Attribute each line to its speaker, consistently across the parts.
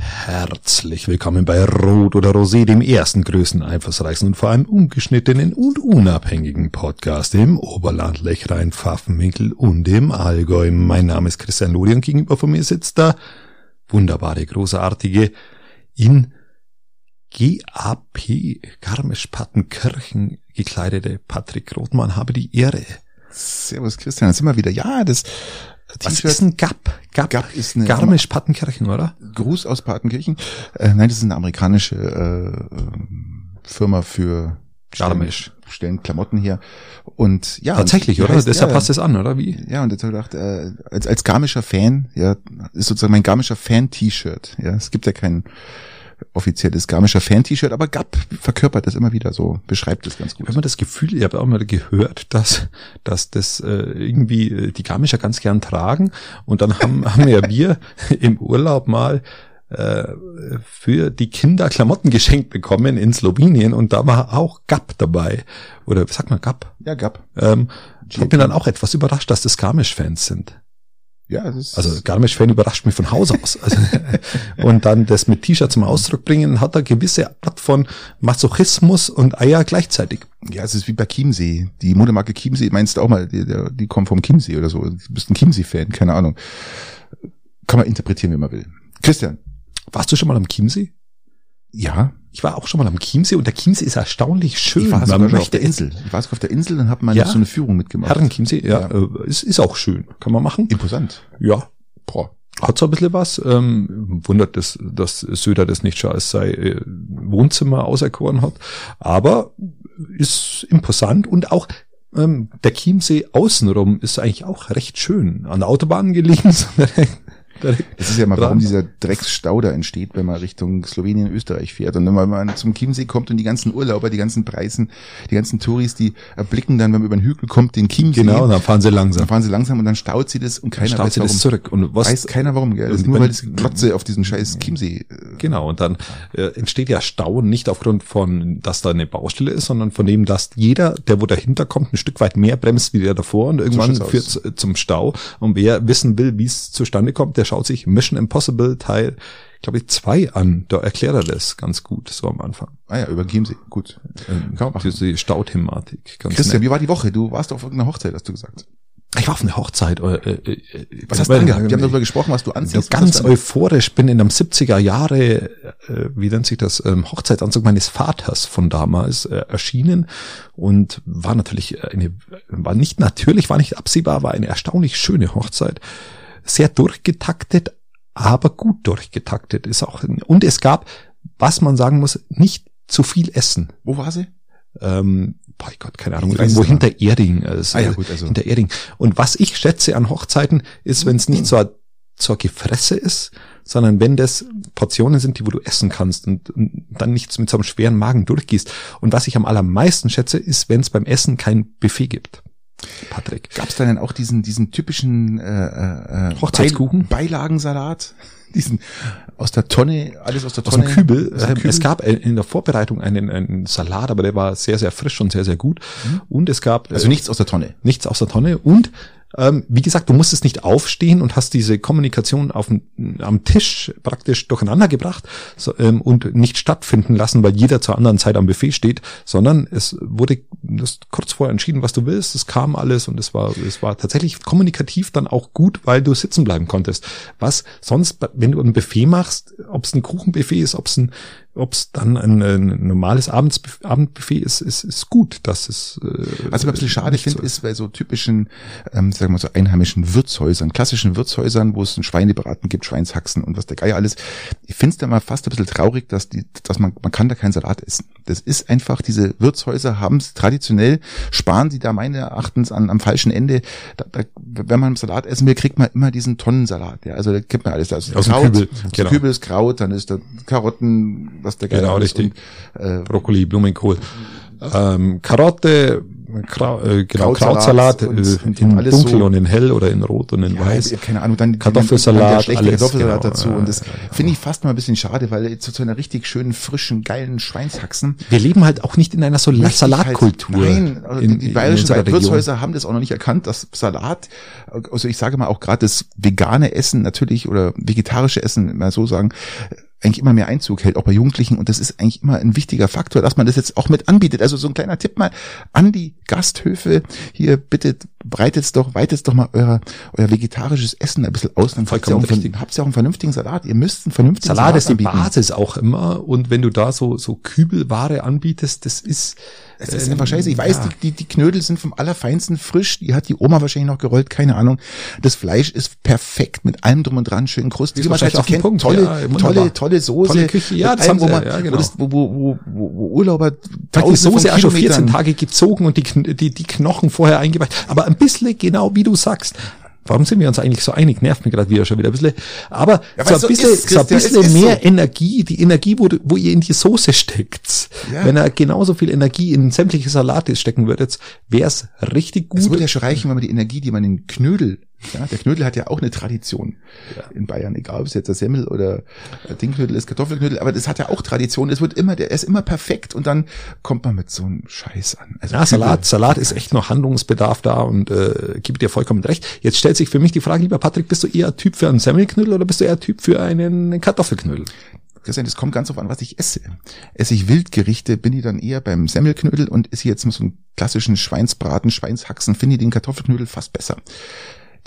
Speaker 1: Herzlich willkommen bei Rot oder Rosé, dem ersten, größten, einflussreichsten und vor allem ungeschnittenen und unabhängigen Podcast im Oberland, Lechrein, Pfaffenwinkel und im Allgäu. Mein Name ist Christian Lodi und gegenüber von mir sitzt der wunderbare, großartige in GAP Garmisch-Partenkirchen gekleidete Patrick Rothmann. Habe die Ehre.
Speaker 2: Servus Christian, jetzt sind wir wieder. Ja, das
Speaker 1: Was ist ein GAP? GAP,
Speaker 2: GAP ist eine-
Speaker 1: Garmisch-Partenkirchen, oder?
Speaker 2: Gruß aus Partenkirchen. Äh, nein, das ist eine amerikanische äh, ähm, Firma für
Speaker 1: Garmisch.
Speaker 2: Stellen, stellen Klamotten her. Und ja,
Speaker 1: Tatsächlich,
Speaker 2: und die
Speaker 1: oder?
Speaker 2: heißt-
Speaker 1: Deshalb
Speaker 2: ja,
Speaker 1: passt es an, oder wie?
Speaker 2: ja, und jetzt habe ich gedacht, äh, als, als garmischer Fan, ja, ist sozusagen mein garmischer Fan-T-Shirt. Ja, es gibt ja kein offizielles garmischer Fan-T-Shirt, aber GAP verkörpert das immer wieder so, beschreibt es ganz gut.
Speaker 1: Wenn man das Gefühl, ich habe auch mal gehört, dass, dass das äh, irgendwie äh, die Garmischer ganz gern tragen und dann haben, haben ja wir im Urlaub mal äh, für die Kinder Klamotten geschenkt bekommen in Slowenien und da war auch Gap dabei. Oder sag mal Gap.
Speaker 2: Ja, GAP.
Speaker 1: Ähm, ich bin dann auch etwas überrascht, dass das Garmisch-Fans sind.
Speaker 2: Ja, das ist
Speaker 1: Also Garmisch-Fan überrascht mich von Haus aus. Also, und dann das mit T-Shirt zum Ausdruck bringen, hat da gewisse Art von Masochismus und Eier gleichzeitig.
Speaker 2: Ja, es ist wie bei Chiemsee. Die Modemarke Chiemsee, meinst du auch mal, die, die, die kommen vom Chiemsee oder so. Du bist ein Chiemsee-Fan, keine Ahnung. Kann man interpretieren, wie man will. Christian.
Speaker 1: Warst du schon mal am Chiemsee?
Speaker 2: Ja,
Speaker 1: Ich war auch schon mal am Chiemsee und der Chiemsee ist erstaunlich schön.
Speaker 2: ich war
Speaker 1: Man
Speaker 2: sogar schon auf
Speaker 1: möchte
Speaker 2: der Insel. Ich war sogar auf der Insel und habe mal
Speaker 1: Ja?
Speaker 2: so eine Führung mitgemacht.
Speaker 1: Herren Chiemsee, ja,
Speaker 2: Ja.
Speaker 1: äh, ist, ist auch schön. Kann man machen?
Speaker 2: Imposant.
Speaker 1: Ja.
Speaker 2: Boah.
Speaker 1: Hat so ein bisschen was. Ähm, wundert, dass, dass Söder das nicht schon als sein äh, Wohnzimmer auserkoren hat. Aber ist imposant und auch ähm, der Chiemsee außenrum ist eigentlich auch recht schön. An der Autobahn gelegen. so direkt- direkt
Speaker 2: Das ist ja mal,
Speaker 1: dran.
Speaker 2: warum dieser Drecksstau da entsteht, wenn man Richtung Slowenien, Österreich fährt. Und wenn man zum Chiemsee kommt und die ganzen Urlauber, die ganzen Preisen, die ganzen Touris, die erblicken dann, wenn man über den Hügel kommt, den Chiemsee.
Speaker 1: Genau, und dann fahren sie
Speaker 2: Dann
Speaker 1: langsam.
Speaker 2: fahren sie langsam und dann staut sie das und keiner
Speaker 1: Staut
Speaker 2: weiß
Speaker 1: sie
Speaker 2: warum.
Speaker 1: das zurück. Und was,
Speaker 2: Weiß keiner warum, gell? Das ist
Speaker 1: Und
Speaker 2: nur
Speaker 1: wenn-
Speaker 2: weil das Glotze auf diesen scheiß Chiemsee. äh,
Speaker 1: Genau, und dann äh, entsteht ja Stauen nicht aufgrund von, dass da eine Baustelle ist, sondern von dem, dass jeder, der wo dahinter kommt, ein Stück weit mehr bremst wie der davor und irgendwann
Speaker 2: schaut's aus.
Speaker 1: führt es zum Stau. Und wer wissen will, wie es zustande kommt, der schaut sich Mission Impossible Teil, glaube ich, zwei an. Da erklärt er das ganz gut, so am Anfang.
Speaker 2: Ah ja, über den Chiemsee. Gut.
Speaker 1: Ähm,
Speaker 2: Kann man machen.
Speaker 1: diese Stauthematik. Ganz
Speaker 2: Christian,
Speaker 1: nett.
Speaker 2: wie war die Woche? Du warst auf irgendeiner Hochzeit, hast du gesagt.
Speaker 1: ich war auf einer Hochzeit. Äh, äh, äh,
Speaker 2: Was hast du
Speaker 1: weil-
Speaker 2: angehabt? Wir haben darüber gesprochen, was du anziehst.
Speaker 1: Ja, ganz euphorisch bin in einem 70er Jahre, äh, wie nennt sich das, ähm, Hochzeitsanzug meines Vaters von damals äh, erschienen und war natürlich äh, eine, war nicht natürlich, war nicht absehbar, war eine erstaunlich schöne Hochzeit. Sehr durchgetaktet, aber gut durchgetaktet ist auch. Und es gab, was man sagen muss, nicht zu viel Essen.
Speaker 2: Wo war sie?
Speaker 1: Ähm, bei Gott, keine Ahnung,
Speaker 2: Ich weiß
Speaker 1: irgendwo
Speaker 2: es nicht.
Speaker 1: hinter Erding. Also,
Speaker 2: Ah ja, gut, also.
Speaker 1: hinter Erding. Und was ich schätze an Hochzeiten, ist, wenn es nicht so ein- so ein Gefresse ist, sondern wenn das Portionen sind, die wo du essen kannst und, und dann nichts mit so einem schweren Magen durchgehst. Und was ich am allermeisten schätze, ist, wenn es beim Essen kein Buffet gibt. Patrick.
Speaker 2: Gab es da denn auch diesen, diesen typischen äh, äh, äh,
Speaker 1: Hochzeitskuchen?
Speaker 2: Bei Beilagensalat? Diesen aus der Tonne, alles aus der
Speaker 1: Aus
Speaker 2: Tonne.
Speaker 1: dem Kübel.
Speaker 2: Aus dem
Speaker 1: Ähm,
Speaker 2: Kübel.
Speaker 1: Es gab äh, in der Vorbereitung einen, einen Salat, aber der war sehr, sehr frisch und sehr, sehr gut. Und es gab äh,
Speaker 2: also nichts aus der Tonne.
Speaker 1: nichts aus der Tonne. Und ähm, wie gesagt, du musstest nicht aufstehen und hast diese Kommunikation auf dem, am Tisch praktisch durcheinander gebracht so, ähm, und nicht stattfinden lassen, weil jeder zur anderen Zeit am Buffet steht, sondern es wurde das kurz vorher entschieden, was du willst. Es kam alles und es war, es war tatsächlich kommunikativ dann auch gut, weil du sitzen bleiben konntest. Was sonst, wenn du ein Buffet machst, ob es ein Kuchenbuffet ist, ob es ein ob es dann ein, äh, normales Abends, Abendbuffet ist, ist, ist gut, dass es äh,
Speaker 2: Was ich mal ein bisschen schade
Speaker 1: nicht so
Speaker 2: finde, ist bei so typischen, ähm, sagen wir mal so einheimischen Wirtshäusern, klassischen Wirtshäusern, wo es einen Schweinebraten gibt, Schweinshaxen und was der Geier alles. Ich finde es da mal fast ein bisschen traurig, dass die, dass man, man kann da keinen Salat essen. Das ist einfach, diese Wirtshäuser haben es traditionell, sparen sie da meines Erachtens an, am falschen Ende. Da, da, wenn man Salat essen will, kriegt man immer diesen Tonnensalat. Ja, also da kriegt man alles. Da ist
Speaker 1: Aus dem
Speaker 2: Kraut,
Speaker 1: Kübel, genau.
Speaker 2: Aus dem Kübel ist Kraut, dann ist da Karotten, was der Geier
Speaker 1: Genau,
Speaker 2: alles
Speaker 1: richtig.
Speaker 2: Und, äh,
Speaker 1: Brokkoli, Blumenkohl, ähm, Karotte, Krau, äh, genau, Krautsalat,
Speaker 2: Krautsalat
Speaker 1: äh,
Speaker 2: und- und
Speaker 1: in
Speaker 2: alles
Speaker 1: dunkel
Speaker 2: so.
Speaker 1: und in hell oder in rot und in
Speaker 2: Ja,
Speaker 1: weiß.
Speaker 2: ja, keine Ahnung, dann
Speaker 1: Kartoffelsalat,
Speaker 2: dann der schlechte
Speaker 1: alles,
Speaker 2: Kartoffelsalat
Speaker 1: genau,
Speaker 2: dazu
Speaker 1: ja,
Speaker 2: und das
Speaker 1: ja, genau.
Speaker 2: finde ich fast mal ein bisschen schade, weil zu so einer richtig schönen, frischen, geilen Schweinshaxen
Speaker 1: Wir leben halt auch nicht in einer so
Speaker 2: möchte ich
Speaker 1: Salatkultur.
Speaker 2: Halt, nein, also
Speaker 1: in-
Speaker 2: die
Speaker 1: in
Speaker 2: bayerischen
Speaker 1: unserer Region.
Speaker 2: Wirtshäuser haben das auch noch nicht erkannt, dass Salat, also ich sage mal auch gerade das vegane Essen natürlich oder vegetarische Essen, mal so sagen, eigentlich immer mehr Einzug hält, auch bei Jugendlichen. Und das ist eigentlich immer ein wichtiger Faktor, dass man das jetzt auch mit anbietet. Also so ein kleiner Tipp mal an die Gasthöfe. Hier bitte breitet's doch, weitet's doch mal euer, euer vegetarisches Essen ein bisschen aus. Dann habt ihr,
Speaker 1: Vollkommen
Speaker 2: auch einen,
Speaker 1: richtig.
Speaker 2: habt ihr auch einen vernünftigen Salat. Ihr müsst einen vernünftigen
Speaker 1: Salat ist die
Speaker 2: anbieten.
Speaker 1: Basis auch immer. Und wenn du da so, so Kübelware anbietest, das ist,
Speaker 2: Es ist
Speaker 1: ähm,
Speaker 2: einfach scheiße. Ich weiß,
Speaker 1: ja.
Speaker 2: die, die, die Knödel sind vom Allerfeinsten frisch. Die hat die Oma wahrscheinlich noch gerollt, keine Ahnung. Das Fleisch ist perfekt mit allem drum und dran, schön krustig.
Speaker 1: Ist wahrscheinlich auf den Punkt,
Speaker 2: tolle,
Speaker 1: ja, wunderbar.
Speaker 2: tolle, tolle Soße.
Speaker 1: Tolle Küche, ja,
Speaker 2: mit
Speaker 1: das
Speaker 2: allem,
Speaker 1: haben sie
Speaker 2: wo man-
Speaker 1: ja,
Speaker 2: wo
Speaker 1: genau.
Speaker 2: das- Wo, wo, wo, wo, wo Urlauber
Speaker 1: Hat die
Speaker 2: Tausende von
Speaker 1: Soße auch schon
Speaker 2: Kilometern-
Speaker 1: 14 Tage gezogen und die, Kn- die, die Knochen vorher eingeweicht. Aber ein bisschen, genau wie du sagst. Warum sind wir uns eigentlich so einig? Nervt mir gerade wieder schon wieder ein bisschen. Aber
Speaker 2: Ja, weil
Speaker 1: so ein
Speaker 2: so
Speaker 1: bisschen,
Speaker 2: ist,
Speaker 1: so ein
Speaker 2: Christian, es
Speaker 1: bisschen
Speaker 2: ist
Speaker 1: mehr
Speaker 2: so.
Speaker 1: Energie, die Energie, wo, du- wo ihr in die Soße steckt.
Speaker 2: Ja.
Speaker 1: Wenn ihr genauso viel Energie in sämtliche Salate stecken würdet, wär's richtig
Speaker 2: Es würde
Speaker 1: gut.
Speaker 2: ja schon reichen, wenn man die Energie, die man in Knödel, ja, der Knödel hat ja auch eine Tradition in Bayern, egal ob es jetzt der Semmel oder äh, Dingknödel ist, Kartoffelknödel, aber das hat ja auch Tradition. Es wird immer, der ist immer perfekt und dann kommt man mit so einem Scheiß an. Also
Speaker 1: Ja, Salat, Salat ist echt noch Handlungsbedarf da und äh, gebe dir vollkommen recht. Jetzt stellt sich für mich die Frage, lieber Patrick, bist du eher Typ für einen Semmelknödel oder bist du eher Typ für einen Kartoffelknödel?
Speaker 2: Christian, das kommt ganz drauf an, was ich esse. Esse ich Wildgerichte, bin ich dann eher beim Semmelknödel und esse jetzt mal so einen klassischen Schweinsbraten, Schweinshaxen, finde ich den Kartoffelknödel fast besser.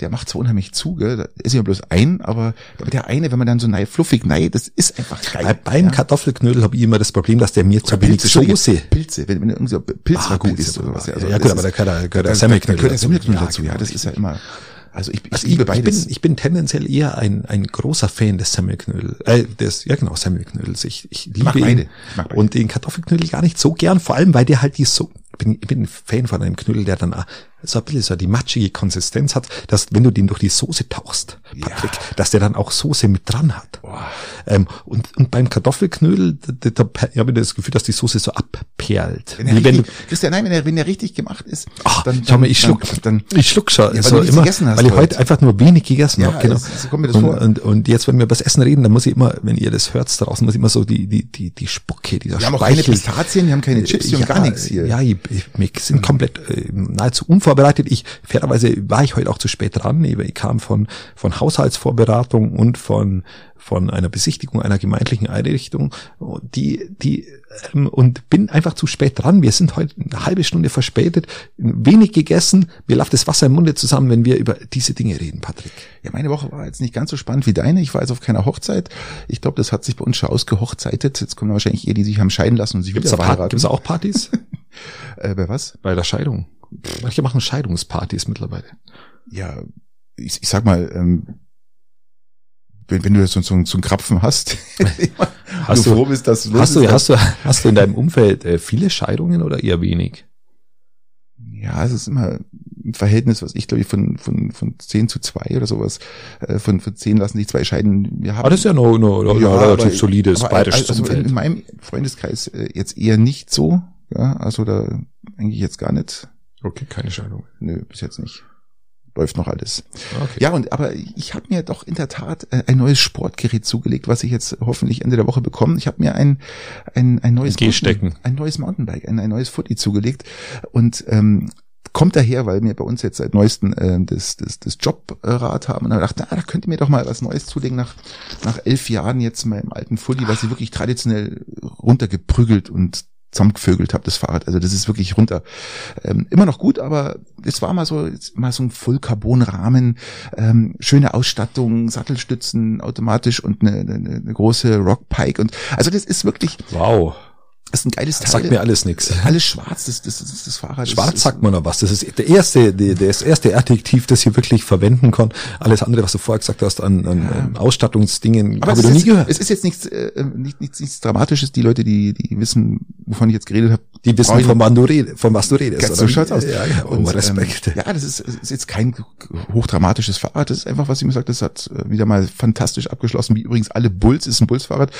Speaker 2: Der macht zwar unheimlich zu, gell? da esse ich ja bloß einen, aber, aber der eine, wenn man dann so nei, fluffig nei, das ist einfach geil.
Speaker 1: Bei, beim
Speaker 2: ja.
Speaker 1: Kartoffelknödel habe ich immer das Problem, dass der mir zu wenig
Speaker 2: Entschuldige,
Speaker 1: Soße.
Speaker 2: Pilze, wenn, wenn irgendwie so Pilz
Speaker 1: Ah,
Speaker 2: ah, gut
Speaker 1: Pilze,
Speaker 2: ist oder was.
Speaker 1: ja, ja, gut, aber da gehört der- gehört der Semmelknödel
Speaker 2: dazu. Der
Speaker 1: dazu.
Speaker 2: Semmelknödel
Speaker 1: Ja,
Speaker 2: dazu, ja,
Speaker 1: genau,
Speaker 2: das ist ja immer. Also ich, ich
Speaker 1: Also ich,
Speaker 2: liebe
Speaker 1: ich,
Speaker 2: beides.
Speaker 1: bin, ich bin tendenziell eher ein, ein großer Fan des Semmelknödel, äh, des, ja genau, Semmelknödels. Ich, ich liebe
Speaker 2: mag
Speaker 1: ihn
Speaker 2: beide. Ich mag beide.
Speaker 1: und den Kartoffelknödel gar nicht so gern, vor allem, weil der halt die so, ich bin, ich bin ein Fan von einem Knödel, der dann auch so ein bisschen so die matschige Konsistenz hat, dass wenn du den durch die Soße tauchst, Patrick, dass der dann auch Soße mit dran hat. Ähm, und, und beim Kartoffelknödel, da, da, da habe ich das Gefühl, dass die Soße so abperlt.
Speaker 2: wenn er
Speaker 1: Wie wenn du,
Speaker 2: richtig, Christian, nein, wenn er, wenn er richtig gemacht ist,
Speaker 1: Ach,
Speaker 2: dann,
Speaker 1: Ah, schau mal, ich schluck,
Speaker 2: dann, dann
Speaker 1: ich schluck schon,
Speaker 2: Ja, weil
Speaker 1: so
Speaker 2: du nichts
Speaker 1: immer,
Speaker 2: gegessen hast
Speaker 1: weil ich heute
Speaker 2: heute.
Speaker 1: einfach nur wenig gegessen
Speaker 2: Ja,
Speaker 1: habe, genau.
Speaker 2: es- so kommt mir das
Speaker 1: und,
Speaker 2: vor.
Speaker 1: Und, und jetzt, wenn wir über das Essen reden, dann muss ich immer, wenn ihr das hört draußen, muss ich immer so die, die, die, die Spucke, dieser
Speaker 2: wir haben auch keine
Speaker 1: Speichel. Äh,
Speaker 2: Pistazien, wir haben keine Chips, wir haben gar nichts hier.
Speaker 1: Ja, ich, ich, wir sind komplett äh, nahezu unvorbereitet. Ich fairerweise war ich heute auch zu spät dran. Ich, ich kam von von Haushaltsvorberatung und von von einer Besichtigung einer gemeindlichen Einrichtung, und die die ähm, und bin einfach zu spät dran. Wir sind heute eine halbe Stunde verspätet, wenig gegessen, mir läuft das Wasser im Munde zusammen, wenn wir über diese Dinge reden, Patrick.
Speaker 2: Ja, meine Woche war jetzt nicht ganz so spannend wie deine. Ich war jetzt auf keiner Hochzeit. Ich glaube, das hat sich bei uns schon ausgehochzeitet. Jetzt kommen wahrscheinlich eher die, die sich haben scheiden lassen und sich
Speaker 1: Gibt's
Speaker 2: wieder
Speaker 1: da Pa-
Speaker 2: verheiraten.
Speaker 1: gibt's da auch Partys
Speaker 2: Äh, bei was?
Speaker 1: bei der Scheidung? Manche machen Scheidungspartys mittlerweile.
Speaker 2: ja, ich, ich sag mal, ähm, wenn, wenn du jetzt so, so, so einen Krapfen hast,
Speaker 1: Hast du-
Speaker 2: froh bist, dass du
Speaker 1: Hast
Speaker 2: ist,
Speaker 1: du,
Speaker 2: dann-
Speaker 1: hast, du, hast du in deinem Umfeld äh, viele Scheidungen oder eher wenig?
Speaker 2: Ja, es ist immer ein Verhältnis, was ich glaube ich von, von, von 10 zu 2 oder sowas, äh, von, von 10 lassen sich zwei scheiden. Wir haben,
Speaker 1: Aber Ah, das ist ja noch, noch, noch
Speaker 2: Ja,
Speaker 1: ein relativ
Speaker 2: aber-
Speaker 1: solides
Speaker 2: aber
Speaker 1: bayerisches
Speaker 2: also in,
Speaker 1: Umfeld.
Speaker 2: in meinem Freundeskreis äh, jetzt eher nicht so, ja, also da eigentlich jetzt gar nicht.
Speaker 1: okay, keine Scheidung.
Speaker 2: Nö, bis jetzt nicht. Läuft noch alles.
Speaker 1: Ah, Okay.
Speaker 2: Ja, und aber ich habe mir doch in der Tat äh, ein neues Sportgerät zugelegt, was ich jetzt hoffentlich Ende der Woche bekomme. Ich habe mir ein ein, ein neues
Speaker 1: Gehstecken.
Speaker 2: Mountain, ein neues Mountainbike, ein, ein neues Footy zugelegt und ähm, kommt daher, weil wir bei uns jetzt seit neuestem ähm, das das, das Jobrad haben und dann dachte, ah, da könnt ihr mir doch mal was Neues zulegen nach nach elf Jahren jetzt meinem alten Footy, was ich wirklich traditionell runtergeprügelt und zusammengevögelt habe, das Fahrrad. Also das ist wirklich runter. Ähm, immer noch gut, aber es war mal so, jetzt mal so ein Vollcarbon-Rahmen, ähm, schöne Ausstattung, Sattelstützen automatisch und eine, eine, eine große Rockpike und also das ist wirklich,
Speaker 1: Wow,
Speaker 2: das ist ein geiles
Speaker 1: das
Speaker 2: Teil.
Speaker 1: sagt mir alles nichts.
Speaker 2: alles schwarz, das, das, das, das Fahrrad.
Speaker 1: Schwarz
Speaker 2: ist,
Speaker 1: sagt man noch was. Das ist der erste, der, das erste Adjektiv, das ich wirklich verwenden kann. Alles andere, was du vorher gesagt hast an, an ähm, Ausstattungsdingen,
Speaker 2: Aber
Speaker 1: habe
Speaker 2: es
Speaker 1: ich noch
Speaker 2: ist,
Speaker 1: nie
Speaker 2: jetzt,
Speaker 1: gehört.
Speaker 2: es ist jetzt nichts, äh, nicht, nichts, nichts Dramatisches. Die Leute, die, die wissen, wovon ich jetzt geredet habe,
Speaker 1: Die wissen,
Speaker 2: brauchen-
Speaker 1: von, wann du red, von was du redest.
Speaker 2: Ganz
Speaker 1: oder
Speaker 2: so
Speaker 1: wie?
Speaker 2: schaut's aus.
Speaker 1: Ja, ja, oh,
Speaker 2: Und,
Speaker 1: Respekt.
Speaker 2: Ähm, ja, das ist, es ist jetzt kein hochdramatisches Fahrrad. Das ist einfach, was ich mir sagt, das hat äh, wieder mal fantastisch abgeschlossen. Wie übrigens alle Bulls ist ein Bulls-Fahrrad.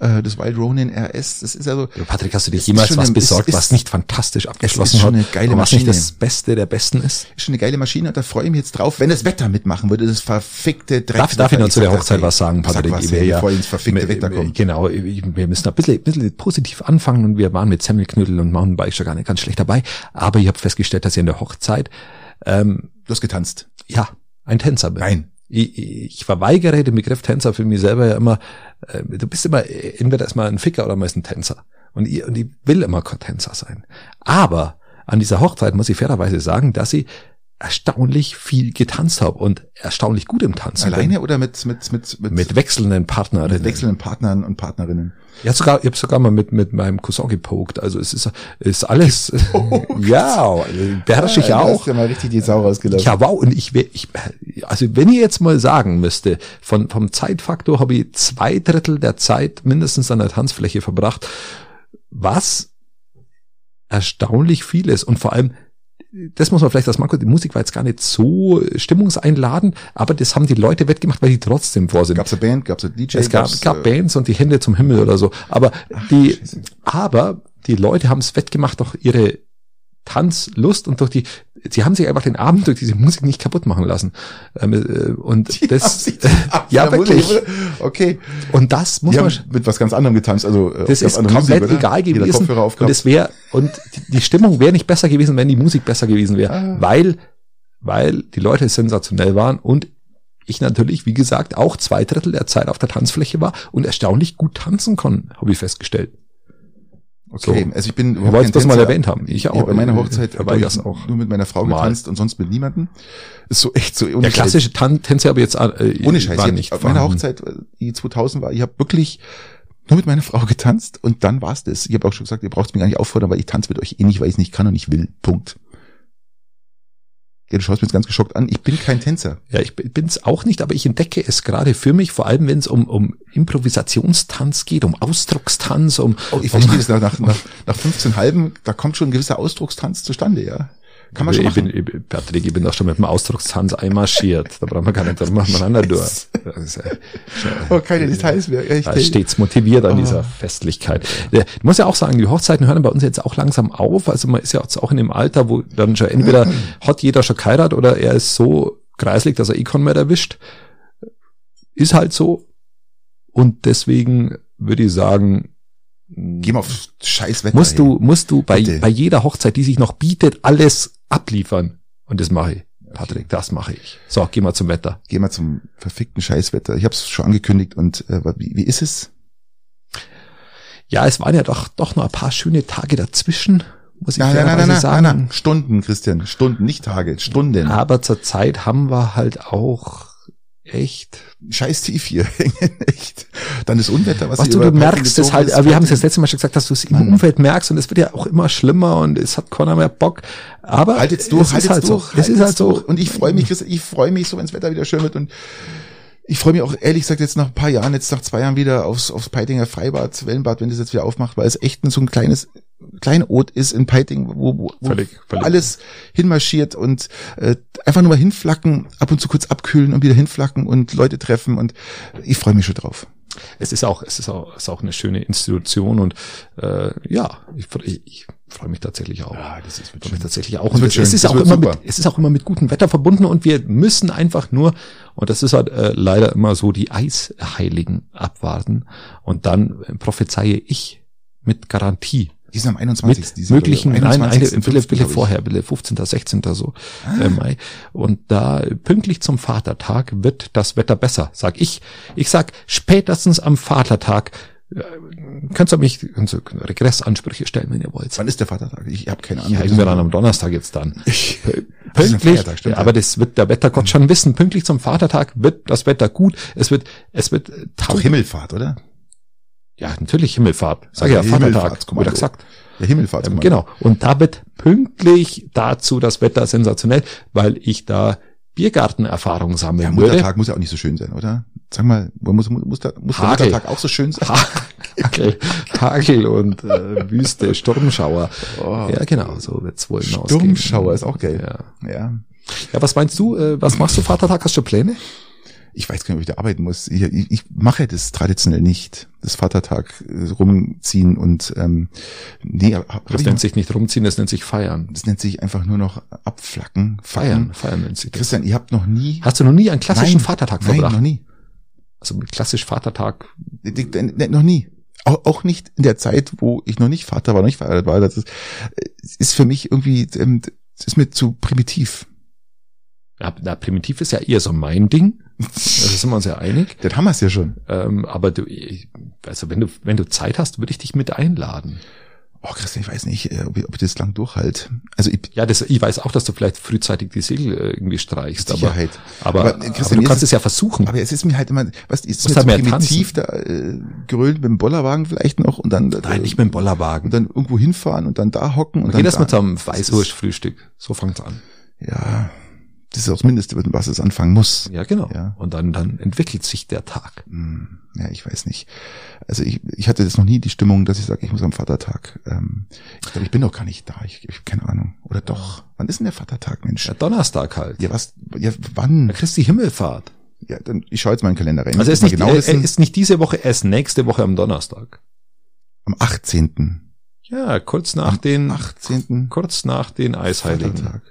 Speaker 2: Äh, Das Wild Ronin RS, das ist also,
Speaker 1: Ja, Patrick, hast du dich
Speaker 2: ist
Speaker 1: jemals
Speaker 2: schon
Speaker 1: was
Speaker 2: eine-
Speaker 1: besorgt,
Speaker 2: ist-
Speaker 1: was
Speaker 2: ist-
Speaker 1: nicht fantastisch abgeschlossen
Speaker 2: schon
Speaker 1: hat?
Speaker 2: eine geile
Speaker 1: und was nicht
Speaker 2: Maschine.
Speaker 1: das Beste der Besten ist?
Speaker 2: ist schon eine geile Maschine und da freue ich mich jetzt drauf, wenn das Wetter mitmachen würde, das verfickte Dreck.
Speaker 1: Darf, darf ich noch zu der Hochzeit was sagen, Patrick?
Speaker 2: Patrick? Sag was,
Speaker 1: Ich wär
Speaker 2: ja, bevor ich ins verfickte
Speaker 1: wir-
Speaker 2: Wetter komme.
Speaker 1: Genau, ich- wir müssen ein bisschen, bisschen positiv anfangen und wir waren mit Semmelknödel und Mountainbike schon gar nicht ganz schlecht dabei. Aber ich habe festgestellt, dass ich in der Hochzeit, ähm,
Speaker 2: Du hast getanzt.
Speaker 1: ja, ein Tänzer bin.
Speaker 2: Nein.
Speaker 1: ich, ich verweigere den Begriff Tänzer für mich selber ja immer, äh, du bist immer äh, entweder erstmal ein Ficker oder mal ein Tänzer. Und ich, und ich will immer kein Tänzer sein. Aber an dieser Hochzeit muss ich fairerweise sagen, dass ich erstaunlich viel getanzt habe und erstaunlich gut im Tanzen
Speaker 2: Alleine oder mit, mit, mit,
Speaker 1: bin. Mit wechselnden Partnerinnen.
Speaker 2: mit wechselnden Partnern und Partnerinnen?
Speaker 1: Ja, sogar, ich habe sogar mal mit, mit meinem Cousin gepokt. Also es ist, ist alles, ja, beherrsche ich
Speaker 2: Ja, da
Speaker 1: auch.
Speaker 2: hast du ja mal richtig die Sau rausgelassen.
Speaker 1: Ja, wow. Und ich, wär- ich, also wenn ich jetzt mal sagen müsste, von, vom Zeitfaktor habe ich zwei Drittel der Zeit mindestens an der Tanzfläche verbracht, was erstaunlich viel ist. Und vor allem, das muss man vielleicht als Marco, die Musik war jetzt gar nicht so stimmungseinladend, aber das haben die Leute wettgemacht, weil die trotzdem vor sind.
Speaker 2: Gab's eine Band, gab's einen DJ?
Speaker 1: Es gab,
Speaker 2: gab's,
Speaker 1: gab
Speaker 2: äh,
Speaker 1: Bands und die Hände zum Himmel oder so. Aber die,
Speaker 2: Scheiße.
Speaker 1: aber die Leute haben es wettgemacht durch ihre Tanzlust und durch die, sie haben sich einfach den Abend durch diese Musik nicht kaputt machen lassen. Ähm, äh, und das, ja wirklich.
Speaker 2: Okay.
Speaker 1: Und das muss
Speaker 2: Die
Speaker 1: man,
Speaker 2: haben mit was ganz anderem getanzt, also äh,
Speaker 1: das
Speaker 2: auf
Speaker 1: ist
Speaker 2: andere Musik,
Speaker 1: komplett
Speaker 2: oder?
Speaker 1: egal
Speaker 2: Jeder
Speaker 1: gewesen.
Speaker 2: Kopfhörer
Speaker 1: Und
Speaker 2: aufgehabt.
Speaker 1: es wäre, und die, die Stimmung wäre nicht besser gewesen, wenn die Musik besser gewesen wäre,
Speaker 2: Ah.
Speaker 1: weil, weil die Leute sensationell waren und ich natürlich, wie gesagt, auch zwei Drittel der Zeit auf der Tanzfläche war und erstaunlich gut tanzen konnten, habe ich festgestellt.
Speaker 2: Okay,
Speaker 1: So.
Speaker 2: also ich bin
Speaker 1: Ich
Speaker 2: überhaupt
Speaker 1: wollte
Speaker 2: kein
Speaker 1: das mal
Speaker 2: Tänzer.
Speaker 1: erwähnt haben. Ich auch.
Speaker 2: Ja, bei meiner Hochzeit
Speaker 1: dabei
Speaker 2: hab
Speaker 1: das
Speaker 2: ich
Speaker 1: auch.
Speaker 2: nur mit meiner Frau
Speaker 1: Mal.
Speaker 2: getanzt und sonst mit niemandem. Ist so echt so ohne
Speaker 1: Der klassische Tan Tänzer habe ich jetzt äh,
Speaker 2: Ohne Scheiß.
Speaker 1: war
Speaker 2: Ich
Speaker 1: nicht
Speaker 2: nicht auf meiner
Speaker 1: vorhanden.
Speaker 2: Hochzeit, äh, die 2000 war, ich habe wirklich nur mit meiner Frau getanzt und dann war's das. Ich habe auch schon gesagt, ihr braucht mich gar nicht auffordern, weil ich tanze mit euch eh nicht, weil ich nicht kann und ich will. Punkt. Ja, du schaust mich jetzt ganz geschockt an. Ich bin kein Tänzer.
Speaker 1: Ja, ich bin es auch nicht, aber ich entdecke es gerade für mich, vor allem wenn es um, um Improvisationstanz geht, um Ausdruckstanz, um
Speaker 2: Oh, ich verstehe das nach, nach, nach, nach 15 halben, da kommt schon ein gewisser Ausdruckstanz zustande, ja. Kann man schon
Speaker 1: ich
Speaker 2: machen.
Speaker 1: bin, ich, bin- Patrick, ich bin doch schon mit dem Ausdruckstanz einmarschiert. Da brauchen wir gar nicht, da machen wir einander durch. Das ist, äh,
Speaker 2: Oh, keine Details mehr. Echt.
Speaker 1: Da ist stets motiviert an
Speaker 2: Ah.
Speaker 1: dieser Festlichkeit. Äh, Ich muss ja auch sagen, die Hochzeiten hören bei uns jetzt auch langsam auf. Also man ist ja jetzt auch in dem Alter, wo dann schon entweder
Speaker 2: Ah.
Speaker 1: hat jeder schon geheiratet oder er ist so kreislig, dass er Econ mehr erwischt. Ist halt so. Und deswegen würde ich sagen,
Speaker 2: Geh mal aufs scheiß Wetter.
Speaker 1: musst
Speaker 2: ey.
Speaker 1: du, musst du bei,
Speaker 2: Bitte.
Speaker 1: bei jeder Hochzeit, die sich noch bietet, alles abliefern. Und das mache ich. Patrick, das mache ich. So, geh mal zum Wetter.
Speaker 2: Geh mal zum verfickten Scheißwetter. Ich habe es schon angekündigt und äh, wie, wie ist es?
Speaker 1: Ja, es waren ja doch, doch noch ein paar schöne Tage dazwischen, muss ich fairerweise sagen.
Speaker 2: Stunden, Christian. Stunden, nicht Tage, Stunden.
Speaker 1: Aber zurzeit haben wir halt auch echt.
Speaker 2: Scheiß tief hier hängen, echt. Dann das Unwetter, was
Speaker 1: Was
Speaker 2: hier
Speaker 1: du, du
Speaker 2: über Balken
Speaker 1: merkst es
Speaker 2: gezogen
Speaker 1: halt,
Speaker 2: ist,
Speaker 1: aber wir haben es
Speaker 2: Balken-
Speaker 1: das letzte Mal schon gesagt, dass du es im
Speaker 2: Mann.
Speaker 1: Umfeld merkst und es wird ja auch immer schlimmer und es hat keiner mehr Bock. Aber
Speaker 2: Halt jetzt durch,
Speaker 1: es
Speaker 2: halt
Speaker 1: ist
Speaker 2: jetzt
Speaker 1: halt
Speaker 2: durch.
Speaker 1: so.
Speaker 2: halt
Speaker 1: es ist
Speaker 2: jetzt
Speaker 1: halt so.
Speaker 2: durch. Und ich freue mich, Christian, ich freue mich so, wenns Wetter wieder schön wird und ich freue mich auch ehrlich gesagt jetzt nach ein paar Jahren, jetzt nach zwei Jahren wieder aufs, aufs Peitinger Freibad, Wellenbad, wenn das jetzt wieder aufmacht, weil es echt so ein kleines Kleinod ist in Peiting, wo, wo, wo
Speaker 1: Völlig, völlig.
Speaker 2: alles hinmarschiert und äh, einfach nur mal hinflacken, ab und zu kurz abkühlen und wieder hinflacken und Leute treffen und ich freue mich schon drauf.
Speaker 1: es ist auch, es ist auch, es ist auch eine schöne Institution und äh, ja, ich, fre- ich, ich freue mich tatsächlich auch.
Speaker 2: das ist
Speaker 1: Freue mich tatsächlich auch.
Speaker 2: Das
Speaker 1: Und
Speaker 2: wird
Speaker 1: es,
Speaker 2: schön.
Speaker 1: ist
Speaker 2: Das
Speaker 1: auch
Speaker 2: wird
Speaker 1: immer
Speaker 2: super.
Speaker 1: mit, es ist auch immer mit gutem Wetter verbunden und wir müssen einfach nur, und das ist halt äh, leider immer so, die Eisheiligen abwarten und dann äh, prophezeie ich mit Garantie,
Speaker 2: Die sind am 21.
Speaker 1: mit
Speaker 2: Ah, die sind,
Speaker 1: möglichen,
Speaker 2: glaub ich,
Speaker 1: nein,
Speaker 2: am
Speaker 1: eine, Wille,
Speaker 2: 21.05.,
Speaker 1: Wille
Speaker 2: glaub ich. Ah.
Speaker 1: vorher, Wille 15., 16. so äh, Mai. Und da äh, pünktlich zum Vatertag wird das Wetter besser, sag ich. Ich sag spätestens am Vatertag, äh, könnt ihr mich, könnt ihr Regressansprüche stellen, wenn ihr wollt.
Speaker 2: Wann ist der Vatertag? Ich habe keine Ahnung.
Speaker 1: Ja, irgendwie dann am Donnerstag jetzt dann.
Speaker 2: Ich- Das ist ein
Speaker 1: Pünktlich,
Speaker 2: Feiertag, stimmt,
Speaker 1: ja,
Speaker 2: ja.
Speaker 1: aber das wird der Wettergott schon wissen. Pünktlich zum Vatertag wird das Wetter gut. Es wird, es wird äh,
Speaker 2: Doch
Speaker 1: taub.
Speaker 2: Himmelfahrt, oder?
Speaker 1: Ja, natürlich Himmelfahrt. Sag ich ja,
Speaker 2: Also
Speaker 1: Vatertag.
Speaker 2: Himmelfahrtskommando.
Speaker 1: Oder gesagt.
Speaker 2: Ja, Himmelfahrt.
Speaker 1: Ähm, genau. Und da wird pünktlich dazu das Wetter sensationell, weil ich da Biergartenerfahrung sammeln
Speaker 2: Ja,
Speaker 1: würde.
Speaker 2: Muttertag muss ja auch nicht so schön sein, oder? Sag mal, muss, muss, muss, da, muss der
Speaker 1: Hagel.
Speaker 2: Muttertag auch so schön sein?
Speaker 1: Hagel, Hagel und äh, Wüste, Sturmschauer.
Speaker 2: Oh.
Speaker 1: Ja, genau, so wird's wohl hinausgehen.
Speaker 2: Sturmschauer ist auch geil.
Speaker 1: Ja.
Speaker 2: Ja.
Speaker 1: ja, was meinst du? Äh, was machst du Vatertag? Hast du Pläne?
Speaker 2: Ich weiß gar nicht, ob ich da arbeiten muss. Ich, ich, ich mache das traditionell nicht. Das Vatertag äh, rumziehen und ähm, nee, hab, hab
Speaker 1: Das
Speaker 2: ich
Speaker 1: nennt
Speaker 2: noch,
Speaker 1: sich nicht rumziehen, das nennt sich feiern.
Speaker 2: das nennt sich einfach nur noch abflacken,
Speaker 1: Feiern,
Speaker 2: feiern.
Speaker 1: feiern nennt sich das.
Speaker 2: Christian, ihr habt noch nie
Speaker 1: Hast du noch nie einen klassischen Vatertag
Speaker 2: nein,
Speaker 1: verbracht?
Speaker 2: noch nie.
Speaker 1: Also mit klassisch Vatertag.
Speaker 2: Nee, nee, Noch nie. Auch, auch nicht in der Zeit, wo ich noch nicht Vater war, noch nicht verheiratet war. Das ist, es ist für mich irgendwie, ähm, es ist mir zu primitiv.
Speaker 1: Ja, na, primitiv ist ja eher so mein Ding. Also sind wir uns ja einig.
Speaker 2: Das haben wir es ja schon.
Speaker 1: Ähm, aber du, ich- also wenn du, wenn du Zeit hast, würde ich dich mit einladen.
Speaker 2: Oh, Christian, ich weiß nicht, äh, ob ich, ob ich das lang durchhalte. Also ich,
Speaker 1: Ja, das, ich weiß auch, dass du vielleicht frühzeitig die Segel äh, irgendwie streichst, aber,
Speaker 2: Sicherheit.
Speaker 1: aber,
Speaker 2: Aber, äh,
Speaker 1: aber,
Speaker 2: Christian,
Speaker 1: du kannst
Speaker 2: jetzt-
Speaker 1: es ja versuchen.
Speaker 2: aber es ist mir halt immer, was ist
Speaker 1: Muss
Speaker 2: mir
Speaker 1: da
Speaker 2: zu
Speaker 1: mehr
Speaker 2: primitiv, da äh, grölen mit dem Bollerwagen vielleicht noch und dann äh,
Speaker 1: Nein, nicht mit dem Bollerwagen.
Speaker 2: und dann irgendwo hinfahren und dann da hocken und
Speaker 1: Geh
Speaker 2: dann
Speaker 1: das
Speaker 2: da,
Speaker 1: mit so einem Weißwurstfrühstück. So fängt's an.
Speaker 2: Ja, das ist auch das Mindeste, mit was es anfangen muss.
Speaker 1: Ja, genau.
Speaker 2: Ja.
Speaker 1: Und dann, dann entwickelt sich der Tag.
Speaker 2: Hm, Ja, ich weiß nicht. Also ich, ich hatte jetzt noch nie die Stimmung, dass ich sage, ich muss am Vatertag. Ähm, ich glaube, ich bin doch gar nicht da. Ich, ich habe keine Ahnung. Oder doch. Wann ist denn der Vatertag, Mensch?
Speaker 1: Ja,
Speaker 2: Ja,
Speaker 1: Donnerstag halt.
Speaker 2: was? Ja, wann?
Speaker 1: Da kriegst du die Himmelfahrt.
Speaker 2: Ja, dann, ich schaue jetzt mal in den Kalender rein.
Speaker 1: Also
Speaker 2: Ich
Speaker 1: er ist
Speaker 2: muss
Speaker 1: nicht,
Speaker 2: mal genau
Speaker 1: er, er
Speaker 2: wissen.
Speaker 1: ist nicht diese Woche, er ist nächste Woche am Donnerstag.
Speaker 2: am 18.
Speaker 1: Ja, kurz nach
Speaker 2: Am
Speaker 1: den,
Speaker 2: 18.
Speaker 1: kurz nach den Eisheiligen.
Speaker 2: Vatertag.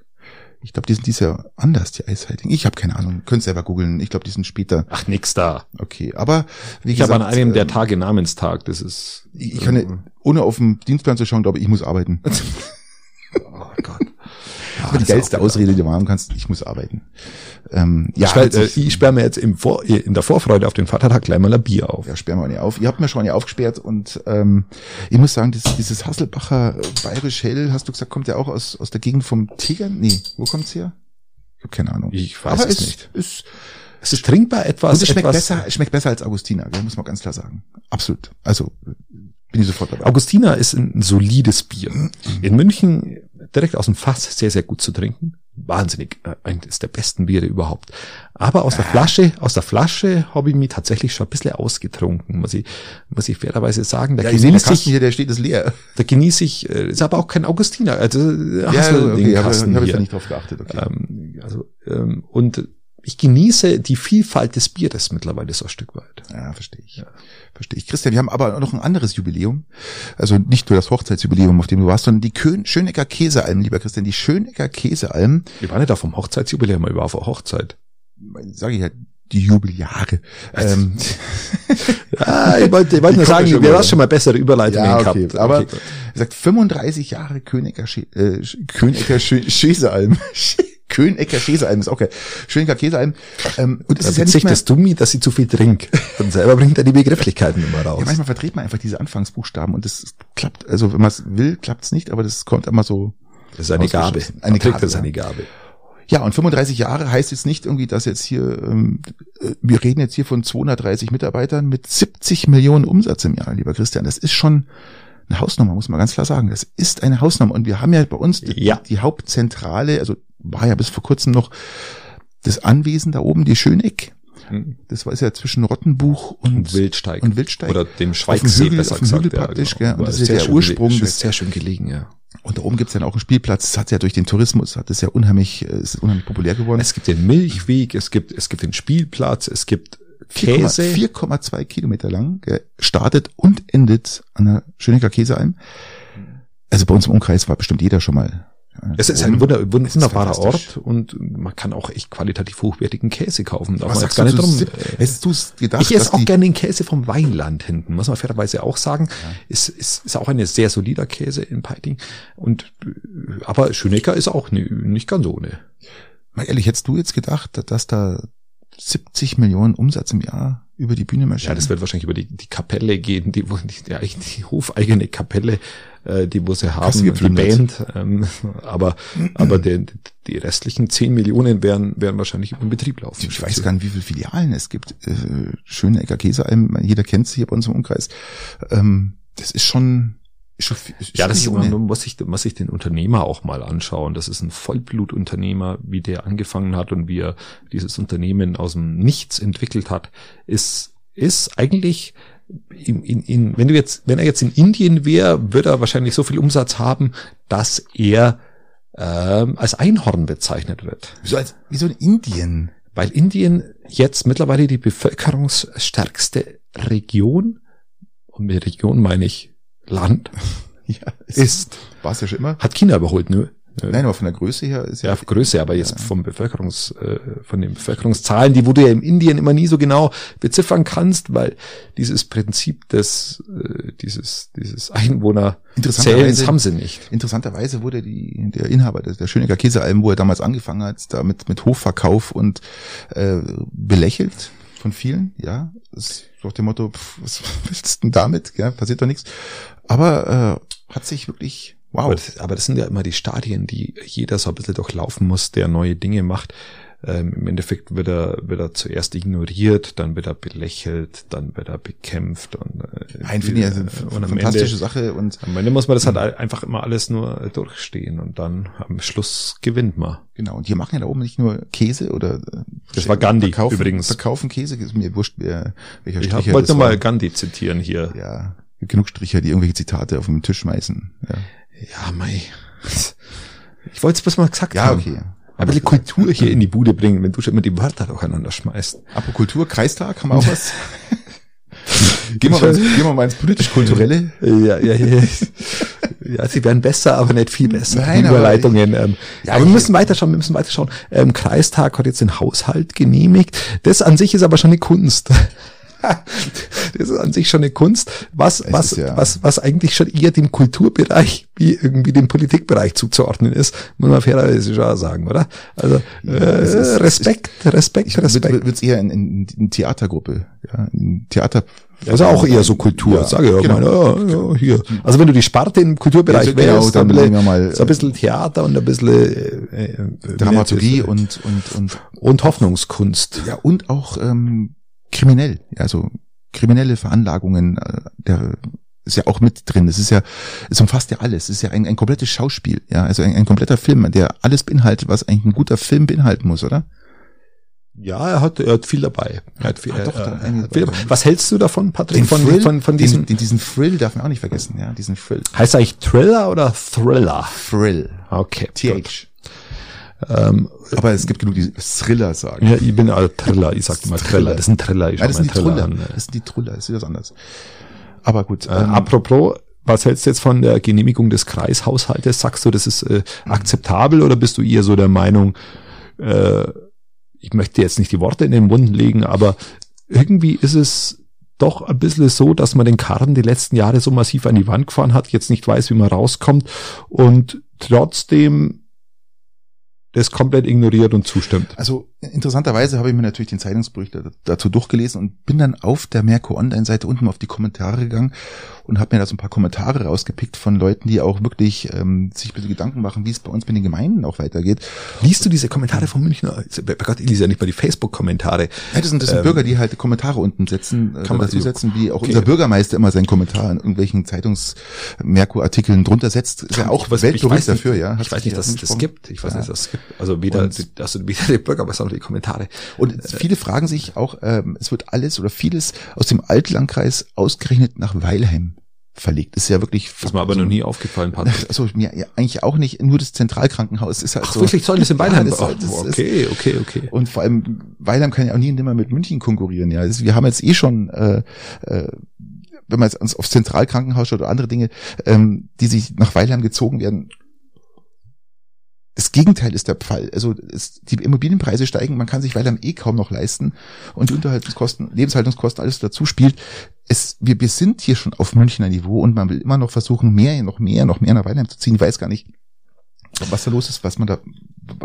Speaker 2: Ich glaube, die sind dieses Jahr anders, die Eisheiligen. Ich habe keine Ahnung. Könnt selber googeln. Ich glaube, die sind später.
Speaker 1: Ach, nix da.
Speaker 2: Okay, aber wie
Speaker 1: Ich habe an einem der Ähm.
Speaker 2: ähm,
Speaker 1: Tage Namenstag, das ist.
Speaker 2: Ich, ich kann, ohne auf den Dienstplan zu schauen, glaube ich, ich muss arbeiten.
Speaker 1: Oh Gott. Ja,
Speaker 2: Aber die
Speaker 1: das ist
Speaker 2: geilste
Speaker 1: auch wieder-
Speaker 2: Ausrede, die du haben kannst, ich muss arbeiten. Ähm, ja,
Speaker 1: Ich, sperr-
Speaker 2: also
Speaker 1: äh, ich sperre mir jetzt im Vor, in der Vorfreude auf den Vatertag gleich mal ein Bier auf.
Speaker 2: ja, sperren wir nicht auf. Ihr habt mir schon ja aufgesperrt und ähm, ich muss sagen, dieses, dieses Hasselbacher äh, bayerisch hell, hast du gesagt, kommt ja auch aus, aus der Gegend vom Tiger? Nee, wo kommt's her? Ich habe keine Ahnung.
Speaker 1: Ich weiß es nicht.
Speaker 2: Ist,
Speaker 1: Es ist trinkbar etwas.
Speaker 2: und es schmeckt
Speaker 1: etwas
Speaker 2: besser, es schmeckt besser als Augustiner, gell? muss man ganz klar sagen. Absolut. Also bin ich sofort dabei.
Speaker 1: Augustiner ist ein solides Bier.
Speaker 2: Mhm.
Speaker 1: In München direkt aus dem Fass sehr, sehr gut zu trinken. Wahnsinnig. äh, Eines der besten Biere überhaupt. Aber aus der
Speaker 2: Ah.
Speaker 1: Flasche, aus der Flasche habe ich mich tatsächlich schon ein bisschen ausgetrunken, muss ich, muss ich fairerweise sagen. Da
Speaker 2: Ja, ich sehe, der
Speaker 1: genieße
Speaker 2: Kasten
Speaker 1: ich,
Speaker 2: hier, der steht, ist leer.
Speaker 1: da genieße ich, äh, ist aber auch kein Augustiner, also Hassel- den
Speaker 2: ich habe
Speaker 1: Kasten
Speaker 2: hab jetzt
Speaker 1: hier.
Speaker 2: da nicht drauf geachtet. Okay.
Speaker 1: Ähm, also, ähm, und ich genieße die Vielfalt des Bieres mittlerweile so ein Stück weit.
Speaker 2: Ja, verstehe ich. Verstehe ich. Christian, wir haben aber noch ein anderes Jubiläum. Also nicht nur das Hochzeitsjubiläum, auf dem du warst, sondern die Kön Schönecker Käsealm, lieber Christian. Die Schönecker Käsealm,
Speaker 1: Wir waren nicht auf dem Hochzeitsjubiläum, aber auf der Hochzeit.
Speaker 2: sage ich ja, die Jubeljahre. Ähm,
Speaker 1: Ah, ich wollte, ich wollte nur
Speaker 2: Ich komme
Speaker 1: sagen,
Speaker 2: schon
Speaker 1: wir
Speaker 2: mal.
Speaker 1: haben schon mal bessere Überleitung
Speaker 2: ja, okay.
Speaker 1: gehabt.
Speaker 2: Aber
Speaker 1: Okay.
Speaker 2: er sagt 35 Jahre Könecker, Schä- äh, Sch- Könecker Schö- Schäsealm. Könecker Schäsealm ist auch geil. Schönecker Käsealm. Ähm, und
Speaker 1: Das
Speaker 2: es ist
Speaker 1: ist
Speaker 2: ja nicht
Speaker 1: witzig,
Speaker 2: mehr,
Speaker 1: dass du mir, dass ich zu viel trink. Und selber bringt er die Begrifflichkeiten immer
Speaker 2: ja,
Speaker 1: raus.
Speaker 2: manchmal verdreht man einfach diese Anfangsbuchstaben und das klappt. Also wenn man es will, klappt's nicht, aber das kommt immer so
Speaker 1: das ist eine Gabe.
Speaker 2: Ausgeschissen. Eine
Speaker 1: Eine Trick,
Speaker 2: Gabe,
Speaker 1: das ist
Speaker 2: ja.
Speaker 1: eine Gabe.
Speaker 2: Ja, und 35 Jahre heißt jetzt nicht irgendwie, dass jetzt hier, ähm, äh, wir reden jetzt hier von 230 Mitarbeitern mit 70 Millionen Umsatz im Jahr, lieber Christian. Das ist schon eine Hausnummer, muss man ganz klar sagen. Das ist eine Hausnummer. Und wir haben ja bei uns die-
Speaker 1: Ja.
Speaker 2: die Hauptzentrale, also war ja bis vor kurzem noch das Anwesen da oben, die Schöneck. Das war ist ja zwischen Rottenbuch und,
Speaker 1: Und Wildsteig.
Speaker 2: und Wildsteig.
Speaker 1: Oder dem
Speaker 2: auf dem
Speaker 1: Schweigsee,
Speaker 2: Hügel,
Speaker 1: besser
Speaker 2: auf dem
Speaker 1: gesagt.
Speaker 2: Hügel
Speaker 1: ja,
Speaker 2: praktisch.
Speaker 1: genau.
Speaker 2: gell? Und das
Speaker 1: Aber
Speaker 2: ist ja der
Speaker 1: schön
Speaker 2: Ursprung
Speaker 1: gelegen,
Speaker 2: des,
Speaker 1: ist sehr schön gelegen, ja.
Speaker 2: und da oben gibt's dann auch einen Spielplatz. Das hat ja durch den Tourismus, hat es ja unheimlich, äh, ist unheimlich populär geworden.
Speaker 1: Es gibt den Milchweg, es gibt, es gibt den Spielplatz, es gibt
Speaker 2: 4,2
Speaker 1: Käse.
Speaker 2: 4,2 Kilometer lang, gell, startet und endet an der Schönecker Käsealm. Also bei uns im Umkreis war bestimmt jeder schon mal. äh,
Speaker 1: Es ist
Speaker 2: oben.
Speaker 1: ein wunder, wund-
Speaker 2: Es ist
Speaker 1: wunderbarer
Speaker 2: fantastisch.
Speaker 1: Ort und man kann auch echt qualitativ hochwertigen Käse kaufen. Da
Speaker 2: Was
Speaker 1: jetzt
Speaker 2: sagst du,
Speaker 1: gar nicht
Speaker 2: du
Speaker 1: drum.
Speaker 2: sieb- hättest du gedacht,
Speaker 1: Ich esse
Speaker 2: dass
Speaker 1: auch
Speaker 2: die-
Speaker 1: gerne den Käse vom Weinland hinten, muss man fairerweise auch sagen. Ist, ist, ist auch eine sehr solider Käse in Peiting. Und, äh, aber Schönecker ist auch ni- nicht ganz ohne.
Speaker 2: Mal ehrlich, hättest du jetzt gedacht, dass da 70 Millionen Umsatz im Jahr über die Bühne
Speaker 1: Ja,
Speaker 2: marschieren?
Speaker 1: das wird wahrscheinlich über die, die Kapelle gehen, die, wo- die, die, eigentlich die hofeigene Kapelle, äh, die wo sie haben, die
Speaker 2: geplündert.
Speaker 1: Band. Ähm, aber aber der, die restlichen 10 Millionen werden, werden wahrscheinlich über den Betrieb laufen.
Speaker 2: ich weiß gar nicht, wie viele Filialen es gibt. Äh, Schönecker Käsealm, jeder kennt sie hier bei uns im Umkreis. Ähm, das ist schon, ist schon viel- ist
Speaker 1: Ja, das ist,
Speaker 2: nicht
Speaker 1: man
Speaker 2: ohne.
Speaker 1: muss sich, muss sich den Unternehmer auch mal anschauen. Das ist ein Vollblutunternehmer, wie der angefangen hat und wie er dieses Unternehmen aus dem Nichts entwickelt hat, ist, ist eigentlich, in, in, in, wenn du jetzt, wenn er jetzt in Indien wäre, würde er wahrscheinlich so viel Umsatz haben, dass er ähm, als Einhorn bezeichnet wird.
Speaker 2: Wieso als, wieso in Indien?
Speaker 1: Weil Indien jetzt mittlerweile die bevölkerungsstärkste Region, und mit Region meine ich Land,
Speaker 2: Ja,
Speaker 1: ist,
Speaker 2: War es ja schon immer?
Speaker 1: hat China überholt, nö. Äh,
Speaker 2: Nein, aber von der Größe her ist
Speaker 1: ja, auf Größe, aber jetzt vom Bevölkerungs, äh, von den Bevölkerungszahlen, die wo du ja in Indien immer nie so genau beziffern kannst, weil dieses Prinzip des, äh, dieses, dieses Einwohner
Speaker 2: Interessanterweise-
Speaker 1: haben sie nicht.
Speaker 2: Interessanterweise wurde die, der Inhaber des, der Schönecker Käsealben, wo er damals angefangen hat, da mit, mit Hofverkauf und äh, belächelt von vielen, ja. Ist doch dem Motto, pff, was willst du denn damit? Ja, passiert doch nichts. Aber äh, hat sich wirklich, wow.
Speaker 1: Aber das, aber das sind ja immer die Stadien, die jeder so ein bisschen durchlaufen muss, der neue Dinge macht. Ähm, Im Endeffekt wird er, wird er zuerst ignoriert, dann wird er belächelt, dann wird er bekämpft und, äh,
Speaker 2: Nein, finde ich also eine
Speaker 1: und am
Speaker 2: fantastische
Speaker 1: Ende,
Speaker 2: Sache und
Speaker 1: am Ende muss man das halt einfach immer alles nur durchstehen und dann am Schluss gewinnt man.
Speaker 2: genau. Und die machen ja da oben nicht nur Käse oder äh,
Speaker 1: Das war Gandhi
Speaker 2: verkaufen,
Speaker 1: übrigens.
Speaker 2: Verkaufen Käse, ist mir wurscht, wer, welcher
Speaker 1: Ich
Speaker 2: Stricher
Speaker 1: hab- wollte
Speaker 2: das
Speaker 1: nur mal
Speaker 2: war.
Speaker 1: Gandhi zitieren hier.
Speaker 2: Ja, gibt genug Stricher, die irgendwelche Zitate auf den Tisch schmeißen. Ja,
Speaker 1: Ja, mei. Ich wollte es bloß mal gesagt
Speaker 2: ja
Speaker 1: haben.
Speaker 2: okay.
Speaker 1: Aber die Kultur hier in die Bude bringen, wenn du schon immer die Wörter durcheinander schmeißt.
Speaker 2: Apropos Kultur, Kreistag, haben wir auch was? gehen, wir
Speaker 1: Ich
Speaker 2: mal ins,
Speaker 1: weiß-
Speaker 2: gehen wir mal ins politisch-kulturelle.
Speaker 1: Ja, ja, ja. ja, sie werden besser, aber nicht viel besser.
Speaker 2: Nein,
Speaker 1: die
Speaker 2: aber
Speaker 1: Überleitungen. ähm,
Speaker 2: Ja,
Speaker 1: aber wir
Speaker 2: ich-
Speaker 1: müssen weiterschauen, wir müssen weiterschauen. Ähm, Kreistag hat jetzt den Haushalt genehmigt. Das an sich ist aber schon eine Kunst. Das ist an sich schon eine Kunst, was,
Speaker 2: Es
Speaker 1: was,
Speaker 2: ist ja-
Speaker 1: was, was eigentlich schon eher dem Kulturbereich wie irgendwie dem Politikbereich zuzuordnen ist, muss man fairerweise schon sagen, oder? Also äh,
Speaker 2: es ist- es-
Speaker 1: Respekt, Respekt,
Speaker 2: Ich
Speaker 1: Respekt.
Speaker 2: würde es eher in, in, in Theatergruppe, ja, in Theater.
Speaker 1: Also auch eher so Kultur,
Speaker 2: Ja,
Speaker 1: sage ich auch
Speaker 2: genau.
Speaker 1: mal. ne? Ja, ja, hier. Also wenn du die Sparte im Kulturbereich
Speaker 2: Ja, so genau,
Speaker 1: wärst,
Speaker 2: dann
Speaker 1: ein bisschen-
Speaker 2: nehmen wir mal,
Speaker 1: so ein bisschen Theater und ein bisschen äh, äh, äh,
Speaker 2: Dramaturgie
Speaker 1: äh,
Speaker 2: und, und, und,
Speaker 1: und Hoffnungskunst.
Speaker 2: ja, und auch, ähm, kriminell, ja, also kriminelle Veranlagungen, äh, der, ist ja auch mit drin. Es ist ja, es umfasst ja alles. Es ist ja ein, ein komplettes Schauspiel, ja, also ein, ein kompletter Film, der alles beinhaltet, was eigentlich ein guter Film beinhalten muss, oder?
Speaker 1: Ja, er hat, er hat viel dabei. Er hat viel,
Speaker 2: Ah, doch,
Speaker 1: er,
Speaker 2: da-
Speaker 1: er hat viel dabei. Was hältst du davon, Patrick?
Speaker 2: Den
Speaker 1: Von,
Speaker 2: Thrill,
Speaker 1: von, von diesem,
Speaker 2: den, den, diesen Thrill darf man auch nicht vergessen, ja, diesen Thrill.
Speaker 1: heißt er eigentlich Thriller oder Thriller?
Speaker 2: Thrill.
Speaker 1: Okay. gut.
Speaker 2: TH.
Speaker 1: Ähm,
Speaker 2: Aber es gibt genug, die Thriller sagen.
Speaker 1: ja, ich bin also Thriller, ich sag immer Thriller. Das ist ein Thriller, ich
Speaker 2: Nein, das
Speaker 1: schau
Speaker 2: sind
Speaker 1: mir
Speaker 2: die Truller.
Speaker 1: an.
Speaker 2: Das sind die Truller, das ist wieder was anderes. Aber gut, ähm,
Speaker 1: Äh, apropos, was hältst du jetzt von der Genehmigung des Kreishaushaltes? Sagst du, das ist äh, akzeptabel oder bist du eher so der Meinung, äh, ich möchte dir jetzt nicht die Worte in den Mund legen, aber irgendwie ist es doch ein bisschen so, dass man den Karren die letzten Jahre so massiv an die Wand gefahren hat, jetzt nicht weiß, wie man rauskommt und trotzdem das komplett ignoriert und zustimmt.
Speaker 2: also interessanterweise habe ich mir natürlich den Zeitungsbericht da- dazu durchgelesen und bin dann auf der Merkur Online-Seite unten auf die Kommentare gegangen und habe mir da so ein paar Kommentare rausgepickt von Leuten, die auch wirklich ähm, sich ein bisschen Gedanken machen, wie es bei uns mit den Gemeinden auch weitergeht.
Speaker 1: Liest du diese Kommentare von Münchner? Bei Gott, ich lese ja nicht mal die Facebook-Kommentare.
Speaker 2: Ja, das sind, das sind
Speaker 1: Ähm,
Speaker 2: Bürger, die halt Kommentare unten setzen, kann
Speaker 1: kann man- also,
Speaker 2: dazu setzen, wie auch
Speaker 1: okay.
Speaker 2: unser Bürgermeister immer seinen Kommentar in irgendwelchen Zeitungs-Merkur-Artikeln drunter setzt. Ist ja
Speaker 1: Ich weiß-
Speaker 2: auch
Speaker 1: ich weiß
Speaker 2: weltberühmt
Speaker 1: nicht-
Speaker 2: dafür, ja. Hat
Speaker 1: Ich weiß
Speaker 2: sich
Speaker 1: nicht,
Speaker 2: ja
Speaker 1: dass es das
Speaker 2: angesprochen.
Speaker 1: gibt. Ich weiß
Speaker 2: Ja.
Speaker 1: nicht, dass es gibt. Also weder,
Speaker 2: Und-
Speaker 1: die, also weder die Bürgermeister noch die Kommentare. äh,
Speaker 2: Und viele fragen sich auch, ähm, es wird alles oder vieles aus dem Altlandkreis ausgerechnet nach Weilheim verlegt. Ist ja wirklich.
Speaker 1: Das ist mir aber noch nie aufgefallen, Patrick.
Speaker 2: Also mir ja, eigentlich auch nicht, nur das Zentralkrankenhaus ist halt
Speaker 1: Ach,
Speaker 2: so.
Speaker 1: wirklich, soll das in
Speaker 2: Ja,
Speaker 1: Bayern?
Speaker 2: das-
Speaker 1: Oh,
Speaker 2: das- das-
Speaker 1: okay, okay, okay.
Speaker 2: Und vor allem, Weilheim kann ja auch nie und nimmer mit München konkurrieren. Ja, also wir haben jetzt eh schon, äh, äh, wenn man jetzt ans- aufs Zentralkrankenhaus schaut oder andere Dinge, ähm, die sich nach Weilheim gezogen werden. Das Gegenteil ist der Fall. Also es, die Immobilienpreise steigen, man kann sich Weilheim eh kaum noch leisten und die Unterhaltungskosten, Lebenshaltungskosten, alles dazu spielt. Es, wir, wir sind hier schon auf Münchner Niveau und man will immer noch versuchen, mehr, noch mehr, noch mehr nach Weilheim zu ziehen. Ich weiß gar nicht, was da los ist, was man da,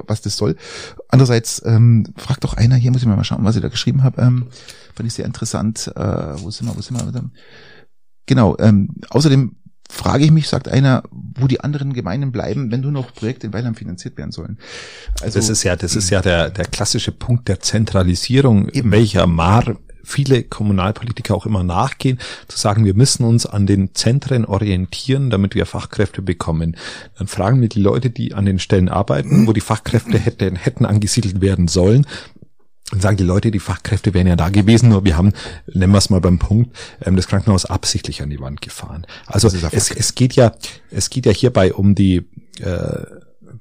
Speaker 2: was das soll. Andererseits ähm, fragt doch einer, hier muss ich mal schauen, was ich da geschrieben habe, ähm, fand ich sehr interessant, äh, wo sind wir, wo sind wir? Genau, ähm, außerdem frage ich mich, sagt einer, wo die anderen Gemeinden bleiben, wenn nur noch Projekte in Weilheim finanziert werden sollen. Also
Speaker 1: das ist ja, das ist ja der, der klassische Punkt der Zentralisierung,
Speaker 2: Eben.
Speaker 1: welcher Mar viele Kommunalpolitiker auch immer nachgehen, zu sagen, wir müssen uns an den Zentren orientieren, damit wir Fachkräfte bekommen. Dann fragen wir die Leute, die an den Stellen arbeiten, wo die Fachkräfte hätten, hätten angesiedelt werden sollen, Und sagen die Leute, die Fachkräfte wären ja da gewesen, nur wir haben, nennen wir es mal beim Punkt, ähm, das Krankenhaus absichtlich an die Wand gefahren. Also
Speaker 2: Das ist ein
Speaker 1: es,
Speaker 2: Fakt.
Speaker 1: es geht ja, es geht ja hierbei um die, äh,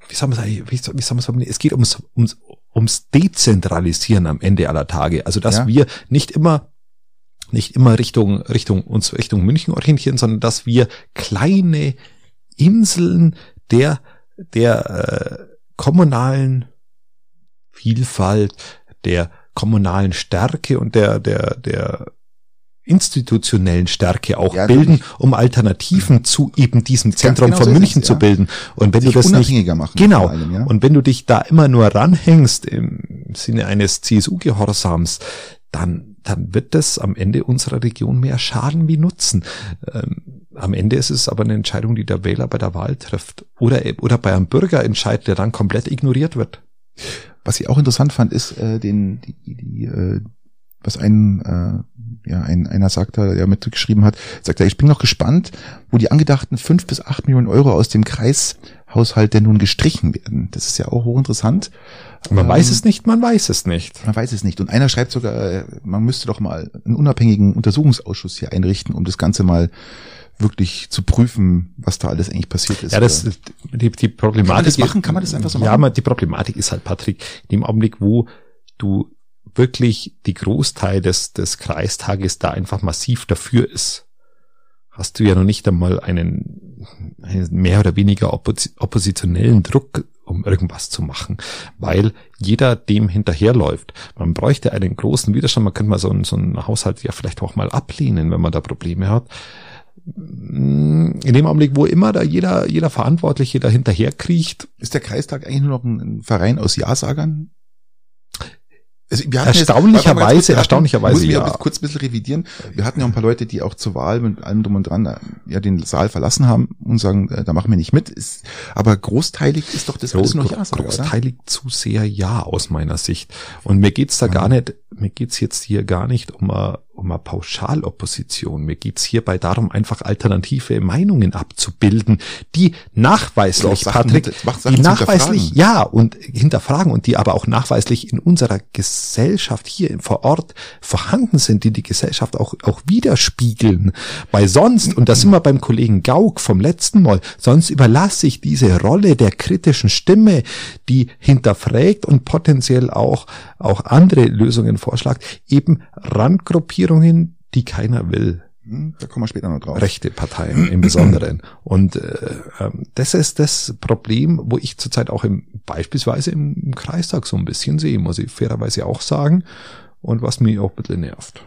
Speaker 1: wie soll man sagen, wie soll, wie soll man's formulieren? es geht ums, ums, ums Dezentralisieren am Ende aller Tage. Also dass
Speaker 2: Ja.
Speaker 1: wir nicht immer nicht immer Richtung, Richtung uns Richtung München orientieren, sondern dass wir kleine Inseln der der äh, kommunalen Vielfalt, der kommunalen Stärke und der, der, der institutionellen Stärke auch
Speaker 2: Ja,
Speaker 1: bilden,
Speaker 2: natürlich. Mhm.
Speaker 1: um Alternativen zu eben diesem Zentrum
Speaker 2: genau so
Speaker 1: von
Speaker 2: ist
Speaker 1: München
Speaker 2: es,
Speaker 1: zu
Speaker 2: ja.
Speaker 1: bilden. Und wenn du
Speaker 2: Sich
Speaker 1: das nicht
Speaker 2: unabhängiger machen.
Speaker 1: Genau.
Speaker 2: vor Allem, ja?
Speaker 1: Und wenn du dich da immer nur ranhängst im Sinne eines CSU-Gehorsams, dann, dann wird das am Ende unserer Region mehr schaden wie nutzen. Ähm, am Ende ist es aber eine Entscheidung, die der Wähler bei der Wahl trifft. Oder, e- oder bei einem Bürger entscheidet, der dann komplett ignoriert wird.
Speaker 2: Was ich auch interessant fand, ist äh, den, die, die, äh, was ein, äh, ja, ein, einer sagte, der mitgeschrieben hat, sagt er, ich bin noch gespannt, wo die angedachten fünf bis acht Millionen Euro aus dem Kreishaushalt denn nun gestrichen werden. Das ist ja auch hochinteressant.
Speaker 1: Man
Speaker 2: Ähm,
Speaker 1: weiß es nicht, man weiß es nicht.
Speaker 2: Man weiß es nicht. Und einer schreibt sogar, äh, man müsste doch mal einen unabhängigen Untersuchungsausschuss hier einrichten, um das Ganze mal wirklich zu prüfen, was da alles eigentlich passiert ist.
Speaker 1: Ja, das,
Speaker 2: Oder-
Speaker 1: die, die Problematik.
Speaker 2: Kann man das machen? Kann man das einfach so
Speaker 1: Ja,
Speaker 2: machen?
Speaker 1: man, die Problematik ist halt, Patrick, in dem Augenblick, wo du wirklich die Großteil des, des Kreistages da einfach massiv dafür ist, hast du ja noch nicht einmal einen, einen mehr oder weniger opposi oppositionellen Druck, um irgendwas zu machen, weil jeder dem hinterherläuft. Man bräuchte einen großen Widerstand, man könnte mal so einen, so einen Haushalt ja vielleicht auch mal ablehnen, wenn man da Probleme hat. Mm, In dem Augenblick, wo immer da jeder, jeder Verantwortliche da hinterherkriecht,
Speaker 2: Ist der Kreistag eigentlich nur noch ein, ein Verein aus Ja-Sagern? Also wir hatten jetzt-
Speaker 1: Erstaunlicherweise-
Speaker 2: warte mal ganz kurz, wir hatten-
Speaker 1: erstaunlicherweise
Speaker 2: Muss ich
Speaker 1: ja.
Speaker 2: ja. kurz ein bisschen revidieren. Wir hatten ja auch ein paar Leute, die auch zur Wahl mit allem drum und dran äh, ja den Saal verlassen haben und sagen, äh, da machen wir nicht mit. Ist, aber großteilig ist doch das alles nur
Speaker 1: gro-
Speaker 2: Ja-Sager, oder?
Speaker 1: großteilig zu sehr ja aus meiner Sicht. Und mir geht's da
Speaker 2: Ja.
Speaker 1: gar nicht, mir geht's jetzt hier gar nicht um eine, um eine Pauschalopposition. Mir geht's hierbei darum, einfach alternative Meinungen abzubilden, die
Speaker 2: Oder auch
Speaker 1: nachweislich,
Speaker 2: Sachen
Speaker 1: Patrick,
Speaker 2: hinter- Sachen
Speaker 1: die
Speaker 2: zu
Speaker 1: nachweislich,
Speaker 2: hinterfragen.
Speaker 1: ja, und hinterfragen und die aber auch nachweislich in unserer Gesellschaft hier vor Ort vorhanden sind, die die Gesellschaft auch, auch widerspiegeln. Weil sonst, und da sind wir beim Kollegen Gauck vom letzten Mal, sonst überlasse ich diese Rolle der kritischen Stimme, die hinterfragt und potenziell auch, auch andere Lösungen vorschlägt, eben Randgruppierungen, die keiner will
Speaker 2: Hm, Da kommen wir später noch drauf.
Speaker 1: rechte Parteien im Besonderen. Und äh, ähm, das ist das Problem, wo ich zurzeit auch im, beispielsweise im, im Kreistag so ein bisschen sehe, muss ich fairerweise auch sagen. Und was mich auch ein bisschen nervt.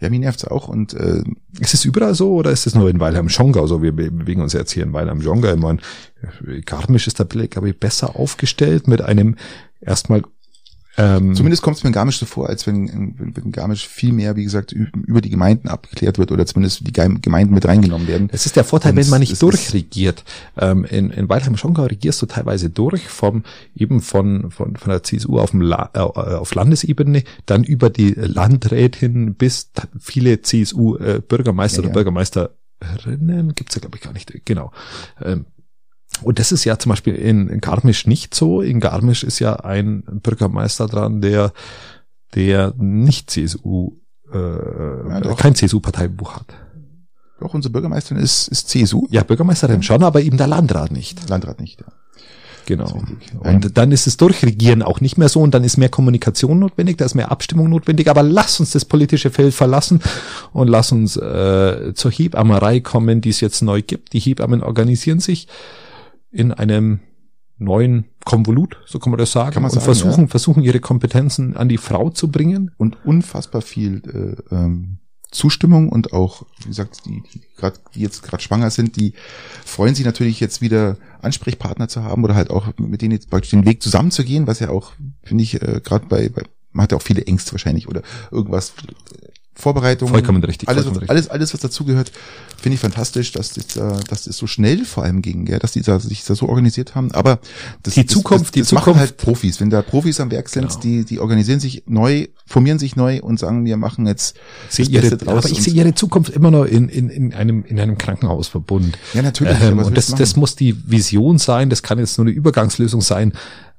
Speaker 2: Ja, mir nervt's auch und äh,
Speaker 1: Ist es überall so oder ist es nur in Weilheim-Schongau? So, wir be- bewegen uns jetzt hier in Weilheim-Schongau. Ich meine, äh, Garmisch ist da, glaube ich, besser aufgestellt mit einem erstmal ähm,
Speaker 2: Zumindest kommt es mir in Garmisch so vor, als wenn in, wenn in Garmisch viel mehr, wie gesagt, ü- über die Gemeinden abgeklärt wird oder zumindest die Geim- Gemeinden mit reingenommen werden.
Speaker 1: Das ist der Vorteil,
Speaker 2: Und
Speaker 1: wenn man
Speaker 2: es
Speaker 1: nicht
Speaker 2: ist-
Speaker 1: durchregiert. Ähm, in, in Weilheim-Schongau regierst du teilweise durch, vom, eben von, von, von der CSU auf, dem La, äh, auf Landesebene, dann über die Landrätin bis t- viele CSU-Bürgermeister
Speaker 2: Ja,
Speaker 1: äh, oder
Speaker 2: ja.
Speaker 1: Bürgermeisterinnen, gibt's ja glaube ich gar nicht, genau. Ähm, und das ist ja zum Beispiel in Garmisch nicht so. In Garmisch ist ja ein Bürgermeister dran, der, der nicht CSU, äh,
Speaker 2: doch.
Speaker 1: kein CSU-Parteibuch hat.
Speaker 2: Auch unsere Bürgermeisterin ist, ist CSU,
Speaker 1: Ja, Bürgermeisterin schon, aber eben der Landrat nicht.
Speaker 2: Landrat nicht. Ja.
Speaker 1: Genau.
Speaker 2: Das ist richtig.
Speaker 1: Und dann ist das Durchregieren auch nicht mehr so und dann ist mehr Kommunikation notwendig, da ist mehr Abstimmung notwendig, aber lass uns das politische Feld verlassen und lass uns äh, zur Hebammerei kommen, die es jetzt neu gibt. Die Hebammen organisieren sich in einem neuen Konvolut, so kann man das sagen,
Speaker 2: Kann man
Speaker 1: und
Speaker 2: sagen,
Speaker 1: versuchen, versuchen ihre Kompetenzen an die Frau zu bringen.
Speaker 2: Und unfassbar viel äh, ähm, Zustimmung und auch, wie gesagt, die, die, grad, die jetzt gerade schwanger sind, die freuen sich natürlich jetzt wieder Ansprechpartner zu haben oder halt auch mit denen jetzt praktisch den Weg zusammenzugehen, was ja auch, finde ich, äh, gerade bei, bei, man hat ja auch viele Ängste wahrscheinlich oder irgendwas. äh, Vorbereitungen.
Speaker 1: Vollkommen richtig.
Speaker 2: alles,
Speaker 1: vollkommen
Speaker 2: was, alles, alles, was dazugehört, finde ich fantastisch, dass das, äh, dass das so schnell vor allem ging, gell? dass die da, sich da so organisiert haben. Aber das,
Speaker 1: Die Zukunft,
Speaker 2: das, das,
Speaker 1: die
Speaker 2: das
Speaker 1: Zukunft-
Speaker 2: machen halt Profis. Wenn da Profis am Werk sind,
Speaker 1: Genau.
Speaker 2: die, die organisieren sich neu, formieren sich neu und sagen, wir machen jetzt
Speaker 1: sehe
Speaker 2: das
Speaker 1: ihre,
Speaker 2: Beste draus.
Speaker 1: aber ich
Speaker 2: und-
Speaker 1: sehe ihre Zukunft immer noch in, in, in, einem, in einem Krankenhausverbund.
Speaker 2: Ja, natürlich, aber
Speaker 1: Ähm,
Speaker 2: was
Speaker 1: und das,
Speaker 2: willst du
Speaker 1: das
Speaker 2: machen?
Speaker 1: muss die Vision sein, das kann jetzt nur eine Übergangslösung sein,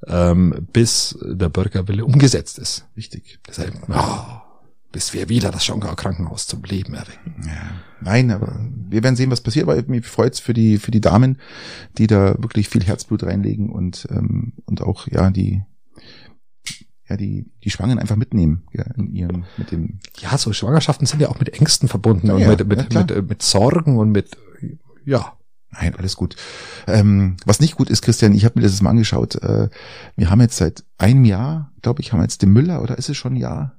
Speaker 1: ähm, bis der Bürgerwille umgesetzt ist.
Speaker 2: richtig.
Speaker 1: Deshalb, oh, bis wir wieder das Schongauer Krankenhaus zum Leben erwecken.
Speaker 2: Nein, aber wir werden sehen, was passiert. Aber mich freut's für die für die Damen, die da wirklich viel Herzblut reinlegen und ähm, und auch ja die ja die die Schwangen einfach mitnehmen ja, in ihrem mit dem
Speaker 1: Ja, so Schwangerschaften sind ja auch mit Ängsten verbunden
Speaker 2: Ja,
Speaker 1: und
Speaker 2: ja,
Speaker 1: mit,
Speaker 2: ja,
Speaker 1: mit,
Speaker 2: klar.
Speaker 1: mit, äh, mit Sorgen und mit, ja,
Speaker 2: Nein, alles gut. Ähm, was nicht gut ist, Christian, ich habe mir das jetzt mal angeschaut. Äh, wir haben jetzt seit einem Jahr, glaube ich, haben wir jetzt den Müller, oder ist es schon ein Jahr?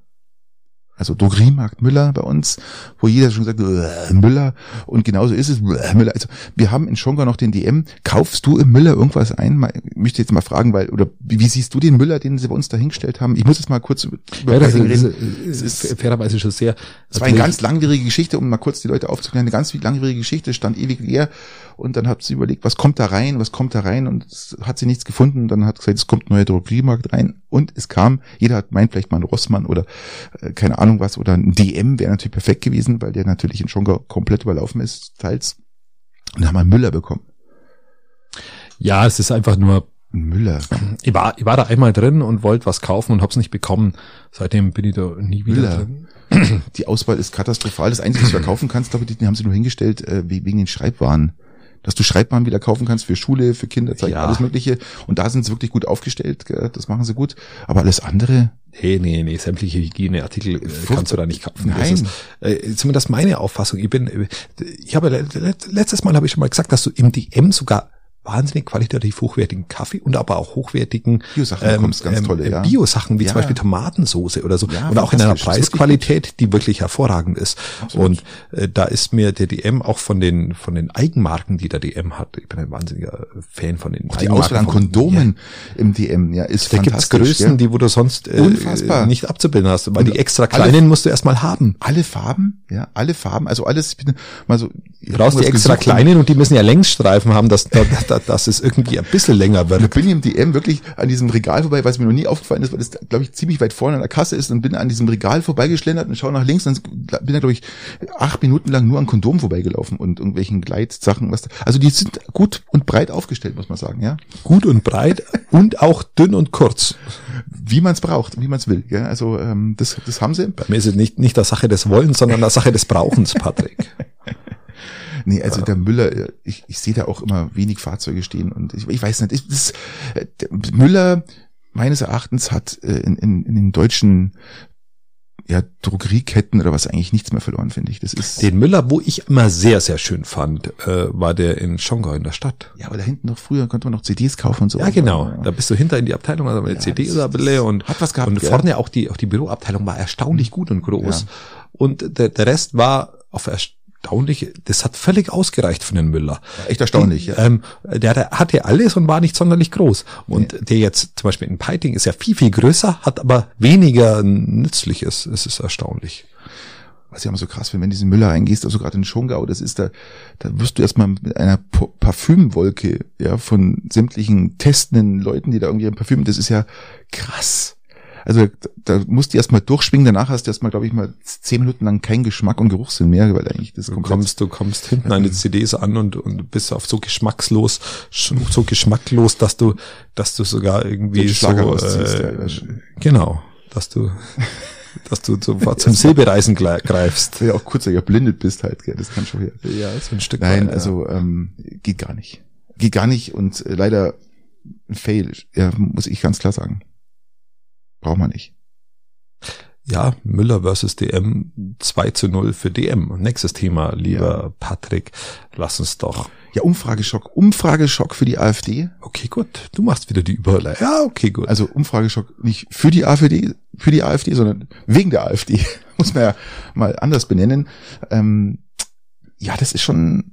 Speaker 2: Also Drogeriemarkt Müller bei uns, wo jeder schon sagt, "Uah, Müller. Und genauso ist es, "Uah, Müller. Also wir haben in Schonga noch den DM. Kaufst du im Müller irgendwas ein? Mal, ich möchte jetzt mal fragen, weil, oder wie wie siehst du den Müller, den sie bei uns dahingestellt haben? Ich muss jetzt mal kurz über, über
Speaker 1: Ja, das,
Speaker 2: Pricing
Speaker 1: ist,
Speaker 2: reden.
Speaker 1: das
Speaker 2: Es
Speaker 1: ist
Speaker 2: ist-
Speaker 1: fairerweise schon sehr.
Speaker 2: Es war eine ganz langwierige Geschichte, um mal kurz die Leute aufzuklären, eine ganz langwierige Geschichte, stand ewig leer und dann hat sie überlegt, was kommt da rein, was kommt da rein und es hat sie nichts gefunden und dann hat gesagt, es kommt ein neuer Drogeriemarkt rein und es kam, jeder hat meint vielleicht mal einen Rossmann oder äh, keine Ahnung was oder ein DM wäre natürlich perfekt gewesen, weil der natürlich in Schongau komplett überlaufen ist, teils. Und dann haben wir einen Müller bekommen.
Speaker 1: ja, es ist einfach nur,
Speaker 2: Ein Müller.
Speaker 1: ich war, ich war da einmal drin und wollte was kaufen und hab's nicht bekommen. Seitdem bin ich da nie wieder
Speaker 2: Müller.
Speaker 1: drin.
Speaker 2: Die Auswahl ist katastrophal. Das Einzige, was du da kaufen kannst, glaube ich, die haben sie nur hingestellt äh, we- wegen den Schreibwaren. Dass du Schreibwaren wieder kaufen kannst für Schule, für Kinder,
Speaker 1: Ja.
Speaker 2: alles Mögliche. Und da sind sie wirklich gut aufgestellt. gell, Das machen sie gut. Aber alles andere,
Speaker 1: Nee, nee, nee, sämtliche Hygieneartikel äh,
Speaker 2: Furcht-
Speaker 1: kannst du da nicht kaufen.
Speaker 2: Nein.
Speaker 1: Das ist, äh, zumindest meine Auffassung. Ich bin, äh, ich habe le- le- letztes Mal habe ich schon mal gesagt, dass du im DM sogar wahnsinnig qualitativ hochwertigen Kaffee und aber auch hochwertigen ähm,
Speaker 2: Bio-Sachen bekommst, ganz tolle, ja.
Speaker 1: Bio-Sachen, wie
Speaker 2: Ja.
Speaker 1: zum Beispiel Tomatensoße oder so.
Speaker 2: Ja,
Speaker 1: und auch in einer
Speaker 2: fantastisch. Ist wirklich
Speaker 1: Preisqualität, die wirklich hervorragend ist.
Speaker 2: Absolut.
Speaker 1: Und äh, da ist mir der DM auch von den, von den Eigenmarken, die der DM hat. Ich bin ein wahnsinniger Fan von den
Speaker 2: auch die Auswahl an
Speaker 1: von-
Speaker 2: Kondomen im DM, ja, ist
Speaker 1: da gibt's
Speaker 2: fantastisch.
Speaker 1: Größen,
Speaker 2: gell.
Speaker 1: die wo du sonst äh,
Speaker 2: Unfassbar.
Speaker 1: nicht abzubilden hast, weil
Speaker 2: Und
Speaker 1: die extra
Speaker 2: alle-
Speaker 1: kleinen musst du erstmal haben.
Speaker 2: alle Farben, ja, alle Farben, also alles, ich bin mal so. ich
Speaker 1: Du
Speaker 2: hab
Speaker 1: brauchst die
Speaker 2: irgendwas
Speaker 1: extra
Speaker 2: gesucht und-
Speaker 1: kleinen und die müssen ja Längsstreifen haben, dass, dass, dass, dass es irgendwie ein bisschen länger
Speaker 2: Und
Speaker 1: wird.
Speaker 2: bin ich im DM wirklich an diesem Regal vorbei, weil es mir noch nie aufgefallen ist, weil das, glaube ich, ziemlich weit vorne an der Kasse ist und bin an diesem Regal vorbeigeschlendert und schaue nach links und bin da, glaube ich, acht Minuten lang nur an Kondomen vorbeigelaufen und irgendwelchen Gleitsachen. Was da, also die sind gut und breit aufgestellt, muss man sagen, ja.
Speaker 1: Gut und breit und auch dünn und kurz.
Speaker 2: Wie man es braucht, wie man es will. Ja? Also ähm, das, das haben sie.
Speaker 1: Bei mir ist es nicht, nicht der Sache des Wollens, sondern der Sache des Brauchens, Patrick.
Speaker 2: Nee, also der Müller, äh, ich, ich sehe da auch immer wenig Fahrzeuge stehen und ich, ich weiß nicht, ich, das, äh, der Müller meines Erachtens hat äh, in, in, in den deutschen ja, Drogerieketten oder was eigentlich nichts mehr verloren, finde ich. Das ist
Speaker 1: Den Müller, wo ich immer sehr, sehr schön fand, äh, war der in Schongau in der Stadt.
Speaker 2: ja, aber da hinten noch früher konnte man noch CDs kaufen und so.
Speaker 1: Ja, genau.
Speaker 2: Ja.
Speaker 1: Da bist du hinter in die Abteilung, also mit
Speaker 2: Ja,
Speaker 1: CD
Speaker 2: das-
Speaker 1: oder Brille und,
Speaker 2: hat was gehabt,
Speaker 1: und
Speaker 2: gell?
Speaker 1: vorne auch die, auch die Büroabteilung war erstaunlich gut und groß.
Speaker 2: Ja.
Speaker 1: Und der, der Rest war auf erstaunlich, das hat völlig ausgereicht für den Müller.
Speaker 2: Echt erstaunlich, ja.
Speaker 1: Ähm, der, der hatte alles und war nicht sonderlich groß. Und der jetzt zum Beispiel in Peiting ist ja viel, viel größer, hat aber weniger Nützliches. Es ist erstaunlich.
Speaker 2: was ich immer so krass finde, wenn du in diesen Müller reingehst, also gerade in Schongau, das ist da, da wirst du erstmal mit einer Po- Parfümwolke, ja, von sämtlichen testenden Leuten, die da irgendwie ein Parfüm, das ist ja krass. Also da, da musst du erstmal durchschwingen, danach hast du erstmal, glaube ich, mal zehn Minuten lang keinen Geschmack und Geruchssinn mehr, weil eigentlich das
Speaker 1: Du
Speaker 2: komplett-
Speaker 1: kommst, du kommst hinten an die CDs an und, und bist auf so geschmackslos, sch- so geschmacklos, dass du, dass du sogar irgendwie
Speaker 2: Den Schlager
Speaker 1: so,
Speaker 2: rausziehst, ja,
Speaker 1: äh,
Speaker 2: ich weiß schon.
Speaker 1: genau, dass du, dass du sofort zum Silbereisen gle- greifst.
Speaker 2: weil du auch kurz geblindet bist halt, gell, das kann schon her.
Speaker 1: Ja, so ein Stück
Speaker 2: Nein,
Speaker 1: weit, ja.
Speaker 2: also ähm, geht gar nicht. Geht gar nicht und äh, leider ein Fail, ja, muss ich ganz klar sagen. Braucht man nicht.
Speaker 1: ja, Müller versus DM 2 zu 0 für DM. Nächstes Thema, lieber Patrick, lass uns doch.
Speaker 2: Ja, Umfrageschock. Umfrageschock für die AfD.
Speaker 1: Okay, gut, du machst wieder die Überleitung. Ja, okay, gut.
Speaker 2: Also Umfrageschock nicht für die AfD, für die AfD, sondern wegen der AfD. Muss man ja mal anders benennen. Ähm, ja, das ist schon.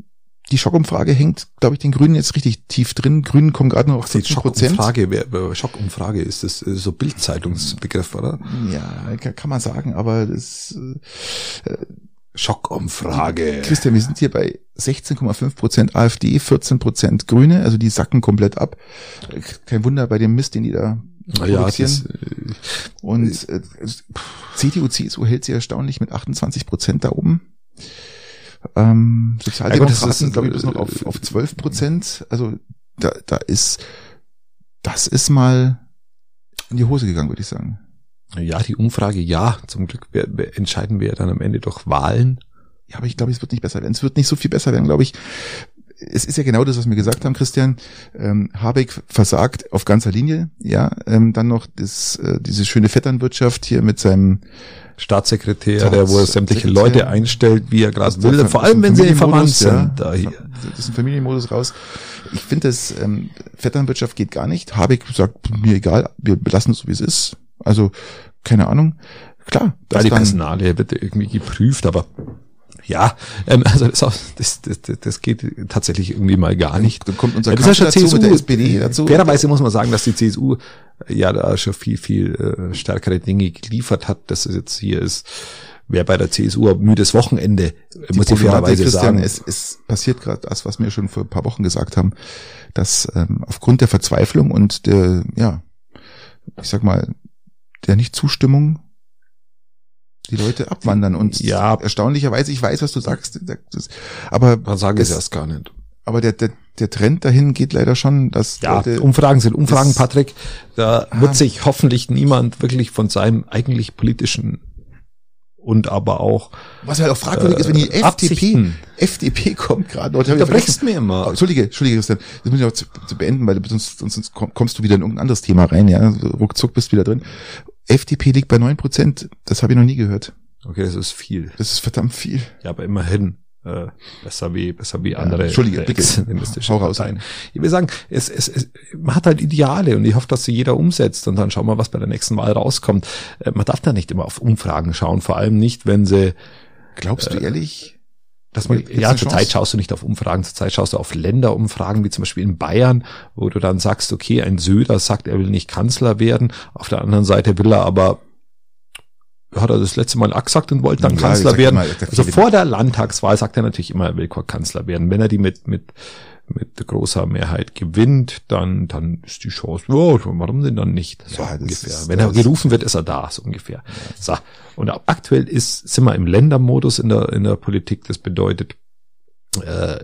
Speaker 2: Die Schockumfrage hängt, glaube ich, den Grünen jetzt richtig tief drin. Grünen kommen gerade noch auf 10 Prozent.
Speaker 1: Schockumfrage, wer- wer- Schockumfrage ist das äh, so Bildzeitungsbegriff, oder?
Speaker 2: Ja, ka- kann man sagen, aber das. äh,
Speaker 1: Schockumfrage.
Speaker 2: Christian, wir sind hier bei 16,5 Prozent AfD, 14 Prozent Grüne, also die sacken komplett ab. Äh, Kein Wunder bei dem Mist, den die da
Speaker 1: Ja, das,
Speaker 2: produzieren.
Speaker 1: ist,
Speaker 2: Und äh, es- pff, CDU, CSU hält sie erstaunlich mit 28 Prozent da oben. Ähm,
Speaker 1: Ja, gut, das
Speaker 2: Sozialdemokraten,
Speaker 1: ist- äh,
Speaker 2: glaube ich, bis noch auf, auf 12 Prozent. Also da, da ist, das ist mal in die Hose gegangen, würde ich sagen.
Speaker 1: äh, ja, die Umfrage, ja. Zum Glück wer- wer- entscheiden wir ja dann am Ende durch Wahlen.
Speaker 2: Ja, aber ich glaube, es wird nicht besser werden. Es wird nicht so viel besser werden, glaube ich. es ist ja genau das, was wir gesagt haben, Christian. Ähm, Habeck versagt auf ganzer Linie. Ja, ähm, dann noch das, äh, diese schöne Vetternwirtschaft hier mit seinem
Speaker 1: Staatssekretär,
Speaker 2: Staats-
Speaker 1: der wo er sämtliche
Speaker 2: Sekretär.
Speaker 1: Leute einstellt, wie er gerade
Speaker 2: Das
Speaker 1: will,
Speaker 2: ist
Speaker 1: vor
Speaker 2: ein
Speaker 1: allem wenn sie verwandt
Speaker 2: Familienmodus,
Speaker 1: sind. Da
Speaker 2: Ja.
Speaker 1: hier.
Speaker 2: Das ist ein Familienmodus raus. Ich finde, das ähm, Vetternwirtschaft geht gar nicht. Habeck sagt, mir egal, wir belassen es so, wie es ist. Also, keine Ahnung. Klar,
Speaker 1: Da
Speaker 2: dass
Speaker 1: die
Speaker 2: dann-
Speaker 1: Personalie wird irgendwie geprüft, aber ja, ähm, also das, das, das, das geht tatsächlich irgendwie mal gar nicht.
Speaker 2: Dann kommt unser
Speaker 1: Ja, das ist
Speaker 2: Kanzler
Speaker 1: ja
Speaker 2: dazu
Speaker 1: CSU,
Speaker 2: mit der SPD dazu.
Speaker 1: Fairerweise muss man sagen, dass die CSU äh, ja da schon viel, viel äh, stärkere Dinge geliefert hat, dass es jetzt hier ist. Wer bei der CSU ein müdes Wochenende, äh, muss ich
Speaker 2: Problematik,
Speaker 1: fairerweise
Speaker 2: Christian,
Speaker 1: sagen.
Speaker 2: Es, es passiert gerade das, was wir schon vor ein paar Wochen gesagt haben, dass ähm, aufgrund der Verzweiflung und der, ja, ich sag mal, der Nichtzustimmung die Leute abwandern und
Speaker 1: Ja.
Speaker 2: erstaunlicherweise, ich weiß, was du sagst, das, aber,
Speaker 1: Man sagen
Speaker 2: es-
Speaker 1: gar nicht.
Speaker 2: aber der, der, der Trend dahin geht leider schon, dass
Speaker 1: Ja, um,
Speaker 2: Leute,
Speaker 1: Umfragen sind Umfragen,
Speaker 2: das-
Speaker 1: Patrick. Da wird
Speaker 2: Ah.
Speaker 1: sich hoffentlich niemand wirklich von seinem eigentlich politischen und aber auch
Speaker 2: was halt auch fragwürdig ist, wenn die
Speaker 1: äh,
Speaker 2: FDP,
Speaker 1: Absichten.
Speaker 2: FDP kommt gerade, Leute, hab ich vergessen.
Speaker 1: Unterbrechst mir
Speaker 2: Oh,
Speaker 1: immer.
Speaker 2: Entschuldige, Entschuldige, Christian. Das muss ich auch zu, zu beenden, weil sonst, sonst, sonst komm- kommst du wieder in irgendein anderes Thema rein, ja. So Ruckzuck bist du wieder drin. FDP liegt bei 9 Prozent. Das habe ich noch nie gehört.
Speaker 1: Okay, das ist viel.
Speaker 2: Das ist verdammt viel.
Speaker 1: Ja, aber immerhin äh, besser wie besser wie
Speaker 2: Ja,
Speaker 1: andere.
Speaker 2: Entschuldige,
Speaker 1: äh,
Speaker 2: bitte.
Speaker 1: extremistische
Speaker 2: Hau raus.
Speaker 1: Parteien. Ich will sagen, es, es, es, man hat halt Ideale und ich hoffe, dass sie jeder umsetzt und dann schauen wir, was bei der nächsten Wahl rauskommt. Äh, man darf da nicht immer auf Umfragen schauen, vor allem nicht, wenn sie
Speaker 2: Glaubst
Speaker 1: Äh,
Speaker 2: du ehrlich?
Speaker 1: dass man,
Speaker 2: Gibt's
Speaker 1: ja,
Speaker 2: eine
Speaker 1: zurzeit
Speaker 2: Chance?
Speaker 1: schaust du nicht auf Umfragen, zurzeit schaust du auf Länderumfragen, wie zum Beispiel in Bayern, wo du dann sagst, okay, ein Söder sagt, er will nicht Kanzler werden, auf der anderen Seite will er aber, hat er das letzte Mal A gesagt und wollte dann
Speaker 2: Ja, ich
Speaker 1: Kanzler
Speaker 2: sag
Speaker 1: werden.
Speaker 2: immer, ich sag
Speaker 1: also
Speaker 2: viele-
Speaker 1: vor der Landtagswahl sagt er natürlich immer, er will Kanzler werden. Wenn er die mit, mit, mit großer Mehrheit gewinnt, dann, dann ist die Chance, ja, warum denn dann nicht? So
Speaker 2: Ja, das
Speaker 1: ungefähr.
Speaker 2: ist-
Speaker 1: Wenn er
Speaker 2: das-
Speaker 1: gerufen wird, ist er da, so ungefähr. So. Und ab- aktuell ist, sind wir im Ländermodus in der, in der Politik. Das bedeutet, äh,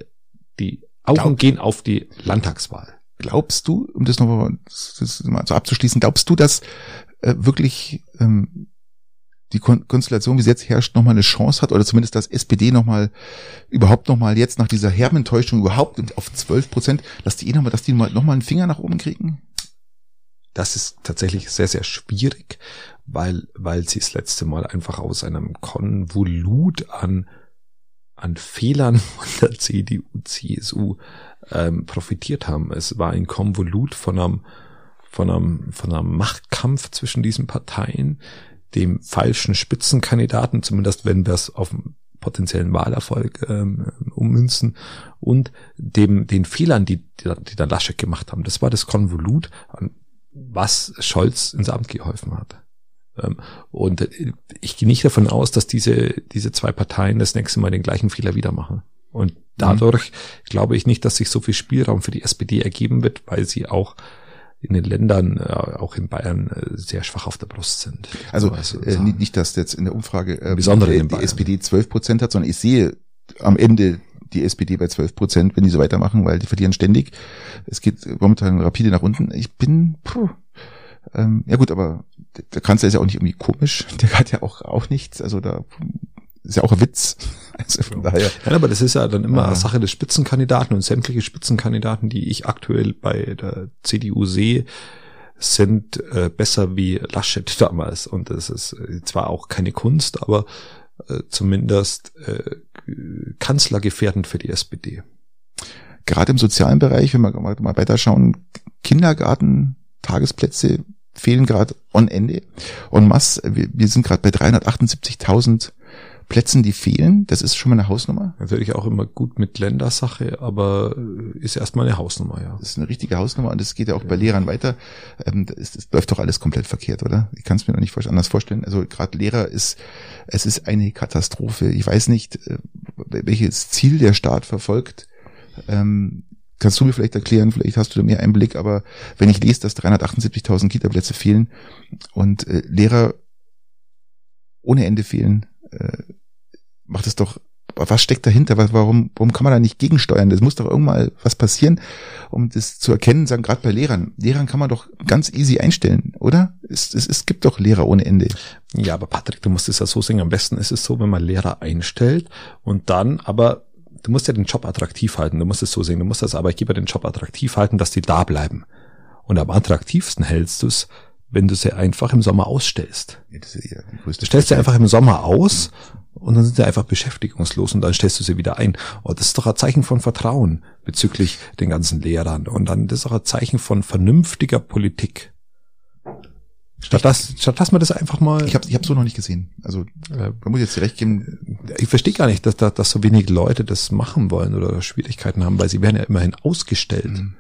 Speaker 1: die Augen
Speaker 2: Glaub-
Speaker 1: gehen auf die Landtagswahl.
Speaker 2: Glaubst du, um das nochmal mal so abzuschließen, glaubst du, dass äh, wirklich ähm, die Kon Konstellation, wie sie jetzt herrscht, nochmal eine Chance hat oder zumindest das SPD nochmal überhaupt nochmal jetzt nach dieser herben Enttäuschung überhaupt auf 12 Prozent, dass die eh nochmal, dass die nochmal noch mal einen Finger nach oben kriegen?
Speaker 1: Das ist tatsächlich sehr, sehr schwierig, weil, weil sie das letzte Mal einfach aus einem Konvolut an, an Fehlern von der CDU, CSU ähm, profitiert haben. Es war ein Konvolut von einem, von einem, von einem Machtkampf zwischen diesen Parteien, dem falschen Spitzenkandidaten, zumindest wenn wir es auf den potenziellen Wahlerfolg ähm, ummünzen, und dem, den Fehlern, die, die, die da Laschet gemacht haben. Das war das Konvolut, an was Scholz ins Amt geholfen hat. Ähm, Und äh, ich gehe nicht davon aus, dass diese, diese zwei Parteien das nächste Mal den gleichen Fehler wieder machen. Und dadurch glaube ich nicht, dass sich so viel Spielraum für die SPD ergeben wird, weil sie auch in den Ländern, äh, auch in Bayern, äh, sehr schwach auf der Brust sind.
Speaker 2: Also
Speaker 1: Kann man so
Speaker 2: äh,
Speaker 1: sagen.
Speaker 2: nicht, nicht, dass jetzt in der Umfrage äh,
Speaker 1: Besondere in
Speaker 2: die, die
Speaker 1: Bayern.
Speaker 2: SPD 12 Prozent hat, sondern ich sehe am Ende die SPD bei 12 Prozent, wenn die so weitermachen, weil die verlieren ständig. Es geht momentan rapide nach unten. Ich bin, puh, ähm, ja gut, aber der- der Kanzler ist ja auch nicht irgendwie komisch. Der hat ja auch, auch nichts. Also da ist ja auch ein Witz. Also von
Speaker 1: Ja.
Speaker 2: daher.
Speaker 1: Nein, aber das ist ja dann immer
Speaker 2: Ah.
Speaker 1: Sache des Spitzenkandidaten und sämtliche Spitzenkandidaten, die ich aktuell bei der CDU sehe, sind äh, besser wie Laschet damals. Und das ist äh, zwar auch keine Kunst, aber äh, zumindest äh, kanzlergefährdend für die SPD.
Speaker 2: gerade im sozialen Bereich, wenn wir mal, mal weiterschauen, Kindergarten, Tagesplätze fehlen gerade on Ende. En masse, wir, wir sind gerade bei 378.000 Plätzen, die fehlen. Das ist schon mal eine Hausnummer.
Speaker 1: Natürlich auch immer gut mit Ländersache, aber äh, ist erstmal eine Hausnummer, ja.
Speaker 2: Das ist eine richtige Hausnummer und das geht ja auch bei Lehrern weiter. Ähm, das, ist- das läuft doch alles komplett verkehrt, oder? Ich kann es mir noch nicht vor- anders vorstellen. Also gerade Lehrer ist, es ist eine Katastrophe. Ich weiß nicht, äh, welches Ziel der Staat verfolgt. Ähm, kannst du mir vielleicht erklären, vielleicht hast du da mehr Einblick, aber wenn ich lese, dass 378.000 Kita-Plätze fehlen und äh, Lehrer ohne Ende fehlen, äh, macht es doch, was steckt dahinter? Wa- Warum, warum kann man da nicht gegensteuern? Das muss doch irgendwann mal was passieren, um das zu erkennen, sagen gerade bei Lehrern. Lehrern kann man doch ganz easy einstellen, oder? Es, es, es gibt doch Lehrer ohne Ende.
Speaker 1: Ja, aber Patrick, du musst es ja so singen. Am besten ist es so, wenn man Lehrer einstellt und dann aber du musst ja den Job attraktiv halten, du musst es so sehen, du musst als Arbeitgeber den Job attraktiv halten, dass die da bleiben. Und am attraktivsten hältst du es, wenn du sie einfach im Sommer ausstellst.
Speaker 2: Ja, das ist ja die
Speaker 1: Du
Speaker 2: größte
Speaker 1: stellst sie einfach im Sommer aus und dann sind sie einfach beschäftigungslos und dann stellst du sie wieder ein. Und das ist doch ein Zeichen von Vertrauen bezüglich den ganzen Lehrern. Und dann das ist auch ein Zeichen von vernünftiger Politik. Statt dass, statt dass man das einfach mal.
Speaker 2: Ich habe ich hab so noch nicht gesehen. Also
Speaker 1: äh,
Speaker 2: man muss jetzt dir recht geben,
Speaker 1: ich verstehe gar nicht, dass, da- dass so wenig Leute das machen wollen oder Schwierigkeiten haben, weil sie werden ja immerhin ausgestellt.
Speaker 2: Hm.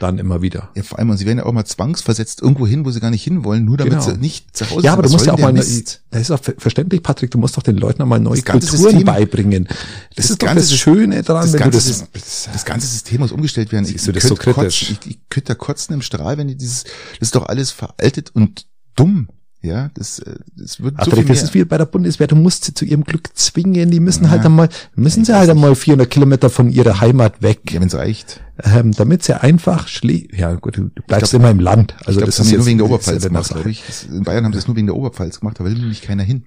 Speaker 1: Dann immer wieder.
Speaker 2: ja vor allem, und sie werden ja auch mal zwangsversetzt irgendwo hin, wo sie gar nicht hinwollen, nur damit
Speaker 1: Genau.
Speaker 2: sie nicht zu Hause
Speaker 1: ja, aber du
Speaker 2: Was
Speaker 1: musst ja
Speaker 2: soll
Speaker 1: auch mal,
Speaker 2: denn der
Speaker 1: das
Speaker 2: Mist?
Speaker 1: ist auch ver- verständlich, Patrick, du musst doch den Leuten auch mal neue
Speaker 2: Das ganze
Speaker 1: Kulturen
Speaker 2: System-
Speaker 1: beibringen. Das,
Speaker 2: das
Speaker 1: ist doch
Speaker 2: ganze
Speaker 1: das
Speaker 2: Sys-
Speaker 1: Schöne daran,
Speaker 2: das
Speaker 1: wenn
Speaker 2: ganze,
Speaker 1: du das,
Speaker 2: Sys- das, ganze System muss umgestellt werden.
Speaker 1: Siehst du, das ist so
Speaker 2: könnte
Speaker 1: kritisch.
Speaker 2: Kotzen, ich, ich könnte da kotzen im Strahl, wenn die dieses, das ist doch alles veraltet und dumm. Ja, das, äh, das wird
Speaker 1: Patrick, das ist wie bei der Bundeswehr, du musst sie zu ihrem Glück zwingen, die müssen halt
Speaker 2: Ja.
Speaker 1: einmal, müssen sie halt einmal 400 Kilometer von ihrer Heimat weg,
Speaker 2: ja, wenn's reicht.
Speaker 1: ähm, damit sie einfach schlie, ja gut, du bleibst
Speaker 2: glaub-
Speaker 1: immer im Land, also
Speaker 2: ich glaub,
Speaker 1: das,
Speaker 2: haben
Speaker 1: ist
Speaker 2: die
Speaker 1: jetzt
Speaker 2: nur wegen der
Speaker 1: das ist
Speaker 2: Oberpfalz
Speaker 1: ja
Speaker 2: gemacht,
Speaker 1: Sache.
Speaker 2: glaube ich. Das, in Bayern haben sie das nur wegen der Oberpfalz gemacht, da will nämlich keiner hin.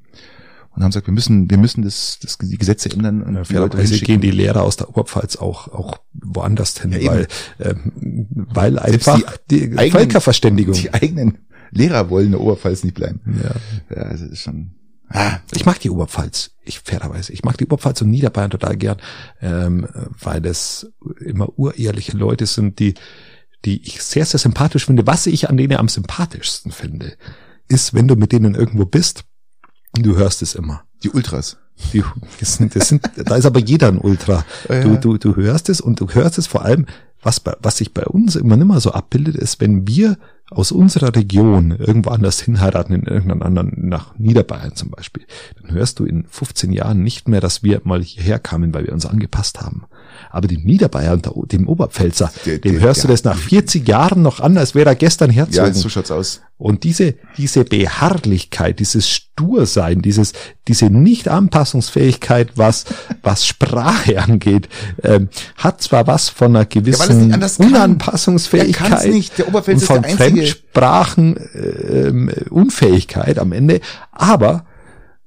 Speaker 2: Und haben gesagt, wir müssen, wir müssen das, das die Gesetze ändern und
Speaker 1: Ja,
Speaker 2: also die Leute
Speaker 1: Fairerweise gehen
Speaker 2: hinschicken.
Speaker 1: die Lehrer aus der Oberpfalz auch, auch woanders hin,
Speaker 2: Ja, eben.
Speaker 1: weil, ähm, weil
Speaker 2: Selbst
Speaker 1: einfach die,
Speaker 2: eigenen-
Speaker 1: Völkerverständigung.
Speaker 2: Die eigenen Lehrer wollen in der Oberpfalz nicht bleiben.
Speaker 1: ja.
Speaker 2: Ja, also das ist schon. Ah,
Speaker 1: Ich mag die Oberpfalz, ich fairerweise. Ich mag die Oberpfalz und Niederbayern total gern, ähm, weil das immer urehrliche Leute sind, die, die ich sehr, sehr sympathisch finde. Was ich an denen am sympathischsten finde, ist, wenn du mit denen irgendwo bist, du hörst es immer.
Speaker 2: die Ultras.
Speaker 1: Die, das sind, das sind, da ist aber jeder ein Ultra.
Speaker 2: Ja.
Speaker 1: Du, du, du hörst es und du hörst es vor allem, was, bei, was sich bei uns immer nimmer so abbildet, ist, wenn wir aus unserer Region irgendwo anders hinheiraten, in irgendeinen anderen, nach Niederbayern zum Beispiel, dann hörst du in 15 Jahren nicht mehr, dass wir mal hierher kamen, weil wir uns angepasst haben. Aber dem Niederbayer und der O- dem Oberpfälzer,
Speaker 2: Der-
Speaker 1: dem
Speaker 2: der-
Speaker 1: hörst du
Speaker 2: ja.
Speaker 1: das nach 40 Jahren noch an, als wäre er gestern
Speaker 2: Ja,
Speaker 1: herzogen.
Speaker 2: so schaut's aus.
Speaker 1: Und diese, diese Beharrlichkeit, dieses Stursein, dieses, diese Nicht-Anpassungsfähigkeit, was, was Sprache angeht, ähm, hat zwar was von einer
Speaker 2: Ja, weil er es
Speaker 1: gewissen
Speaker 2: nicht anders kann. Er kann's
Speaker 1: Unanpassungsfähigkeit
Speaker 2: nicht. Der
Speaker 1: und
Speaker 2: Oberpfälzer ist
Speaker 1: von
Speaker 2: der einzige.
Speaker 1: Fremdsprachen ähm, Unfähigkeit am Ende, aber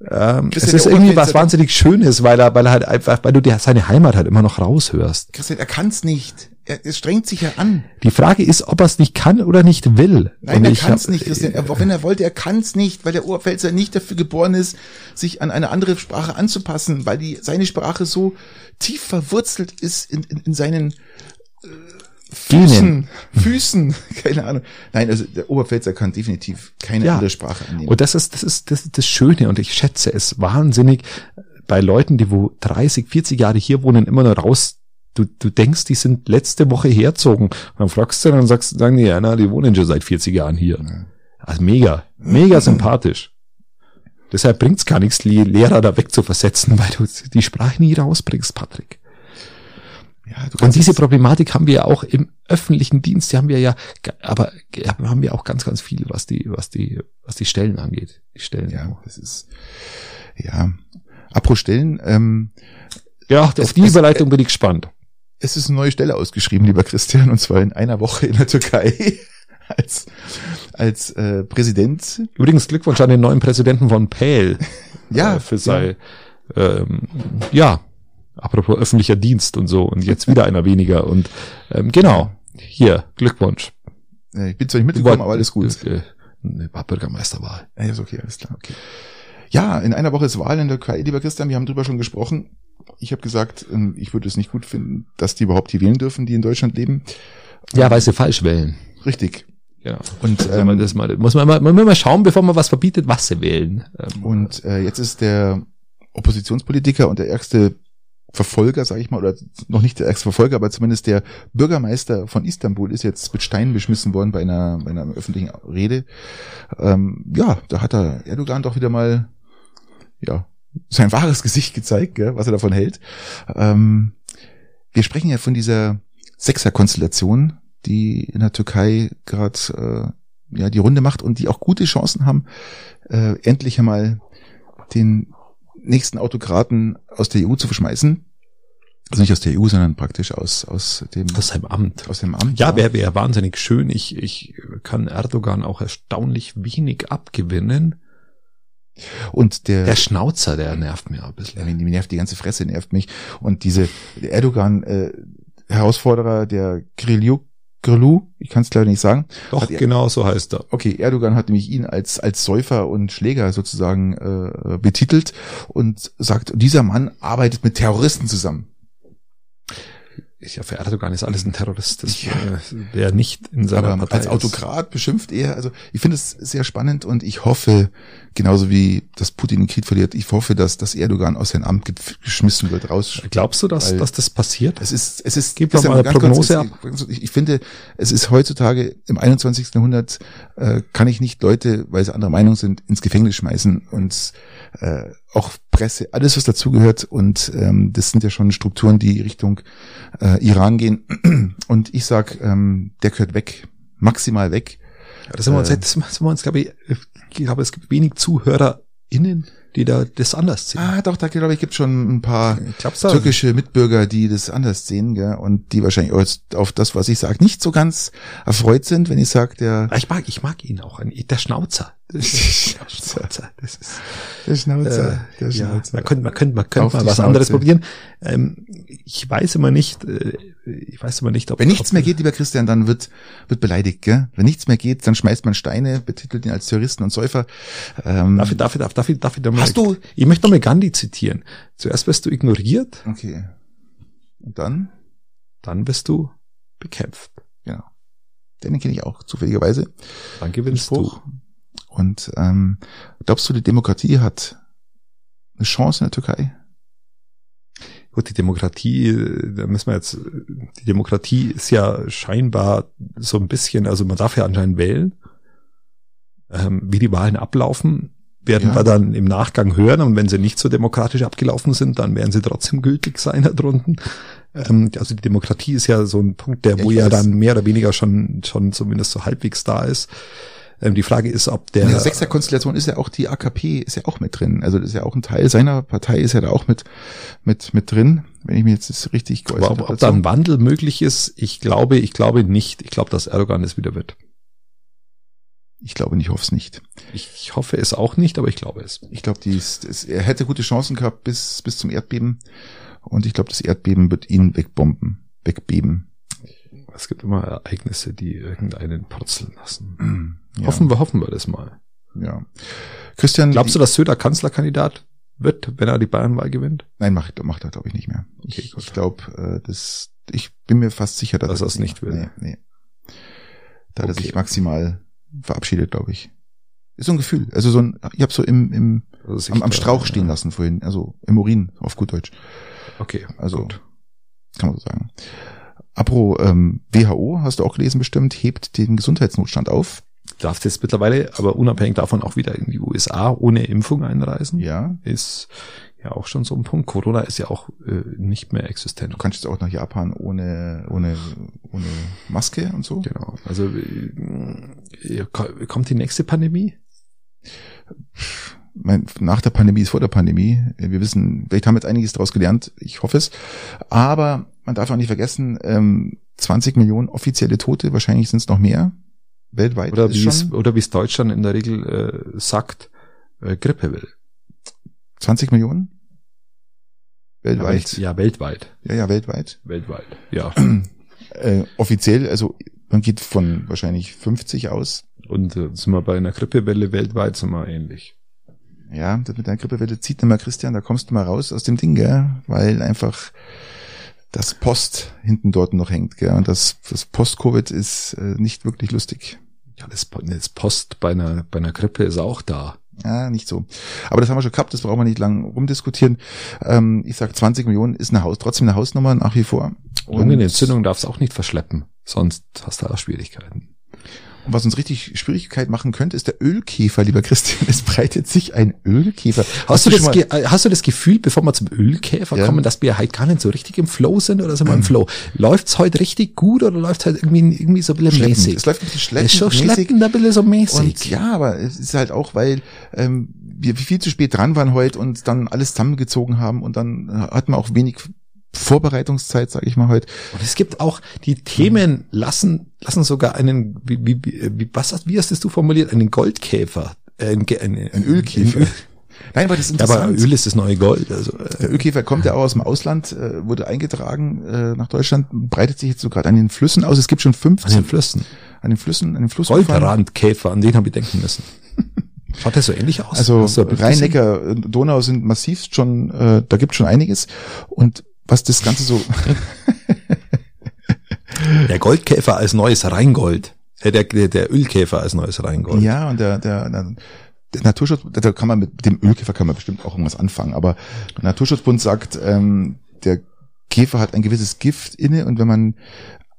Speaker 1: ähm, es
Speaker 2: Christian,
Speaker 1: ist
Speaker 2: der
Speaker 1: irgendwie was
Speaker 2: Oberpfälzer-
Speaker 1: wahnsinnig Schönes, weil er, weil er halt einfach, weil du dir seine Heimat halt immer noch raushörst.
Speaker 2: Christian, er kann's nicht. Er, es strengt sich ja an.
Speaker 1: Die Frage ist, ob er es nicht kann oder nicht will.
Speaker 2: Nein,
Speaker 1: Und
Speaker 2: er
Speaker 1: ich
Speaker 2: kann's
Speaker 1: hab- äh,
Speaker 2: nicht, Christian. Er, auch wenn er wollte, er kann's nicht, weil der Oberpfälzer nicht dafür geboren ist, sich an eine andere Sprache anzupassen, weil die, seine Sprache so tief verwurzelt ist in, in, in seinen
Speaker 1: Genen.
Speaker 2: Füßen. Füßen. Keine Ahnung. Nein, also der Oberpfälzer kann definitiv keine
Speaker 1: Ja.
Speaker 2: andere Sprache annehmen.
Speaker 1: Und das ist, das ist, das ist das Schöne und ich schätze es wahnsinnig bei Leuten, die wo 30, 40 Jahre hier wohnen, immer nur raus. Du, du denkst, die sind letzte Woche herzogen. Und dann fragst du dann und sagst, sagen die, ja, na, die wohnen schon seit 40 Jahren hier. Also mega, mega sympathisch. Deshalb bringt's gar nichts, die Lehrer da wegzuversetzen, weil du die Sprache nie rausbringst, Patrick.
Speaker 2: ja, du
Speaker 1: Und
Speaker 2: kannst
Speaker 1: diese
Speaker 2: es-
Speaker 1: Problematik haben wir ja auch im öffentlichen Dienst, die haben wir ja, ga- aber ja, haben wir auch ganz, ganz viel, was die, was die, was die Stellen angeht. Die Stellen.
Speaker 2: Ja, das ist, ja. Apro Stellen, ähm,
Speaker 1: Ja, auf die Überleitung
Speaker 2: äh,
Speaker 1: bin ich gespannt.
Speaker 2: es ist eine neue Stelle ausgeschrieben, lieber Christian, und zwar in einer Woche in der Türkei als, als äh, Präsident.
Speaker 1: Übrigens Glückwunsch an den neuen Präsidenten von PAL.
Speaker 2: Ja,
Speaker 1: äh, für sei, ja. Ähm, ja, apropos öffentlicher Dienst und so. Und jetzt wieder einer weniger. Und ähm, genau, hier, Glückwunsch.
Speaker 2: Ja, Äh, Ich bin zwar nicht mitgekommen, aber alles gut.
Speaker 1: Äh, ne, war Bürgermeisterwahl.
Speaker 2: Ja, ist okay, alles klar. Okay. Ja, in einer Woche ist Wahl in der Türkei, lieber Christian, wir haben drüber schon gesprochen. Ich habe gesagt, ähm, ich würde es nicht gut finden, dass die überhaupt hier wählen dürfen, die in Deutschland leben.
Speaker 1: Ja, weil sie falsch wählen.
Speaker 2: Richtig.
Speaker 1: Ja.
Speaker 2: Und,
Speaker 1: Also man
Speaker 2: ähm,
Speaker 1: das mal, muss man mal, man muss mal schauen, bevor man was verbietet, was sie wählen. Ähm,
Speaker 2: und äh, jetzt ist der Oppositionspolitiker und der ärgste Verfolger, sage ich mal, oder noch nicht der ärgste Verfolger, aber zumindest der Bürgermeister von Istanbul ist jetzt mit Steinen beschmissen worden bei einer, bei einer öffentlichen Rede. Ähm, ja, da hat er Erdogan doch wieder mal ja, sein wahres Gesicht gezeigt, gell, was er davon hält. Ähm, wir sprechen ja von dieser Sechser-Konstellation, die in der Türkei gerade äh, ja, die Runde macht und die auch gute Chancen haben, äh, endlich einmal den nächsten Autokraten aus der EU zu verschmeißen. Also nicht aus der EU, sondern praktisch aus, aus dem,
Speaker 1: aus seinem Amt.
Speaker 2: aus dem Amt.
Speaker 1: Ja, wäre wär wahnsinnig schön. Ich, ich kann Erdogan auch erstaunlich wenig abgewinnen.
Speaker 2: Und der,
Speaker 1: Der Schnauzer, der nervt mir ein
Speaker 2: Ja,
Speaker 1: bisschen.
Speaker 2: mir mir nervt die ganze Fresse, nervt mich. Und diese Erdogan-Herausforderer, der Griliu, Grilu, ich kann es leider nicht sagen.
Speaker 1: Doch,
Speaker 2: Hat er-
Speaker 1: genau so heißt er.
Speaker 2: Okay, Erdogan hat nämlich ihn als, als Säufer und Schläger sozusagen äh, betitelt und sagt, dieser Mann arbeitet mit Terroristen zusammen.
Speaker 1: Ich ja, für Erdogan ist alles ein Terrorist, das,
Speaker 2: Ja.
Speaker 1: äh, der nicht in seiner
Speaker 2: Aber
Speaker 1: Partei
Speaker 2: als Autokrat beschimpft er. Also ich finde es sehr spannend und ich hoffe, genauso wie dass Putin den Krieg verliert, ich hoffe, dass, dass Erdogan aus seinem Amt ge- geschmissen wird, raus,
Speaker 1: ist. Glaubst du, dass,
Speaker 2: Weil-
Speaker 1: dass das passiert?
Speaker 2: Es ist, es ist,
Speaker 1: Gib
Speaker 2: das
Speaker 1: doch
Speaker 2: ist
Speaker 1: mal
Speaker 2: ja
Speaker 1: eine
Speaker 2: ganz
Speaker 1: Prognose
Speaker 2: kurz, ich, ich finde, es ist heutzutage im 21. Jahrhundert, äh, kann ich nicht Leute, weil sie anderer Meinung sind, ins Gefängnis schmeißen und äh, auch Presse, alles was dazugehört und ähm, das sind ja schon Strukturen, die Richtung äh, Iran gehen und ich sag, ähm, der gehört weg, maximal weg.
Speaker 1: Ja, da sind wir uns,
Speaker 2: Äh,
Speaker 1: jetzt sind wir uns glaube ich, ich glaube, es gibt wenig ZuhörerInnen, die da das anders sehen.
Speaker 2: Ah, doch, da glaube ich gibt schon ein paar
Speaker 1: Glaubst
Speaker 2: türkische Mitbürger, die das anders sehen, gell, und die wahrscheinlich auch jetzt auf das, was ich sage, nicht so ganz erfreut sind, wenn ich sage, der
Speaker 1: Ah, Ich mag, ich mag ihn auch. Der Schnauzer. Der Schnauzer. Das ist,
Speaker 2: Der
Speaker 1: äh,
Speaker 2: Schnauzer, der
Speaker 1: ja,
Speaker 2: Schnauzer.
Speaker 1: man könnte, man könnte, man
Speaker 2: Auf
Speaker 1: könnte mal
Speaker 2: die
Speaker 1: was
Speaker 2: Schnauze.
Speaker 1: anderes probieren. Ähm, ich weiß immer nicht, äh, ich weiß immer nicht, ob
Speaker 2: Wenn nichts
Speaker 1: ob,
Speaker 2: mehr geht, lieber Christian, dann wird, wird beleidigt, gell? Wenn nichts mehr geht, dann schmeißt man Steine, betitelt ihn als Terroristen und Säufer. Ähm,
Speaker 1: Darf ich, darf ich, darf, darf ich, darf ich da mal-
Speaker 2: Hast du-
Speaker 1: Ich möchte nochmal Gandhi zitieren. Zuerst wirst du ignoriert,
Speaker 2: okay. Und dann?
Speaker 1: dann wirst du bekämpft.
Speaker 2: Genau. Den kenne ich auch, zufälligerweise.
Speaker 1: Dann gewinnst
Speaker 2: Spruch. Und ähm, glaubst du, die Demokratie hat eine Chance in der Türkei?
Speaker 1: du. Gut, die Demokratie, äh, da müssen wir jetzt, die Demokratie ist ja scheinbar so ein bisschen, also man darf ja anscheinend wählen, ähm, wie die Wahlen ablaufen. Werden
Speaker 2: Ja.
Speaker 1: wir dann im Nachgang hören und wenn sie nicht so demokratisch abgelaufen sind, dann werden sie trotzdem gültig sein da drunten. Ähm, also die Demokratie ist ja so ein Punkt, der
Speaker 2: Ja,
Speaker 1: wo
Speaker 2: ich
Speaker 1: ja
Speaker 2: weiß.
Speaker 1: dann mehr oder weniger schon, schon zumindest so halbwegs da ist. Ähm, die Frage ist, ob der
Speaker 2: In der Sechserkonstellation ist ja auch die AKP, ist ja auch mit drin. Also das ist ja auch ein Teil seiner Partei, ist ja da auch mit, mit, mit drin, wenn ich mir jetzt das richtig geäußert
Speaker 1: Aber ob,
Speaker 2: habe
Speaker 1: ob da
Speaker 2: dazu.
Speaker 1: ein Wandel möglich ist, ich glaube, ich glaube nicht. Ich glaube, dass Erdogan es wieder wird.
Speaker 2: Ich glaube nicht, ich hoffe es nicht.
Speaker 1: Ich, ich hoffe es auch nicht, aber ich glaube es.
Speaker 2: Ich glaube, die ist, es, er hätte gute Chancen gehabt bis, bis zum Erdbeben. Und ich glaube, das Erdbeben wird ihn wegbomben, wegbeben.
Speaker 1: Es gibt immer Ereignisse, die irgendeinen purzeln lassen.
Speaker 2: Ja,
Speaker 1: Hoffen wir, hoffen wir das mal.
Speaker 2: Ja. Christian,
Speaker 1: Glaubst du, dass Söder Kanzlerkandidat wird, wenn er die Bayernwahl gewinnt?
Speaker 2: nein, macht, macht er, glaube ich, nicht mehr.
Speaker 1: Okay,
Speaker 2: ich
Speaker 1: gut.
Speaker 2: ich glaube, äh, das, ich bin mir fast sicher, dass,
Speaker 1: Dass
Speaker 2: er
Speaker 1: er's
Speaker 2: das
Speaker 1: nicht
Speaker 2: macht.
Speaker 1: will.
Speaker 2: Nee, nee. Da hat er
Speaker 1: Okay.
Speaker 2: sich maximal verabschiedet, glaube ich. Ist so ein Gefühl. Also so ein, ich habe so im, im
Speaker 1: Also sich
Speaker 2: am, am
Speaker 1: da-
Speaker 2: Strauch stehen lassen vorhin, also im Urin, auf gut Deutsch.
Speaker 1: Okay,
Speaker 2: Also
Speaker 1: Gut.
Speaker 2: kann man so sagen. Apro, ähm, WHO hast du auch gelesen bestimmt, hebt den Gesundheitsnotstand auf.
Speaker 1: darfst jetzt mittlerweile, aber unabhängig davon auch wieder in die USA ohne Impfung einreisen.
Speaker 2: Ja.
Speaker 1: Ist ja auch schon so ein Punkt. Corona ist ja auch äh, nicht mehr existent.
Speaker 2: Du kannst jetzt auch nach Japan ohne ohne ohne Maske und so.
Speaker 1: Genau. Also äh, ko- kommt die nächste Pandemie?
Speaker 2: Ich Mein, nach der Pandemie ist vor der Pandemie. Wir wissen, vielleicht haben wir jetzt einiges daraus gelernt. Ich hoffe es. Aber man darf auch nicht vergessen, ähm, 20 Millionen offizielle Tote, wahrscheinlich sind es noch mehr weltweit.
Speaker 1: Oder
Speaker 2: ist
Speaker 1: wie es
Speaker 2: schon-
Speaker 1: oder wie es Deutschland in der Regel äh, sagt, äh, Grippe will.
Speaker 2: 20 Millionen
Speaker 1: Aber ich-
Speaker 2: weltweit.
Speaker 1: Ja, weltweit.
Speaker 2: ja, ja, weltweit.
Speaker 1: Weltweit. Ja.
Speaker 2: äh, offiziell, also man geht von wahrscheinlich 50 aus.
Speaker 1: Und äh, sind wir bei einer Grippewelle weltweit sind wir ähnlich.
Speaker 2: Ja, das mit deiner Grippewelle zieht nimmer Christian, da kommst du mal raus aus dem Ding, gell? Weil einfach das Post hinten dort noch hängt, gell? Und das, das Post-Covid ist äh, nicht wirklich lustig.
Speaker 1: Ja, das, Po- das Post bei einer, bei einer Grippe ist auch da.
Speaker 2: Ja, nicht so. Aber das haben wir schon gehabt, das brauchen wir nicht lang rumdiskutieren. Ähm, ich sag 20 Millionen ist eine Haus, trotzdem eine Hausnummer nach wie vor.
Speaker 1: Und eine Entzündung darfst du auch nicht verschleppen. Sonst hast du auch Schwierigkeiten.
Speaker 2: Und was uns richtig Schwierigkeit machen könnte, ist der Ölkäfer, lieber Christian. Es breitet sich ein Ölkäfer.
Speaker 1: Hast, du
Speaker 2: schon
Speaker 1: das
Speaker 2: mal-
Speaker 1: Ge- äh, hast du das Gefühl, bevor wir zum Ölkäfer
Speaker 2: Ja.
Speaker 1: kommen, dass wir halt gar nicht so richtig im Flow sind oder sind wir im Flow? Läuft's heute richtig gut oder läuft's halt irgendwie, irgendwie so ein bisschen
Speaker 2: schleppend.
Speaker 1: mäßig?
Speaker 2: Es läuft ein bisschen
Speaker 1: Das
Speaker 2: schleppend,
Speaker 1: ist schon
Speaker 2: mäßig.
Speaker 1: schleppend, ein bisschen so mäßig.
Speaker 2: Und ja, aber es ist halt auch, weil ähm, wir viel zu spät dran waren heute und dann alles zusammengezogen haben und dann äh, hatten wir auch wenig Vorbereitungszeit, sage ich mal heute.
Speaker 1: Und es gibt auch, die Themen lassen, lassen sogar einen, wie, wie, wie, was hast, wie hast es du formuliert, einen Goldkäfer. Äh, Ein, Ge- eine-
Speaker 2: Ein Ölkäfer.
Speaker 1: Öl-
Speaker 2: Nein, aber das ist
Speaker 1: Ja, aber
Speaker 2: interessant.
Speaker 1: Öl ist das neue Gold. Also, äh,
Speaker 2: Der Ölkäfer kommt ja auch aus dem Ausland, äh, wurde eingetragen äh, nach Deutschland, breitet sich jetzt sogar an den Flüssen aus. Es gibt schon fünf
Speaker 1: an den Flüssen.
Speaker 2: an den Flüssen, an den Flussufern.
Speaker 1: Goldrandkäfer, an den habe ich denken müssen. Schaut der so ähnlich aus?
Speaker 2: Also
Speaker 1: Hast du ein Bild gesehen?
Speaker 2: Rhein-Neckar, äh, Donau sind massiv schon, äh, da gibt schon einiges. Und was das Ganze so,
Speaker 1: Der Goldkäfer als neues Rheingold. Äh, der, der, der Ölkäfer als neues Rheingold.
Speaker 2: ja, und der, der, der, der Naturschutz, da kann man mit dem Ölkäfer kann man bestimmt auch irgendwas anfangen, aber der Naturschutzbund sagt, ähm, der Käfer hat ein gewisses Gift inne und wenn man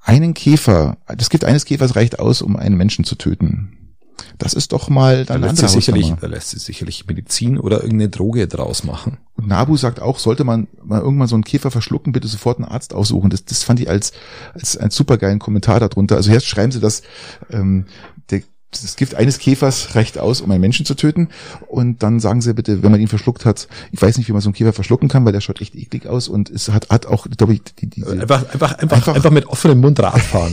Speaker 2: einen Käfer, das Gift eines Käfers reicht aus, um einen Menschen zu töten. Das ist doch mal
Speaker 1: Da
Speaker 2: dann
Speaker 1: lässt, sich sicherlich,
Speaker 2: Hausnummer.
Speaker 1: da lässt sich sicherlich Medizin oder irgendeine Droge draus machen.
Speaker 2: Und Nabu sagt auch, sollte man mal irgendwann so einen Käfer verschlucken, bitte sofort einen Arzt aussuchen. Das, das fand ich als, als einen supergeilen Kommentar darunter. Also jetzt schreiben sie, dass ähm, der, das Gift eines Käfers reicht aus, um einen Menschen zu töten. Und dann sagen sie bitte, wenn man ihn verschluckt hat, ich weiß nicht, wie man so einen Käfer verschlucken kann, weil der schaut echt eklig aus und es hat, hat auch, glaube ich, die, die, die,
Speaker 1: Einfach, einfach, einfach, einfach,
Speaker 2: Einfach-
Speaker 1: mit offenem Mund Ähm, Rad fahren.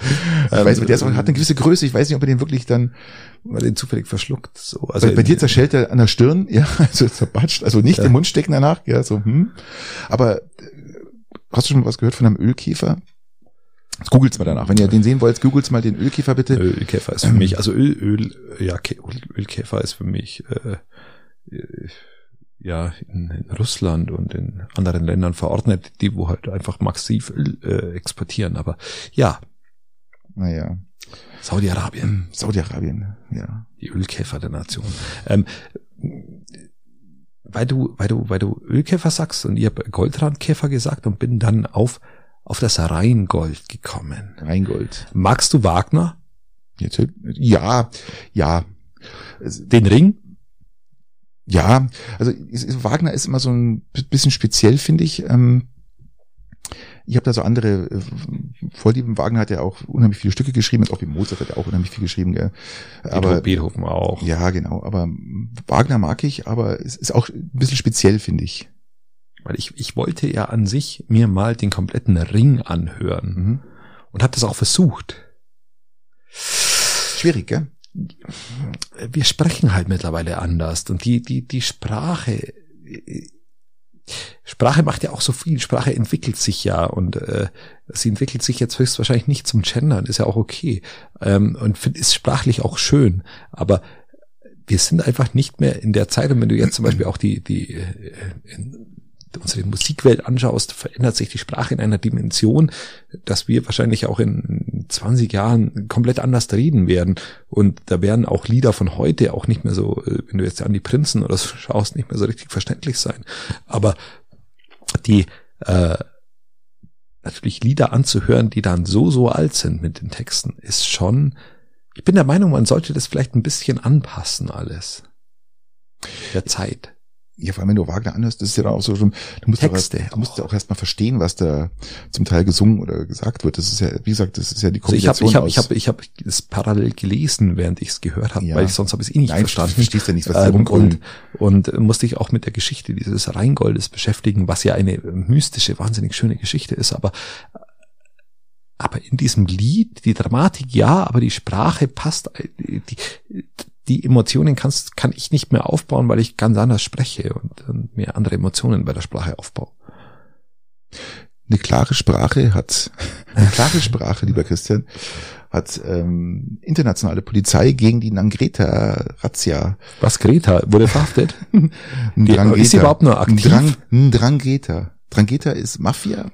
Speaker 2: ich weiß,
Speaker 1: ähm,
Speaker 2: nicht, der ist auch, hat eine gewisse Größe. Ich weiß nicht, ob er den wirklich dann,
Speaker 1: Weil den zufällig verschluckt. So.
Speaker 2: also bei, bei dir
Speaker 1: in-
Speaker 2: zerschellt er an der Stirn, ja, also zerbatscht, also nicht
Speaker 1: Ja.
Speaker 2: im Mund stecken danach, ja, so, hm. Aber äh, hast du schon mal was gehört von einem Ölkäfer? Jetzt googelt's mal danach. Wenn ihr den sehen wollt, googelt's mal den Ölkäfer
Speaker 1: Äh.
Speaker 2: bitte.
Speaker 1: Ölkäfer
Speaker 2: Ähm.
Speaker 1: ist für mich, also Öl, Öl, ja, Kä- Öl- Ölkäfer ist für mich, äh, äh, ja, in, in Russland und in anderen Ländern verordnet, die wo halt einfach massiv Öl äh, exportieren. Aber ja,
Speaker 2: Naja,
Speaker 1: Saudi-Arabien,
Speaker 2: Saudi-Arabien, ja.
Speaker 1: die Ölkäfer der Nation. Ähm, weil du, weil du, weil du Ölkäfer sagst und ich habe Goldrandkäfer gesagt und bin dann auf, auf das Rheingold gekommen.
Speaker 2: Rheingold.
Speaker 1: Magst du Wagner?
Speaker 2: Jetzt, ja, ja. Es-
Speaker 1: Den Ring?
Speaker 2: Ja, also es ist, Wagner ist immer so ein bi- bisschen speziell, finde ich. Ähm, ich habe da so andere äh, Vorlieben. Wagner hat ja auch unheimlich viele Stücke geschrieben, ist auch wie Mozart hat ja auch unheimlich viel geschrieben. Gell? Aber
Speaker 1: Beethoven auch.
Speaker 2: ja, genau. Aber ähm, Wagner mag ich, aber es ist auch ein bisschen speziell, finde ich.
Speaker 1: weil ich, ich wollte ja an sich mir mal den kompletten Ring anhören
Speaker 2: Mhm.
Speaker 1: und habe das auch versucht.
Speaker 2: Schwierig, gell?
Speaker 1: Wir sprechen halt mittlerweile anders und die, die, die Sprache, Sprache macht ja auch so viel, Sprache entwickelt sich ja und äh, sie entwickelt sich jetzt höchstwahrscheinlich nicht zum Gendern, ist ja auch okay ähm, und find, ist sprachlich auch schön, aber wir sind einfach nicht mehr in der Zeit und wenn du jetzt zum Beispiel auch die, die äh, in unsere Musikwelt anschaust, verändert sich die Sprache in einer Dimension, dass wir wahrscheinlich auch in 20 Jahren komplett anders reden werden. Und da werden auch Lieder von heute auch nicht mehr so, äh, wenn du jetzt an die Prinzen oder so schaust, nicht mehr so richtig verständlich sein. Aber die äh, natürlich Lieder anzuhören, die dann so, so alt sind mit den Texten, ist schon, ich bin der Meinung, man sollte das vielleicht ein bisschen anpassen alles. Der Zeit.
Speaker 2: Ja, vor allem, wenn du Wagner anhörst, das ist ja dann auch so schon, du musst,
Speaker 1: Texte
Speaker 2: auch, du musst ja
Speaker 1: auch.
Speaker 2: auch erstmal verstehen, was da zum Teil gesungen oder gesagt wird. Das ist ja, wie gesagt, das ist ja die
Speaker 1: Also ich habe
Speaker 2: Kombination
Speaker 1: ich hab, ich
Speaker 2: aus-
Speaker 1: hab, ich hab es parallel gelesen, während ich es gehört habe,
Speaker 2: Ja.
Speaker 1: weil ich sonst habe ich es eh nicht
Speaker 2: Nein, du
Speaker 1: verstanden.
Speaker 2: verstehst ja nicht, was da
Speaker 1: Ähm,
Speaker 2: rumkommt.
Speaker 1: und, und musste ich auch mit der Geschichte dieses Rheingoldes beschäftigen, was ja eine mystische, wahnsinnig schöne Geschichte ist, aber aber in diesem Lied, die Dramatik ja, aber die Sprache passt, äh, die, die Emotionen kannst, kann ich nicht mehr aufbauen, weil ich ganz anders spreche und, und mir andere Emotionen bei der Sprache aufbaue.
Speaker 2: eine klare Sprache hat, eine klare Sprache, lieber Christian, hat ähm, internationale Polizei gegen die Nangreta-Razzia.
Speaker 1: Was, Greta, wurde verhaftet? Die- ist sie überhaupt noch aktiv?
Speaker 2: Drang, ein Drangheta. Drangheta ist Mafia,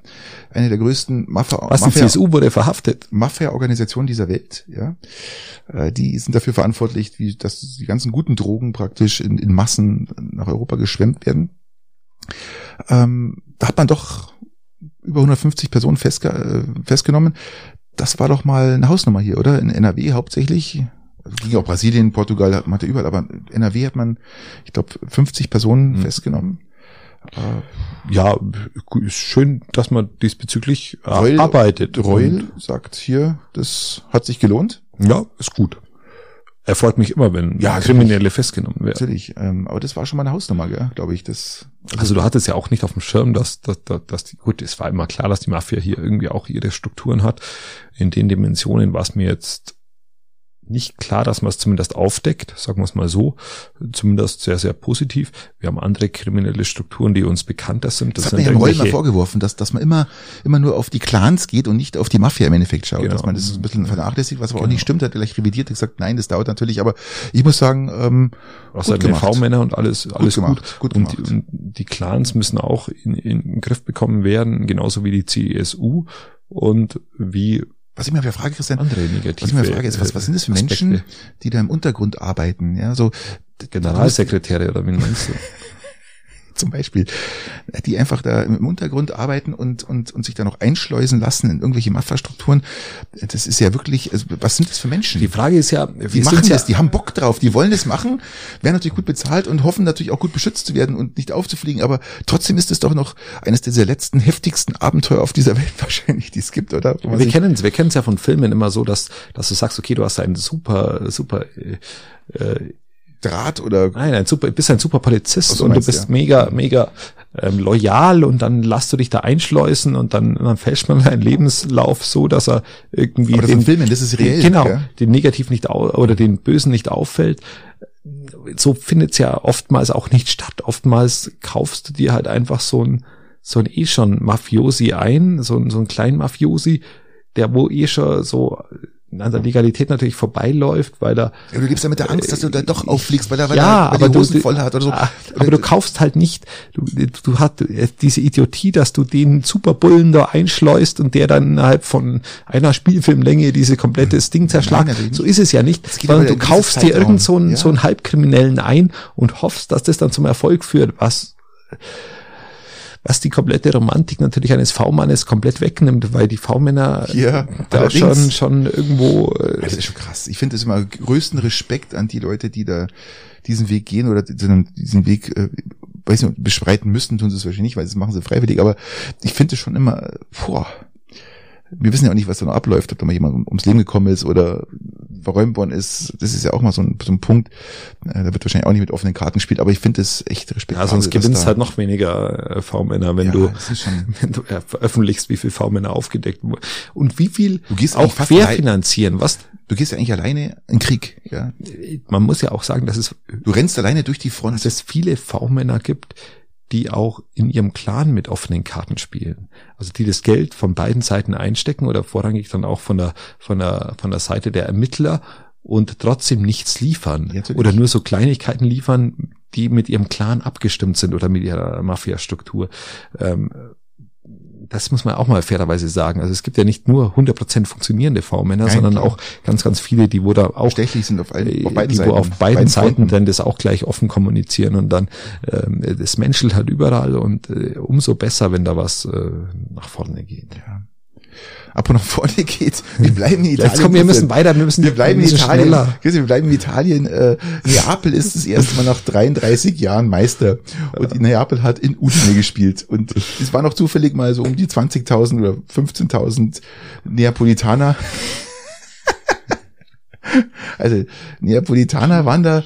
Speaker 2: eine der größten Mafia,
Speaker 1: Was, die
Speaker 2: Mafia,
Speaker 1: CSU wurde verhaftet?
Speaker 2: Mafia-Organisationen dieser Welt. Ja, Äh, die sind dafür verantwortlich, wie, dass die ganzen guten Drogen praktisch in, in Massen nach Europa geschwemmt werden. Ähm, da hat man doch über 150 Personen festge äh, festgenommen. Das war doch mal eine Hausnummer hier, oder? In NRW hauptsächlich. Also ging auch Brasilien, Portugal, hat man ja überall, aber in NRW hat man, ich glaube, 50 Personen
Speaker 1: Mhm.
Speaker 2: festgenommen. Äh,
Speaker 1: ja, ist schön, dass man diesbezüglich äh,
Speaker 2: Reul-
Speaker 1: arbeitet.
Speaker 2: Reul sagt hier, das hat sich gelohnt.
Speaker 1: Und, ja, ist gut. Er freut mich immer, wenn
Speaker 2: Ja,
Speaker 1: Kriminelle festgenommen werden.
Speaker 2: Natürlich. Ähm, aber das war schon mal eine Hausnummer, gell? glaube ich. Das,
Speaker 1: Also du hattest ja auch nicht auf dem Schirm, dass, dass, dass, dass die, gut, es war immer klar, dass die Mafia hier irgendwie auch ihre Strukturen hat. In den Dimensionen war es mir jetzt nicht klar, dass man es zumindest aufdeckt, sagen wir es mal so, zumindest sehr, sehr positiv. Wir haben andere kriminelle Strukturen, die uns bekannter sind.
Speaker 2: Das, das hat mir ja Roll mal vorgeworfen, dass, dass man immer, immer nur auf die Clans geht und nicht auf die Mafia im Endeffekt schaut,
Speaker 1: Genau.
Speaker 2: dass man das ein bisschen vernachlässigt, was aber auch
Speaker 1: Genau.
Speaker 2: nicht stimmt, hat er gleich revidiert, hat gesagt, nein, das dauert natürlich, aber ich muss sagen, ähm,
Speaker 1: Was halt TV-Männer und alles, alles gut.
Speaker 2: gemacht, gut
Speaker 1: und,
Speaker 2: gemacht.
Speaker 1: und die Clans müssen auch in, in den Griff bekommen werden, genauso wie die CSU und wie
Speaker 2: Was ich mir frage, Christian,
Speaker 1: andere
Speaker 2: was
Speaker 1: negative.
Speaker 2: ich mir frage, ist, was, was sind das für
Speaker 1: Aspekte.
Speaker 2: Menschen, die da im Untergrund arbeiten, ja, so,
Speaker 1: Generalsekretäre oder wie meinst du?
Speaker 2: zum Beispiel, die einfach da im Untergrund arbeiten und, und, und sich da noch einschleusen lassen in irgendwelche Mafia-Strukturen. Das ist ja wirklich, also was sind das für Menschen?
Speaker 1: Die Frage ist ja,
Speaker 2: die
Speaker 1: wir
Speaker 2: machen
Speaker 1: sind ja,
Speaker 2: das, die haben Bock drauf, die wollen das machen, werden natürlich gut bezahlt und hoffen natürlich auch gut beschützt zu werden und nicht aufzufliegen, aber trotzdem ist es doch noch eines dieser letzten heftigsten Abenteuer auf dieser Welt wahrscheinlich, die es gibt, oder? Wo man
Speaker 1: wir
Speaker 2: sich-
Speaker 1: kennen es, wir kennen es ja von Filmen immer so, dass, dass du sagst, okay, du hast einen super, super, äh, äh,
Speaker 2: Draht oder
Speaker 1: nein, ein super, bist ein super Polizist
Speaker 2: Ach so,
Speaker 1: und du
Speaker 2: meinst du,
Speaker 1: bist
Speaker 2: ja.
Speaker 1: mega, mega ähm, loyal und dann lässt du dich da einschleusen und dann, dann fälscht man deinen Lebenslauf so, dass er irgendwie
Speaker 2: aber das sind Filmen, das ist reell.
Speaker 1: Genau,
Speaker 2: gell?
Speaker 1: den Negativ nicht au oder den Bösen nicht auffällt. So findet's ja oftmals auch nicht statt. Oftmals kaufst du dir halt einfach so ein so ein eh schon Mafiosi ein, so ein so ein kleinen Mafiosi, der wo eh schon so an der Legalität natürlich vorbeiläuft, weil er
Speaker 2: Ja, du lebst ja mit der Angst, dass du da doch auffliegst, weil er, weil
Speaker 1: Äh, ja,
Speaker 2: er weil
Speaker 1: aber
Speaker 2: die Hosen
Speaker 1: du,
Speaker 2: voll hat oder so.
Speaker 1: Ah, Aber du kaufst halt nicht, du, du hast äh, diese Idiotie, dass du den Superbullen da einschleust und der dann innerhalb von einer Spielfilmlänge diese komplette Ding zerschlagen.
Speaker 2: Hm. natürlich nicht.
Speaker 1: so ist es ja nicht,
Speaker 2: geht
Speaker 1: sondern
Speaker 2: aber
Speaker 1: du
Speaker 2: in dieses
Speaker 1: kaufst dir
Speaker 2: Zeitraum.
Speaker 1: irgend so einen,
Speaker 2: Ja.
Speaker 1: so einen Halbkriminellen ein und hoffst, dass das dann zum Erfolg führt, was was die komplette Romantik natürlich eines V-Mannes komplett wegnimmt, weil die V-Männer
Speaker 2: Ja,
Speaker 1: da
Speaker 2: allerdings.
Speaker 1: schon, schon irgendwo äh,
Speaker 2: Ja, Das ist schon krass. Ich finde das immer größten Respekt an die Leute, die da diesen Weg gehen oder diesen diesen Weg, äh, weiß nicht, beschreiten müssen, tun sie es wahrscheinlich nicht, weil das machen sie freiwillig, aber ich finde das schon immer, äh, boah, wir wissen ja auch nicht, was da noch abläuft, ob da mal jemand um- ums Leben gekommen ist oder verräumt worden ist. Das ist ja auch mal so ein, so ein Punkt, äh, da wird wahrscheinlich auch nicht mit offenen Karten gespielt, aber ich finde das echt
Speaker 1: Ja,
Speaker 2: respektabel.
Speaker 1: sonst
Speaker 2: dass
Speaker 1: gewinnst
Speaker 2: da-
Speaker 1: halt noch weniger äh, V-Männer, wenn
Speaker 2: Ja,
Speaker 1: du
Speaker 2: das ist schon-
Speaker 1: wenn du äh, veröffentlichst, wie viel V-Männer aufgedeckt wurden. Und wie viel
Speaker 2: Du gehst
Speaker 1: auch
Speaker 2: eigentlich fast allein-
Speaker 1: querfinanzieren. Was,
Speaker 2: Du gehst ja eigentlich alleine in den Krieg, ja.
Speaker 1: man muss ja auch sagen, dass es,
Speaker 2: Du rennst alleine durch die Front.
Speaker 1: dass es viele V-Männer gibt, die auch in ihrem Clan mit offenen Karten spielen. Also die das Geld von beiden Seiten einstecken oder vorrangig dann auch von der, von der, von der Seite der Ermittler und trotzdem nichts liefern.
Speaker 2: Ja, natürlich.
Speaker 1: oder nur so Kleinigkeiten liefern, die mit ihrem Clan abgestimmt sind oder mit ihrer Mafia-Struktur. Ähm, das muss man auch mal fairerweise sagen. Also es gibt ja nicht nur 100% funktionierende V-Männer,
Speaker 2: Nein,
Speaker 1: sondern
Speaker 2: klar.
Speaker 1: auch ganz, ganz viele, die wo da auch
Speaker 2: bestechlich sind auf, allen,
Speaker 1: äh,
Speaker 2: auf beiden
Speaker 1: die
Speaker 2: Seiten.
Speaker 1: wo auf beiden, Seiten
Speaker 2: Fronten.
Speaker 1: dann das auch gleich offen kommunizieren und dann ähm, das menschelt halt überall und äh, umso besser, wenn da was äh, nach vorne geht.
Speaker 2: Ab und nach vorne geht. Wir bleiben in Italien.
Speaker 1: Jetzt komm, wir müssen weiter, wir müssen,
Speaker 2: wir bleiben in
Speaker 1: müssen
Speaker 2: Italien.
Speaker 1: schneller.
Speaker 2: Christian, Wir bleiben in Italien. Äh, Neapel ist das erste Mal nach 33 Jahren Meister. Und in Neapel hat in Udine gespielt. Und es waren auch zufällig mal so um die 20.000 oder 15.000 Neapolitaner. Also Neapolitaner waren da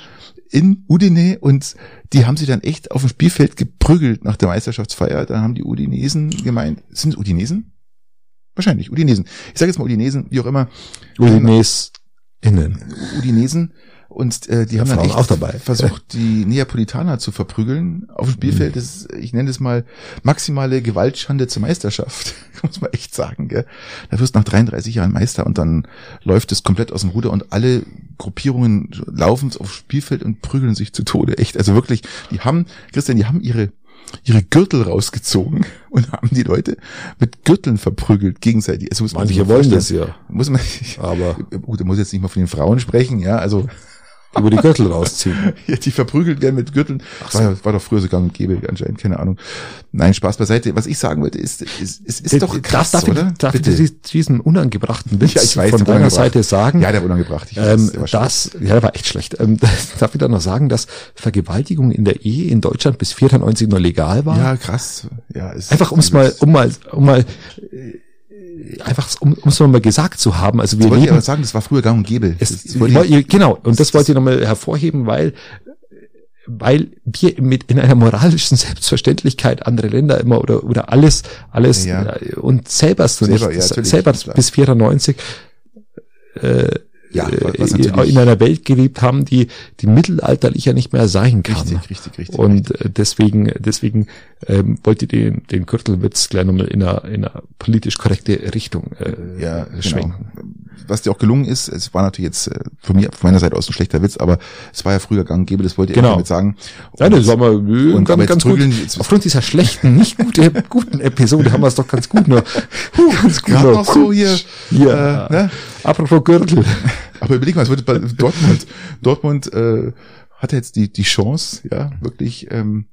Speaker 2: in Udine und die haben sie dann echt auf dem Spielfeld geprügelt nach der Meisterschaftsfeier. Da haben die Udinesen gemeint, sind es Udinesen? Wahrscheinlich, Udinesen. Ich sage jetzt mal Udinesen, wie auch immer. Genau.
Speaker 1: Udines innen.
Speaker 2: Udinesen. Und äh, die haben dann
Speaker 1: Frauen
Speaker 2: echt
Speaker 1: auch dabei.
Speaker 2: versucht, die Neapolitaner zu verprügeln auf dem Spielfeld.
Speaker 1: Mhm.
Speaker 2: Das ist, ich nenne es mal maximale Gewaltschande zur Meisterschaft. Muss man echt sagen, gell? Da wirst du nach 33 Jahren Meister und dann läuft es komplett aus dem Ruder und alle Gruppierungen laufen aufs Spielfeld und prügeln sich zu Tode. Echt. Also wirklich, die haben, Christian, die haben ihre ihre Gürtel rausgezogen und haben die Leute mit Gürteln verprügelt gegenseitig. Also muss man sich
Speaker 1: Manche
Speaker 2: mal
Speaker 1: wollen das
Speaker 2: vorstellen.
Speaker 1: ja,
Speaker 2: Muss man,
Speaker 1: aber
Speaker 2: Gut, da muss jetzt nicht mal von den Frauen sprechen, ja, also
Speaker 1: über die Gürtel rausziehen.
Speaker 2: ja, die verprügelt werden mit Gürteln.
Speaker 1: so.
Speaker 2: War, ja- war doch früher so gang und gäbe, anscheinend, keine Ahnung. Nein, Spaß beiseite. Was ich sagen wollte, ist, ist, ist, ist doch krass,
Speaker 1: Äh, darf, darf
Speaker 2: oder?
Speaker 1: Ich, darf ich diesen unangebrachten Witz
Speaker 2: Ja, ich weiß,
Speaker 1: von
Speaker 2: der war
Speaker 1: deiner
Speaker 2: unangebracht.
Speaker 1: Seite sagen?
Speaker 2: ja, der wurde angebracht. Ich
Speaker 1: Ähm,
Speaker 2: der war schlecht.
Speaker 1: das, ja, der war echt schlecht. Ähm, darf ich dann noch sagen, dass Vergewaltigung in der Ehe in Deutschland bis 94 nur legal war?
Speaker 2: ja, krass. Ja, ist
Speaker 1: Einfach ums mal, um mal, um mal, äh, einfach um es mal gesagt zu haben. Also wir
Speaker 2: Ich wollte
Speaker 1: leben,
Speaker 2: aber sagen, das war früher gang und gäbe.
Speaker 1: es,
Speaker 2: das wollte
Speaker 1: woll-
Speaker 2: ich,
Speaker 1: genau. Und das wollte ich nochmal hervorheben, weil, weil wir mit in einer moralischen Selbstverständlichkeit andere Länder immer oder oder alles alles
Speaker 2: Ja.
Speaker 1: äh, und selber so
Speaker 2: Selber,
Speaker 1: nicht
Speaker 2: ja, natürlich,
Speaker 1: selber
Speaker 2: klar.
Speaker 1: bis 94 äh,
Speaker 2: Ja, was natürlich-
Speaker 1: in einer Welt gelebt haben, die, die mittelalterlicher nicht mehr sein kann.
Speaker 2: Richtig, richtig, richtig.
Speaker 1: Und äh, deswegen, deswegen ähm, wollte ich den, den Gürtelwitz gleich nochmal in einer, in einer politisch korrekte Richtung äh,
Speaker 2: ja, genau.
Speaker 1: schwenken.
Speaker 2: Was dir auch gelungen ist, es war natürlich jetzt äh, von mir, von meiner Seite aus ein schlechter Witz, aber es war ja früher gang und gäbe, das wollte ich
Speaker 1: Genau.
Speaker 2: damit sagen.
Speaker 1: Ja, das war mal
Speaker 2: und
Speaker 1: äh,
Speaker 2: aber
Speaker 1: ganz,
Speaker 2: jetzt
Speaker 1: ganz gut.
Speaker 2: prügeln die- jetzt-
Speaker 1: Aufgrund dieser schlechten, nicht gute, guten Episode haben wir es doch ganz gut nur. ganz gut
Speaker 2: Gerade noch so hier,
Speaker 1: Ja.
Speaker 2: äh, ne?
Speaker 1: Apropos Gürtel.
Speaker 2: Aber überleg mal, es wird bei Dortmund. Dortmund äh, hatte jetzt die, die Chance, ja, wirklich ähm,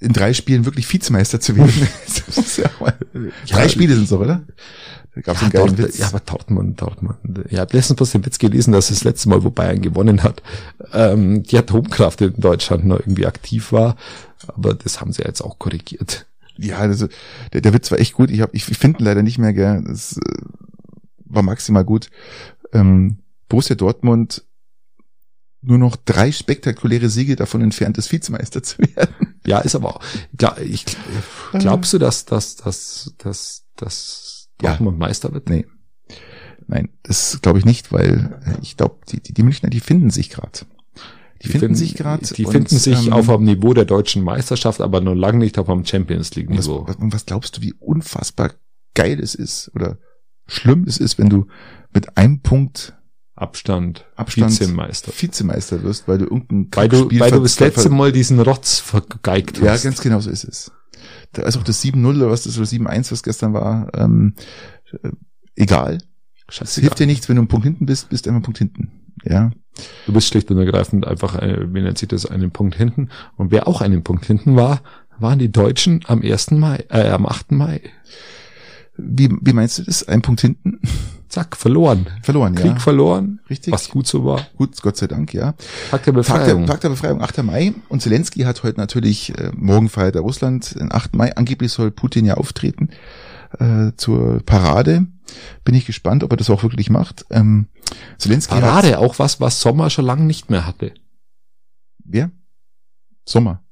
Speaker 2: in drei Spielen wirklich Vizemeister zu werden. Das muss ja mal- drei
Speaker 1: Ja,
Speaker 2: Spiele sind es doch, oder? Da gab es einen geilen
Speaker 1: Dort-
Speaker 2: Witz.
Speaker 1: Ah, Ja, aber Dortmund, Dortmund. Ich habe letztens bloß den Witz gelesen, dass das letzte Mal, wo Bayern gewonnen hat, ähm, die Atomkraft in Deutschland noch irgendwie aktiv war. Aber das haben sie ja jetzt auch korrigiert.
Speaker 2: ja, das, der, der Witz war echt gut. Ich, hab- ich, ich finde ihn leider nicht mehr, gell. Das äh, war maximal gut. Ähm, Borussia Dortmund nur noch drei spektakuläre Siege davon entfernt, das Vizemeister zu werden.
Speaker 1: Ja, ist aber auch. Klar, ich, glaubst du, dass, dass, dass, dass, dass
Speaker 2: Ja.
Speaker 1: Dortmund Meister wird?
Speaker 2: Nee. Nein, das glaube ich nicht, weil äh, ich glaube, die, die, die Münchner, die finden sich gerade. Die, finden sich gerade.
Speaker 1: Die finden sich
Speaker 2: ähm,
Speaker 1: auf dem Niveau der deutschen Meisterschaft, aber noch lange nicht auf dem Champions League
Speaker 2: was,
Speaker 1: Niveau.
Speaker 2: was, und was glaubst du, wie unfassbar geil es ist oder schlimm es ist, wenn du mit einem Punkt
Speaker 1: Abstand,
Speaker 2: Abstand
Speaker 1: Vizemeister.
Speaker 2: Vizemeister wirst, weil du irgendein
Speaker 1: Weil du,
Speaker 2: Kackspiel
Speaker 1: weil du
Speaker 2: ver-
Speaker 1: das
Speaker 2: ver-
Speaker 1: letzte Mal diesen Rotz vergeigt
Speaker 2: Ja,
Speaker 1: hast.
Speaker 2: ganz genau so ist es. Da ist auch das 7-0 oder was das oder 7-1, was gestern war, ähm, äh, egal. Es
Speaker 1: Scheißegal.
Speaker 2: hilft dir nichts, wenn du einen Punkt hinten bist, bist du einfach einen Punkt hinten. Ja.
Speaker 1: Du bist schlicht und ergreifend einfach, äh, wie nennt sich das, einen Punkt hinten. Und wer auch einen Punkt hinten war, waren die Deutschen am 1. Mai, äh, am 8. Mai.
Speaker 2: Wie, wie meinst du das? Ein Punkt hinten?
Speaker 1: Zack, verloren.
Speaker 2: Verloren,
Speaker 1: Krieg
Speaker 2: ja.
Speaker 1: verloren,
Speaker 2: Richtig.
Speaker 1: was gut so war.
Speaker 2: Gut, Gott sei Dank, ja.
Speaker 1: Tag der
Speaker 2: Tag der,
Speaker 1: Befreiung.
Speaker 2: Tag der Befreiung, 8. Mai. Und Zelensky hat heute natürlich, äh, morgen feiert er Russland, den 8. Mai. Angeblich soll Putin ja auftreten äh, zur Parade. Bin ich gespannt, ob er das auch wirklich macht. Ähm, Zelensky hat...
Speaker 1: Parade, auch was, was Sommer schon lange nicht mehr hatte.
Speaker 2: Wer? Sommer.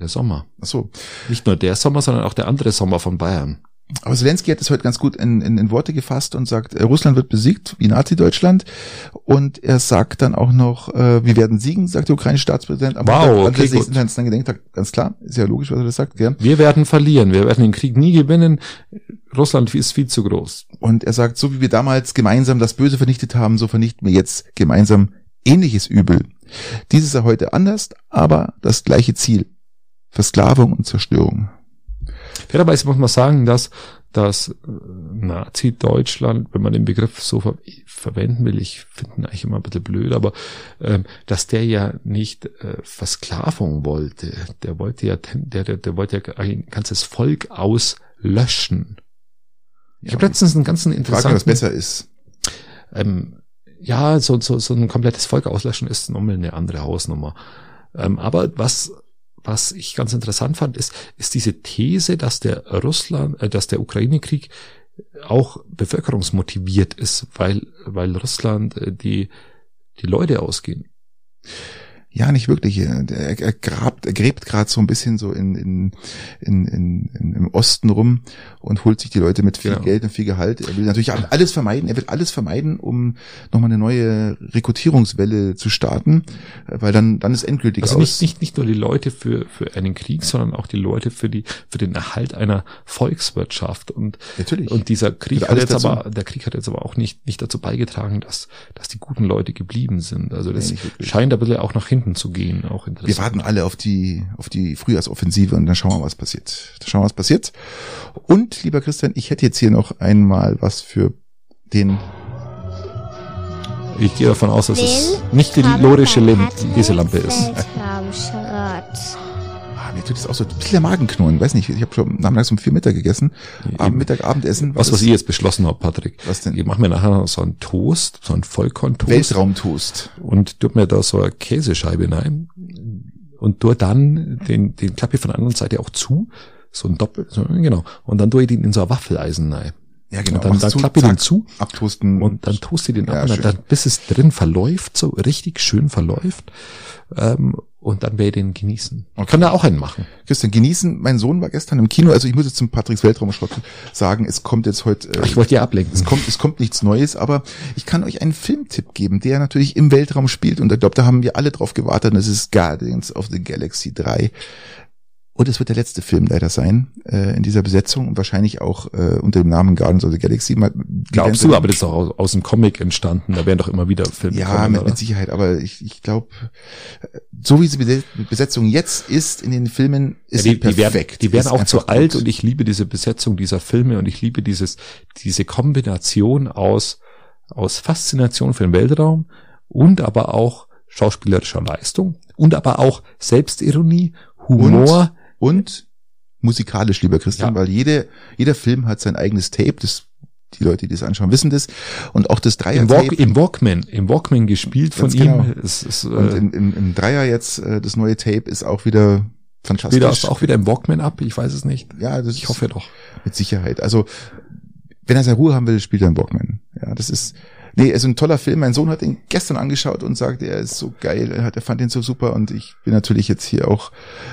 Speaker 1: Der Sommer.
Speaker 2: Ach so.
Speaker 1: Nicht nur der Sommer, sondern auch der andere Sommer von Bayern.
Speaker 2: Aber Zelensky hat es heute ganz gut in, in, in Worte gefasst und sagt, äh, Russland wird besiegt, wie Nazi-Deutschland. Und er sagt dann auch noch, äh, wir werden siegen, sagt der ukrainische Staatspräsident.
Speaker 1: Wow,
Speaker 2: Montag
Speaker 1: okay,
Speaker 2: anlässlich des
Speaker 1: gut.
Speaker 2: internationalen Gedenktags. Ganz klar, ist ja logisch, was er das sagt. Gell?
Speaker 1: Wir werden verlieren, wir werden den Krieg nie gewinnen. Russland ist viel zu groß.
Speaker 2: Und er sagt, so wie wir damals gemeinsam das Böse vernichtet haben, so vernichten wir jetzt gemeinsam ähnliches Übel. Dies ist ja heute anders, aber das gleiche Ziel. Versklavung und Zerstörung.
Speaker 1: Fairerweise muss man sagen, dass dass äh, Nazi-Deutschland, wenn man den Begriff so ver verwenden will, ich finde ihn eigentlich immer ein bisschen blöd, aber ähm, dass der ja nicht äh, Versklavung wollte. Der wollte ja ten- der, der, der wollte ja ein ganzes Volk auslöschen. Ich habe letztens einen ganzen
Speaker 2: Frage, was
Speaker 1: interessanten
Speaker 2: besser ist.
Speaker 1: ähm, ja, so, so, so ein komplettes Volk auslöschen ist nochmal eine andere Hausnummer. Ähm, aber was, was ich ganz interessant fand, ist, ist diese These, dass der Russland, äh, dass der Ukraine-Krieg auch bevölkerungsmotiviert ist, weil, weil Russland äh, die, die Leute ausgehen.
Speaker 2: Ja, nicht wirklich. Er, er, er grabt, er gräbt gerade so ein bisschen so in, in, in, in, in, im Osten rum und holt sich die Leute mit viel
Speaker 1: Genau.
Speaker 2: Geld und viel Gehalt. Er will natürlich alles vermeiden. Er wird alles vermeiden, um nochmal eine neue Rekrutierungswelle zu starten, weil dann, dann ist endgültig
Speaker 1: Also
Speaker 2: aus.
Speaker 1: nicht, nicht, nicht nur die Leute für, für einen Krieg, sondern auch die Leute für die, für den Erhalt einer Volkswirtschaft. Und
Speaker 2: natürlich.
Speaker 1: Und dieser Krieg
Speaker 2: Gehört
Speaker 1: hat
Speaker 2: alles
Speaker 1: jetzt
Speaker 2: dazu.
Speaker 1: aber, der Krieg hat jetzt aber auch nicht, nicht dazu beigetragen, dass, dass die guten Leute geblieben sind. Also das
Speaker 2: Nee, nicht wirklich.
Speaker 1: scheint ein bisschen auch nach hinten zu gehen, auch
Speaker 2: Wir
Speaker 1: interessant.
Speaker 2: warten alle auf die, auf die Frühjahrsoffensive und dann schauen wir, was passiert. Dann schauen wir, was passiert. Und, lieber Christian, ich hätte jetzt hier noch einmal was für den,
Speaker 1: Ich gehe davon aus, dass es
Speaker 3: Will
Speaker 1: nicht die
Speaker 3: Kabel
Speaker 1: lorische
Speaker 3: bei
Speaker 1: Lim
Speaker 3: Hartmut
Speaker 1: diese Lampe ist.
Speaker 3: Weltraumschrott.
Speaker 2: ah, mir tut das auch so ein bisschen der Magen knurren, weiß nicht, ich habe schon nachmittags um vier Mittag gegessen, am Mittag, Abendessen,
Speaker 1: Was, was
Speaker 2: ist-
Speaker 1: ich jetzt beschlossen habe, Patrick.
Speaker 2: Was denn?
Speaker 1: Ich mache mir nachher noch so einen Toast, so einen Vollkorntoast
Speaker 2: Weltraumtoast.
Speaker 1: und tue mir da so eine Käsescheibe rein und tue dann den, den Klappe von der anderen Seite auch zu. So ein Doppel, so, genau. Und dann tue ich den in so ein Waffeleisen rein.
Speaker 2: Ja, genau.
Speaker 1: Und dann,
Speaker 2: mach's
Speaker 1: dann
Speaker 2: zu,
Speaker 1: klappe ich den
Speaker 2: zack,
Speaker 1: zu
Speaker 2: Abtoasten.
Speaker 1: Und dann toast ihr den
Speaker 2: Ja,
Speaker 1: ab, und
Speaker 2: schön.
Speaker 1: dann, bis es drin verläuft, so richtig schön verläuft. Ähm, und dann werde ich den genießen.
Speaker 2: Okay.
Speaker 1: Kann da auch einen machen.
Speaker 2: Christian, genießen. Mein Sohn war gestern im Kino. Also ich muss jetzt zum Patricks Weltraumschrott sagen, es kommt jetzt heute. äh,
Speaker 1: Ich wollte ja ablenken.
Speaker 2: es kommt, es kommt nichts Neues, aber ich kann euch einen Filmtipp geben, der natürlich im Weltraum spielt und ich glaube, da haben wir alle drauf gewartet und das ist Guardians of the Galaxy 3. Und es wird der letzte Film leider sein, äh, in dieser Besetzung und wahrscheinlich auch äh, unter dem Namen Guardians of the Galaxy. Mal-
Speaker 1: Glaubst du, aber das ist doch aus, aus dem Comic entstanden. Da werden doch immer wieder Filme
Speaker 2: Ja,
Speaker 1: kommen,
Speaker 2: mit,
Speaker 1: oder?
Speaker 2: mit Sicherheit, aber ich, ich glaube, so wie diese Bese- Besetzung jetzt ist in den Filmen,
Speaker 1: Ja,
Speaker 2: ist
Speaker 1: die, die werden, die werden
Speaker 2: Ist
Speaker 1: auch zu
Speaker 2: einfach
Speaker 1: alt
Speaker 2: gut.
Speaker 1: und ich liebe diese Besetzung dieser Filme und ich liebe dieses, diese Kombination aus, aus Faszination für den Weltraum und aber auch schauspielerischer Leistung und aber auch Selbstironie, Humor.
Speaker 2: und musikalisch, lieber Christian,
Speaker 1: Ja.
Speaker 2: weil jede, jeder Film hat sein eigenes Tape. Das, die Leute, die das anschauen, wissen das. Und auch das
Speaker 1: Im,
Speaker 2: Dreier-Tape.
Speaker 1: Walk, Im Walkman, im Walkman gespielt von
Speaker 2: Ah Ganz
Speaker 1: ihm.
Speaker 2: genau.
Speaker 1: Es ist,
Speaker 2: und
Speaker 1: äh,
Speaker 2: im, im, im Dreier jetzt, äh, das neue Tape ist auch wieder fantastisch.
Speaker 1: wieder, ist auch wieder im Walkman ab, ich weiß es nicht.
Speaker 2: ja, das
Speaker 1: Ich hoffe doch.
Speaker 2: mit Sicherheit. Also, wenn er seine Ruhe haben will, spielt er einen Walkman. Ja, das ist, nee, ist ein toller Film. Mein Sohn hat ihn gestern angeschaut und sagte, er ist so geil, er, hat, er fand ihn so super und ich bin natürlich jetzt hier auch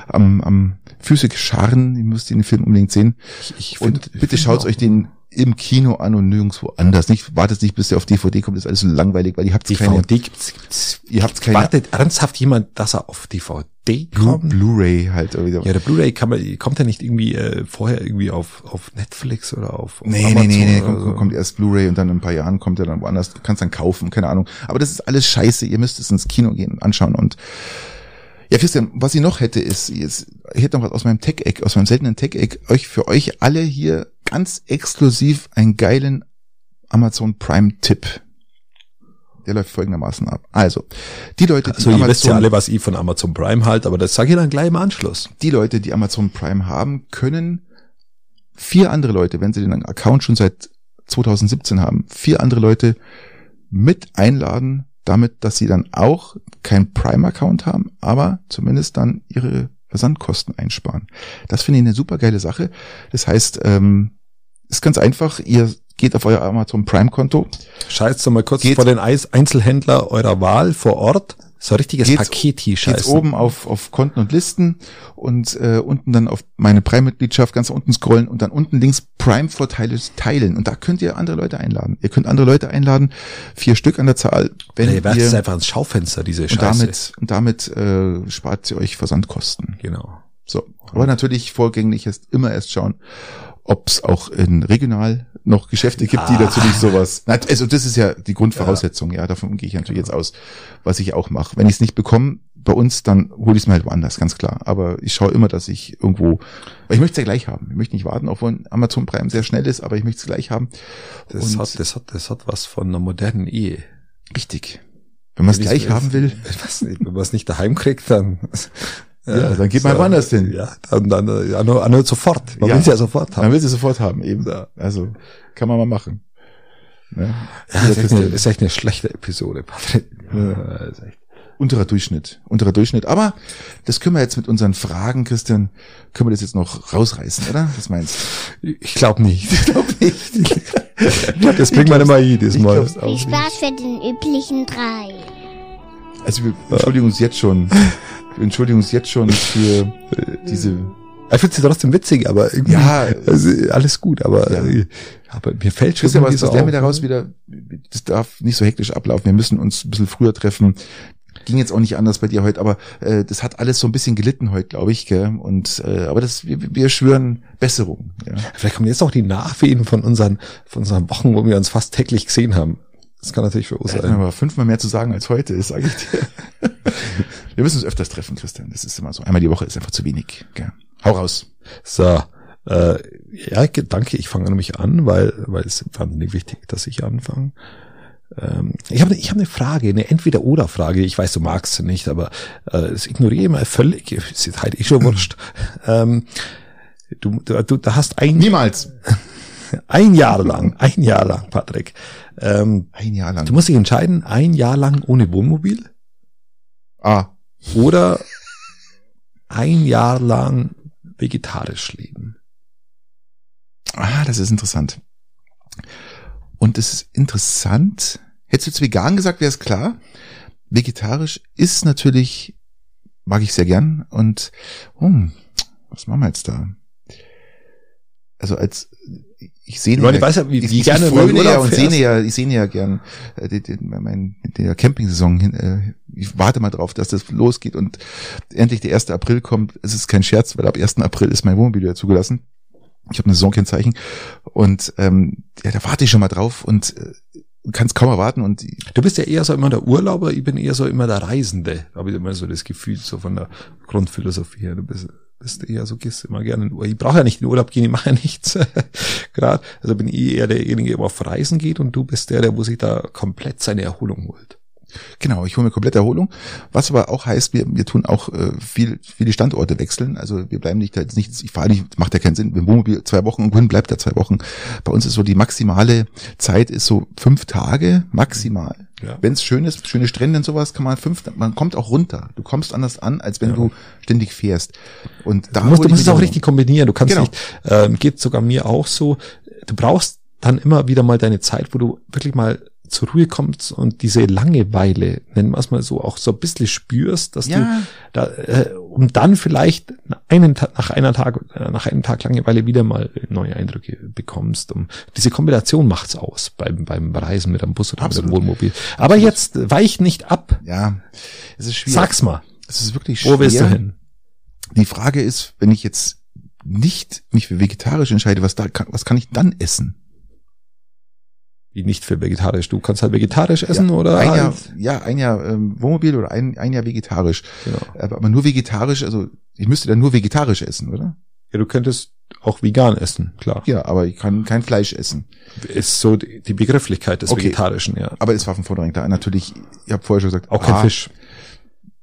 Speaker 2: am, am Füße gescharren. Ich müsste den Film unbedingt sehen.
Speaker 1: Ich
Speaker 2: und bitte schaut euch den im Kino an und nirgendwo anders. Nicht, wartet nicht, bis der auf DVD kommt, ist alles so langweilig, weil ihr habt keine,
Speaker 1: DVD gibt's, gibt's,
Speaker 2: ihr habt keine
Speaker 1: wartet ernsthaft jemand, dass er auf DVD
Speaker 2: Blu-
Speaker 1: kommt?
Speaker 2: Blu-ray halt irgendwie.
Speaker 1: Ja, der Blu-ray kann man, kommt ja nicht irgendwie äh, vorher irgendwie auf, auf Netflix oder auf, auf
Speaker 2: Nee, nee, nee, nee,
Speaker 1: oder
Speaker 2: kommt,
Speaker 1: so.
Speaker 2: kommt, kommt erst Blu-ray und dann in ein paar Jahren kommt er dann woanders, du kannst dann kaufen, keine Ahnung. Aber das ist alles scheiße, ihr müsst es ins Kino gehen und anschauen und ja, Christian, was ich noch hätte ist, ist ich hätte noch was aus meinem Tech-Eck, aus meinem seltenen Tech-Eck, euch, für euch alle hier ganz exklusiv einen geilen Amazon Prime-Tipp. Der läuft folgendermaßen ab. Also, die Leute, die
Speaker 1: Also ihr wisst ja alle, was ich von Amazon Prime halt, aber das sage ich dann gleich im Anschluss.
Speaker 2: die Leute, die Amazon Prime haben, können vier andere Leute, wenn sie den Account schon seit 2017 haben, vier andere Leute mit einladen, damit, dass sie dann auch keinen Prime-Account haben, aber zumindest dann ihre Versandkosten einsparen. Das finde ich eine super geile Sache. Das heißt, ähm, ist ganz einfach, ihr geht auf euer Amazon Prime-Konto,
Speaker 1: Scheißt doch mal kurz
Speaker 2: Geht's-
Speaker 1: vor den Eis Einzelhändler eurer Wahl vor Ort. So ein richtiges
Speaker 2: Geht's-
Speaker 1: Paket hier
Speaker 2: geht's
Speaker 1: scheißen.
Speaker 2: oben auf, auf Konten und Listen und äh, unten dann auf meine Prime-Mitgliedschaft ganz unten scrollen und dann unten links Prime-Vorteile teilen. Und da könnt ihr andere Leute einladen. Ihr könnt andere Leute einladen, vier Stück an der Zahl, wenn
Speaker 1: nee, werft es
Speaker 2: ihr
Speaker 1: einfach ins Schaufenster, diese
Speaker 2: und
Speaker 1: Scheiße.
Speaker 2: damit, und damit äh, spart ihr euch Versandkosten.
Speaker 1: Genau.
Speaker 2: So. Aber natürlich vorgängig erst immer erst schauen, ob es auch in regional noch Geschäfte gibt, die
Speaker 1: Ah.
Speaker 2: natürlich sowas. Na, Also das ist ja die Grundvoraussetzung, ja, davon gehe ich natürlich jetzt aus, was ich auch mache. Wenn ich es nicht bekomme, bei uns, dann hole ich es mir halt woanders, ganz klar. Aber ich schaue immer, dass ich irgendwo, weil ich möchte es ja gleich haben. Ich möchte nicht warten, auch wenn Amazon Prime sehr schnell ist, aber ich möchte es gleich haben.
Speaker 1: Das
Speaker 2: Und-
Speaker 1: hat, das hat, das hat was von einer modernen Ehe.
Speaker 2: Richtig. Wenn man es
Speaker 1: Wenn
Speaker 2: gleich
Speaker 1: ich's-
Speaker 2: haben will.
Speaker 1: Ich weiß nicht, wenn man es nicht daheim kriegt, dann.
Speaker 2: Ja, dann geht man woanders hin.
Speaker 1: Ja, dann, dann, äh, ja, nur, nur sofort. Man
Speaker 2: Ja.
Speaker 1: will es ja sofort haben.
Speaker 2: Man will sie sofort haben, eben.
Speaker 1: Ja.
Speaker 2: Also kann man mal machen. Ne?
Speaker 1: Ja, ist, echt eine, ist echt eine schlechte Episode, Patrick. Ja, ist echt.
Speaker 2: Unterer Durchschnitt, unterer Durchschnitt. Aber das können wir jetzt mit unseren Fragen, Christian, können wir das jetzt noch rausreißen, oder? Was meinst
Speaker 1: Ich glaube nicht. Ich glaube nicht. das
Speaker 2: Ich
Speaker 1: bringt man
Speaker 2: glaub's-
Speaker 1: immer jedes
Speaker 2: du? Ich
Speaker 1: Mal.
Speaker 2: glaub's
Speaker 3: Viel
Speaker 2: auch nicht.
Speaker 3: Spaß für den üblichen drei.
Speaker 2: Also wir entschuldigen uns jetzt schon, wir entschuldigen uns jetzt schon für äh, diese,
Speaker 1: Ich finde sie trotzdem witzig, aber irgendwie
Speaker 2: Ja.
Speaker 1: also, alles gut. Aber,
Speaker 2: Ja.
Speaker 1: äh, aber mir fällt schon
Speaker 2: Christian, was,
Speaker 1: irgendwie
Speaker 2: was
Speaker 1: so
Speaker 2: lernen wir
Speaker 1: auf.
Speaker 2: daraus wieder? Das darf nicht so hektisch ablaufen. Wir müssen uns ein bisschen früher treffen. Ging jetzt auch nicht anders bei dir heute, aber äh, das hat alles so ein bisschen gelitten heute, glaube ich. Gell? Und äh, aber das, wir, wir schwören Besserung. Ja?
Speaker 1: Vielleicht kommen jetzt auch die Nachwehen von unseren, von unseren Wochen, wo wir uns fast täglich gesehen haben. Das kann natürlich für uns
Speaker 2: Da hätten wir
Speaker 1: sein.
Speaker 2: aber fünfmal mehr zu sagen als heute, das sage ich dir. wir müssen uns öfters treffen, Christian. Das ist immer so. Einmal die Woche ist einfach zu wenig. Gell? Hau raus.
Speaker 1: So. Äh, ja, ge- danke. Ich fange nämlich an, weil, weil es wahnsinnig wichtig, ist, dass ich anfange. Ähm, ich habe ich hab eine Frage, eine Entweder-Oder-Frage. Ich weiß, du magst sie nicht, aber äh, das ignoriere ich mal völlig. Ist halt eh schon wurscht. Ähm, du, du, du da hast ein,
Speaker 2: Niemals.
Speaker 1: ein Jahr lang, ein Jahr lang, Patrick. Ähm,
Speaker 2: Ein Jahr lang.
Speaker 1: du musst dich entscheiden, ein Jahr lang ohne Wohnmobil
Speaker 2: ah,
Speaker 1: oder ein Jahr lang vegetarisch leben.
Speaker 2: ah, das ist interessant. Und es ist interessant. Hättest du jetzt vegan gesagt, wäre es klar. Vegetarisch ist natürlich mag ich sehr gern. Und hm, was machen wir jetzt da? Also als ich sehe
Speaker 1: Leute, weiß ja, wie,
Speaker 2: ich,
Speaker 1: wie
Speaker 2: ich,
Speaker 1: gerne
Speaker 2: ich
Speaker 1: du in
Speaker 2: folge ja
Speaker 1: Urlaub
Speaker 2: und
Speaker 1: fährst.
Speaker 2: sehne ja, ich sehne ja gern äh, den, den, mein, der Campingsaison hin. Äh, ich warte mal drauf, dass das losgeht und endlich der 1. April kommt. Es ist kein Scherz, weil ab 1. April ist mein Wohnmobil wieder zugelassen. Ich habe eine Saisonkennzeichen und ähm, ja, da warte ich schon mal drauf und äh, kann es kaum erwarten und
Speaker 1: Du bist ja eher so immer der Urlauber, ich bin eher so immer der Reisende. Habe ich immer so das Gefühl, so von der Grundphilosophie her. Du bist, bist eher so, gehst immer gerne in den Urlaub. Ich brauche ja nicht in den Urlaub gehen, ich mache ja nichts. Gerade, also bin ich eher derjenige, der auf Reisen geht und du bist der, der wo sich da komplett seine Erholung holt.
Speaker 2: Genau, ich hole mir komplett Erholung. Was aber auch heißt, wir, wir tun auch äh, viel, viele Standorte wechseln. Also wir bleiben nicht da jetzt nicht, ich fahre nicht, macht ja keinen Sinn. Mit dem Wohnmobil zwei Wochen und Gwen bleibt da zwei Wochen. Bei uns ist so die maximale Zeit ist so fünf Tage maximal.
Speaker 1: Ja.
Speaker 2: Wenn es schön ist, schöne Strände und sowas, kann man fünf, man kommt auch runter. Du kommst anders an, als wenn
Speaker 1: Ja.
Speaker 2: du ständig fährst. Und da
Speaker 1: Du musst,
Speaker 2: hole
Speaker 1: du
Speaker 2: ich
Speaker 1: musst
Speaker 2: mich
Speaker 1: es auch
Speaker 2: Erholung.
Speaker 1: richtig kombinieren. Du kannst
Speaker 2: Genau.
Speaker 1: nicht, ähm, geht sogar mir auch so. Du brauchst dann immer wieder mal deine Zeit, wo du wirklich mal zur Ruhe kommst und diese Langeweile, nennen wir es mal so, auch so ein bisschen spürst, dass du
Speaker 2: Ja,
Speaker 1: da, äh, um dann vielleicht einen Ta- nach einer Tag äh, nach einem Tag Langeweile wieder mal neue Eindrücke bekommst. Um, diese Kombination macht's aus beim beim Reisen mit dem Bus oder mit
Speaker 2: Absolut.
Speaker 1: dem Wohnmobil. Aber jetzt weich nicht ab.
Speaker 2: ja, es ist schwierig.
Speaker 1: Sag's mal.
Speaker 2: es ist wirklich schwer.
Speaker 1: Wo willst du hin?
Speaker 2: Die Frage ist, wenn ich jetzt nicht mich für vegetarisch entscheide, was da kann, was kann ich dann essen?
Speaker 1: Wie nicht für vegetarisch. Du kannst halt vegetarisch essen oder
Speaker 2: ein Jahr,
Speaker 1: halt,
Speaker 2: ja, ein Jahr ähm, Wohnmobil oder ein, ein Jahr vegetarisch. Äh,
Speaker 1: genau.
Speaker 2: Aber, aber nur vegetarisch, also ich müsste dann nur vegetarisch essen, oder?
Speaker 1: ja, du könntest auch vegan essen, klar.
Speaker 2: Ja, aber ich kann kein Fleisch essen.
Speaker 1: Ist so die die Begrifflichkeit des
Speaker 2: Okay.
Speaker 1: Vegetarischen, ja.
Speaker 2: Aber es war von vornherein klar. Natürlich, ich habe vorher schon gesagt,
Speaker 1: Auch kein
Speaker 2: ah,
Speaker 1: Fisch.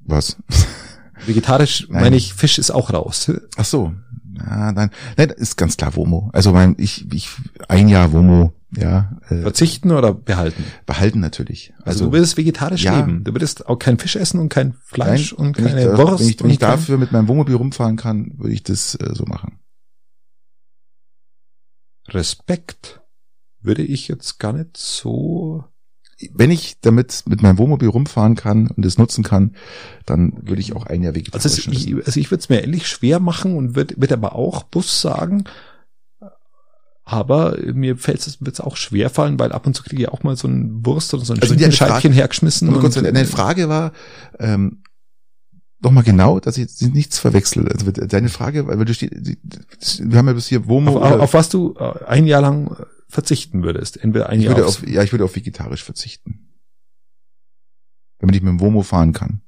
Speaker 2: Was?
Speaker 1: Vegetarisch
Speaker 2: Nein.
Speaker 1: meine ich, Fisch ist auch raus.
Speaker 2: Ach so. Ja, nein, nein, das ist ganz klar Womo. Also mein, ich, ich, ein Jahr Womo, ja, äh,
Speaker 1: Verzichten oder behalten?
Speaker 2: behalten natürlich.
Speaker 1: Also, du würdest vegetarisch
Speaker 2: Ja.
Speaker 1: leben. Du würdest auch kein Fisch essen und kein Fleisch und
Speaker 2: wenn
Speaker 1: keine
Speaker 2: ich, da-
Speaker 1: Wurst.
Speaker 2: Wenn ich, wenn
Speaker 1: und
Speaker 2: ich
Speaker 1: kein-
Speaker 2: dafür mit meinem Wohnmobil rumfahren kann, würde ich das äh, so machen.
Speaker 1: Respekt würde ich jetzt gar nicht so.
Speaker 2: Wenn ich damit mit meinem Wohnmobil rumfahren kann und es nutzen kann, dann würde ich auch ein Jahr
Speaker 1: Also,
Speaker 2: vegetarisch
Speaker 1: es,
Speaker 2: essen.
Speaker 1: ich, also ich würde es mir ähnlich schwer machen und würde würd aber auch Bus sagen. Aber mir fällt es wird's auch schwer fallen, weil ab und zu kriege ich auch mal so ein Wurst oder so ein
Speaker 2: Also die
Speaker 1: Schinkenscheibchen
Speaker 2: Frage-
Speaker 1: hergeschmissen.
Speaker 2: Nur kurz, deine Frage war, ähm, nochmal genau, dass ich jetzt nichts verwechsel. Also deine Frage, weil du steht, die- die- wir haben ja bis hier Womo.
Speaker 1: auf, auf,
Speaker 2: oder-
Speaker 1: auf was du äh, ein Jahr lang äh, verzichten würdest. Entweder ein
Speaker 2: ich
Speaker 1: Jahr
Speaker 2: würde
Speaker 1: aufs-
Speaker 2: auf, ja, ich würde auf vegetarisch verzichten. Damit ich mit dem Womo fahren kann.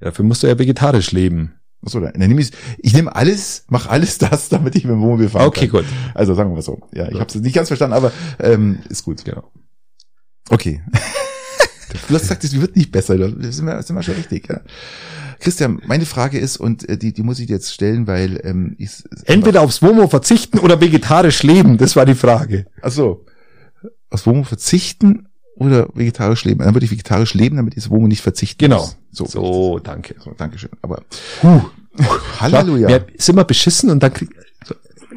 Speaker 1: Ja, Dafür musst du ja vegetarisch leben.
Speaker 2: Achso, dann, dann nehme ich, ich nehme alles, mach alles das, damit ich mit dem Wohnmobil fahren
Speaker 1: Okay,
Speaker 2: kann.
Speaker 1: gut.
Speaker 2: Also sagen wir mal so. Ja, ich
Speaker 1: So.
Speaker 2: habe es nicht ganz verstanden, aber ähm, ist gut.
Speaker 1: Genau.
Speaker 2: Okay. Du hast gesagt, es wird nicht besser. Da sind wir, sind wir schon richtig. Ja. Christian, meine Frage ist, und äh, die, die muss ich dir jetzt stellen, weil ähm, ich.
Speaker 1: Entweder aufs Womo verzichten oder vegetarisch leben, das war die Frage.
Speaker 2: Ach so. Aus Womo verzichten oder vegetarisch leben? Dann würde ich vegetarisch leben, damit ich das Womo nicht verzichten
Speaker 1: Genau.
Speaker 2: muss. So.
Speaker 1: So, danke.
Speaker 2: so. Dankeschön. Aber
Speaker 1: Huh.
Speaker 2: Halleluja.
Speaker 1: Wir sind immer beschissen und dann krieg, so,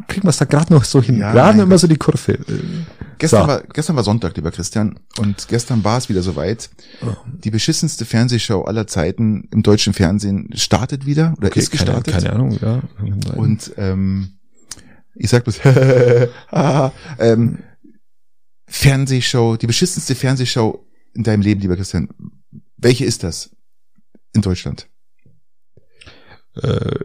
Speaker 1: kriegen wir es da gerade noch so hin.
Speaker 2: Ja,
Speaker 1: gerade
Speaker 2: mein
Speaker 1: immer so die Kurve.
Speaker 2: Gestern,
Speaker 1: So.
Speaker 2: war, gestern war Sonntag, lieber Christian, und gestern war es wieder soweit. Die beschissenste Fernsehshow aller Zeiten im deutschen Fernsehen startet wieder oder ist
Speaker 1: keine,
Speaker 2: gestartet.
Speaker 1: keine Ahnung, ja. Und
Speaker 2: Und ähm, ich sag bloß, haha, ähm, Fernsehshow, die beschissenste Fernsehshow in deinem Leben, lieber Christian. Welche ist das in Deutschland?
Speaker 1: äh,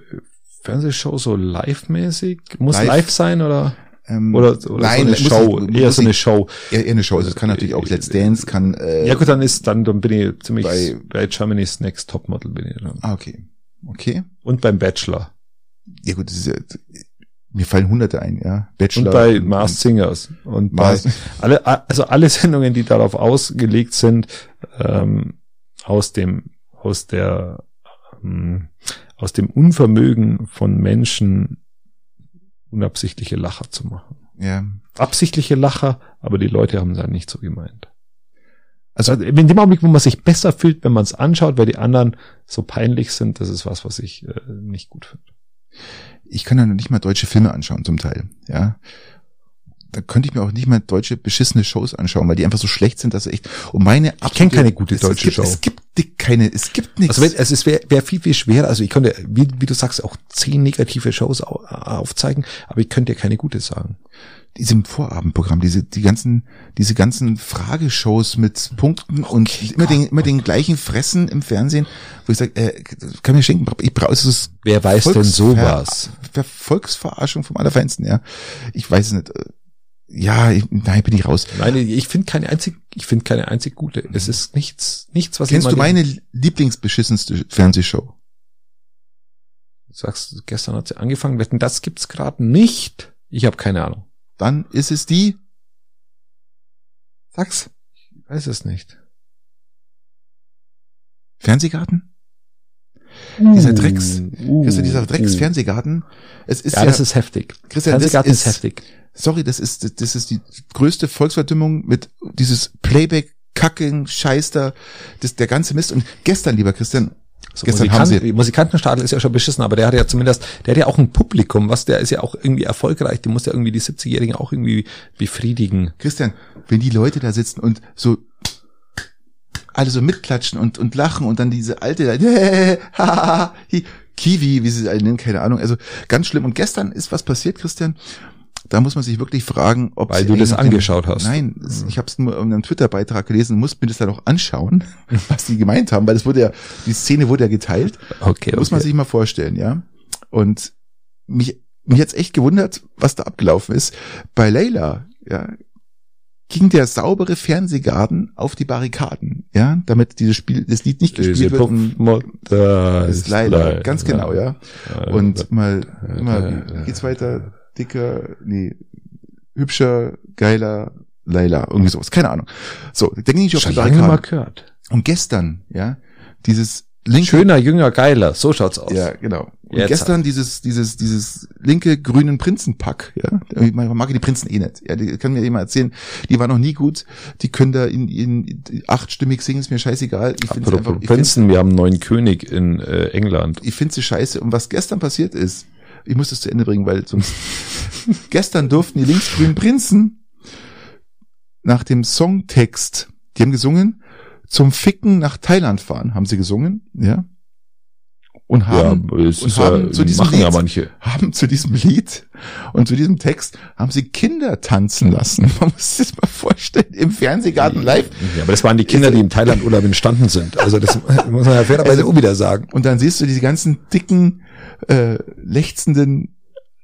Speaker 1: Fernsehshow so live-mäßig? Muss live,
Speaker 2: Live.
Speaker 1: sein oder,
Speaker 2: Ähm,
Speaker 1: oder, oder
Speaker 2: nein, muss
Speaker 1: so eine Show?
Speaker 2: nicht-
Speaker 1: eher
Speaker 2: muss
Speaker 1: so eine
Speaker 2: nicht-
Speaker 1: Show.
Speaker 2: eher, eher eine Show. Also es kann natürlich auch Let's Dance, kann äh,
Speaker 1: ja gut, dann ist dann, dann bin ich ziemlich bei,
Speaker 2: bei-
Speaker 1: Germany's Next Topmodel bin ich dann.
Speaker 2: Ah, okay, okay.
Speaker 1: Und beim Bachelor.
Speaker 2: Ja gut, das ist ja, mir fallen Hunderte ein, ja.
Speaker 1: Und
Speaker 2: Bachelor
Speaker 1: bei Mars Singers. Und bei,
Speaker 2: Mars.
Speaker 1: Alle, also alle Sendungen, die darauf ausgelegt sind, ähm, aus dem, aus der, ähm, aus dem Unvermögen von Menschen unabsichtliche Lacher zu machen.
Speaker 2: Ja.
Speaker 1: Absichtliche Lacher, aber die Leute haben es halt nicht so gemeint.
Speaker 2: Also
Speaker 1: Also in dem Augenblick, wo man sich besser fühlt, wenn man es anschaut, weil die anderen so peinlich sind, das ist was, was ich äh, nicht gut finde.
Speaker 2: ich kann ja noch nicht mal deutsche Filme anschauen zum Teil, ja. da könnte ich mir auch nicht mal deutsche beschissene Shows anschauen, weil die einfach so schlecht sind, dass echt. Und meine
Speaker 1: Ich kenn keine gute
Speaker 2: es,
Speaker 1: deutsche
Speaker 2: es gibt,
Speaker 1: Show.
Speaker 2: Es gibt dick keine, es gibt nichts.
Speaker 1: Also wenn, also es wäre wär viel, viel schwerer. Also ich könnte, wie, wie du sagst, auch zehn negative Shows au, äh, aufzeigen, aber ich könnte ja keine gute sagen.
Speaker 2: diesem Vorabendprogramm, diese die ganzen diese ganzen Frageshows mit Punkten und immer den immer den gleichen Fressen im Fernsehen, wo ich sage, äh, kann mir schenken, ich brauche es ist
Speaker 1: Wer weiß denn sowas?
Speaker 2: Ver Volksverarschung vom allerfeinsten, ja. Ich weiß es nicht. äh, Ja, ich, nein, bin ich raus.
Speaker 1: Nein, ich finde keine einzig, ich finde keine einzig gute. Es ist nichts, nichts, was
Speaker 2: Kennst
Speaker 1: ich
Speaker 2: du
Speaker 1: mal-
Speaker 2: meine lieblingsbeschissenste Fernsehshow?
Speaker 1: Sagst, gestern hat sie angefangen, wetten, das gibt's gerade nicht. Ich habe keine Ahnung.
Speaker 2: Dann ist es die. Sag's.
Speaker 1: Ich weiß es nicht.
Speaker 2: Fernsehgarten?
Speaker 1: Dieser
Speaker 2: Drecks- Ist ja dieser Drecks-Fernsehgarten. Es ist
Speaker 1: Uh, Mm. Ja,
Speaker 2: ja,
Speaker 1: das ist heftig.
Speaker 2: Christian, das
Speaker 1: Fernsehgarten ist heftig.
Speaker 2: sorry, das ist, das- das ist die größte Volksverdümmung mit dieses Playback, Kacken, Scheister, das, der ganze Mist. Und gestern, lieber Christian,
Speaker 1: So,
Speaker 2: gestern
Speaker 1: Musikan
Speaker 2: haben sie,
Speaker 1: Musikantenstadel ist ja schon beschissen, aber der hat ja zumindest, der hat ja auch ein Publikum, was der ist ja auch irgendwie erfolgreich, die muss ja irgendwie die 70-Jährigen auch irgendwie befriedigen.
Speaker 2: Christian, wenn die Leute da sitzen und so, alle so mitklatschen und, und lachen und dann diese alte, da, hahaha, hi, Kiwi, wie sie es alle nennen, keine Ahnung. Also ganz schlimm. Und gestern ist was passiert, Christian. Da muss man sich wirklich fragen, ob
Speaker 1: Weil
Speaker 2: sie
Speaker 1: du das
Speaker 2: eigentlich-
Speaker 1: angeschaut hast. Mhm.
Speaker 2: Nein, es- ich habe es nur in einem Twitter-Beitrag gelesen, muss mir das dann auch anschauen, was die gemeint haben, weil das wurde ja, die Szene wurde ja geteilt.
Speaker 1: Okay,
Speaker 2: Muss man
Speaker 1: okay.
Speaker 2: sich mal vorstellen, ja. Und mich, mich jetzt echt gewundert, was da abgelaufen ist. Bei Leila, ja, ging der saubere Fernsehgarten auf die Barrikaden, ja, damit dieses Spiel, das Lied nicht
Speaker 1: Diese
Speaker 2: gespielt wird. und
Speaker 1: Puffmutter
Speaker 2: Ist Leila, ganz genau, ja. Und mal, mal, wie geht's weiter? Dicker, nee, hübscher, geiler, Leila, irgendwie sowas, keine Ahnung. So, da ging ich auf die
Speaker 1: schon lange mal
Speaker 2: Barrikaden.
Speaker 1: gehört.
Speaker 2: Und gestern, ja, dieses linke
Speaker 1: Schöner, jünger, geiler, so schaut's aus.
Speaker 2: ja, genau. Und
Speaker 1: Jetzt
Speaker 2: gestern dieses, dieses, dieses linke grünen Prinzenpack, ja. Ich meine, ich mag die Prinzen eh nicht. Ja, die kann mir jemand erzählen, die waren noch nie gut, die können da in, in achtstimmig singen, ist mir scheißegal. Ich finde einfach,
Speaker 1: Apropos
Speaker 2: ich find's,
Speaker 1: Prinzen, wir haben einen neuen König in äh, England.
Speaker 2: ich find's sie scheiße. Und was gestern passiert ist, ich muss das zu Ende bringen, weil sonst, gestern durften die linksgrünen Prinzen nach dem Songtext, die haben gesungen, zum Ficken nach Thailand fahren, haben sie gesungen, ja. Und haben,
Speaker 1: ja, es
Speaker 2: und
Speaker 1: ist
Speaker 2: haben
Speaker 1: ja,
Speaker 2: zu diesem
Speaker 1: machen ja
Speaker 2: Lied-
Speaker 1: manche.
Speaker 2: haben zu diesem Lied und zu diesem Text haben sie Kinder tanzen lassen. Man muss sich das mal vorstellen, im Fernsehgarten live.
Speaker 1: Mhm. Ja, aber das waren die Kinder, die im Thailandurlaub entstanden sind. Also das muss man ja fairerweise auch wieder sagen.
Speaker 2: Und dann siehst du diese ganzen dicken, äh, lechzenden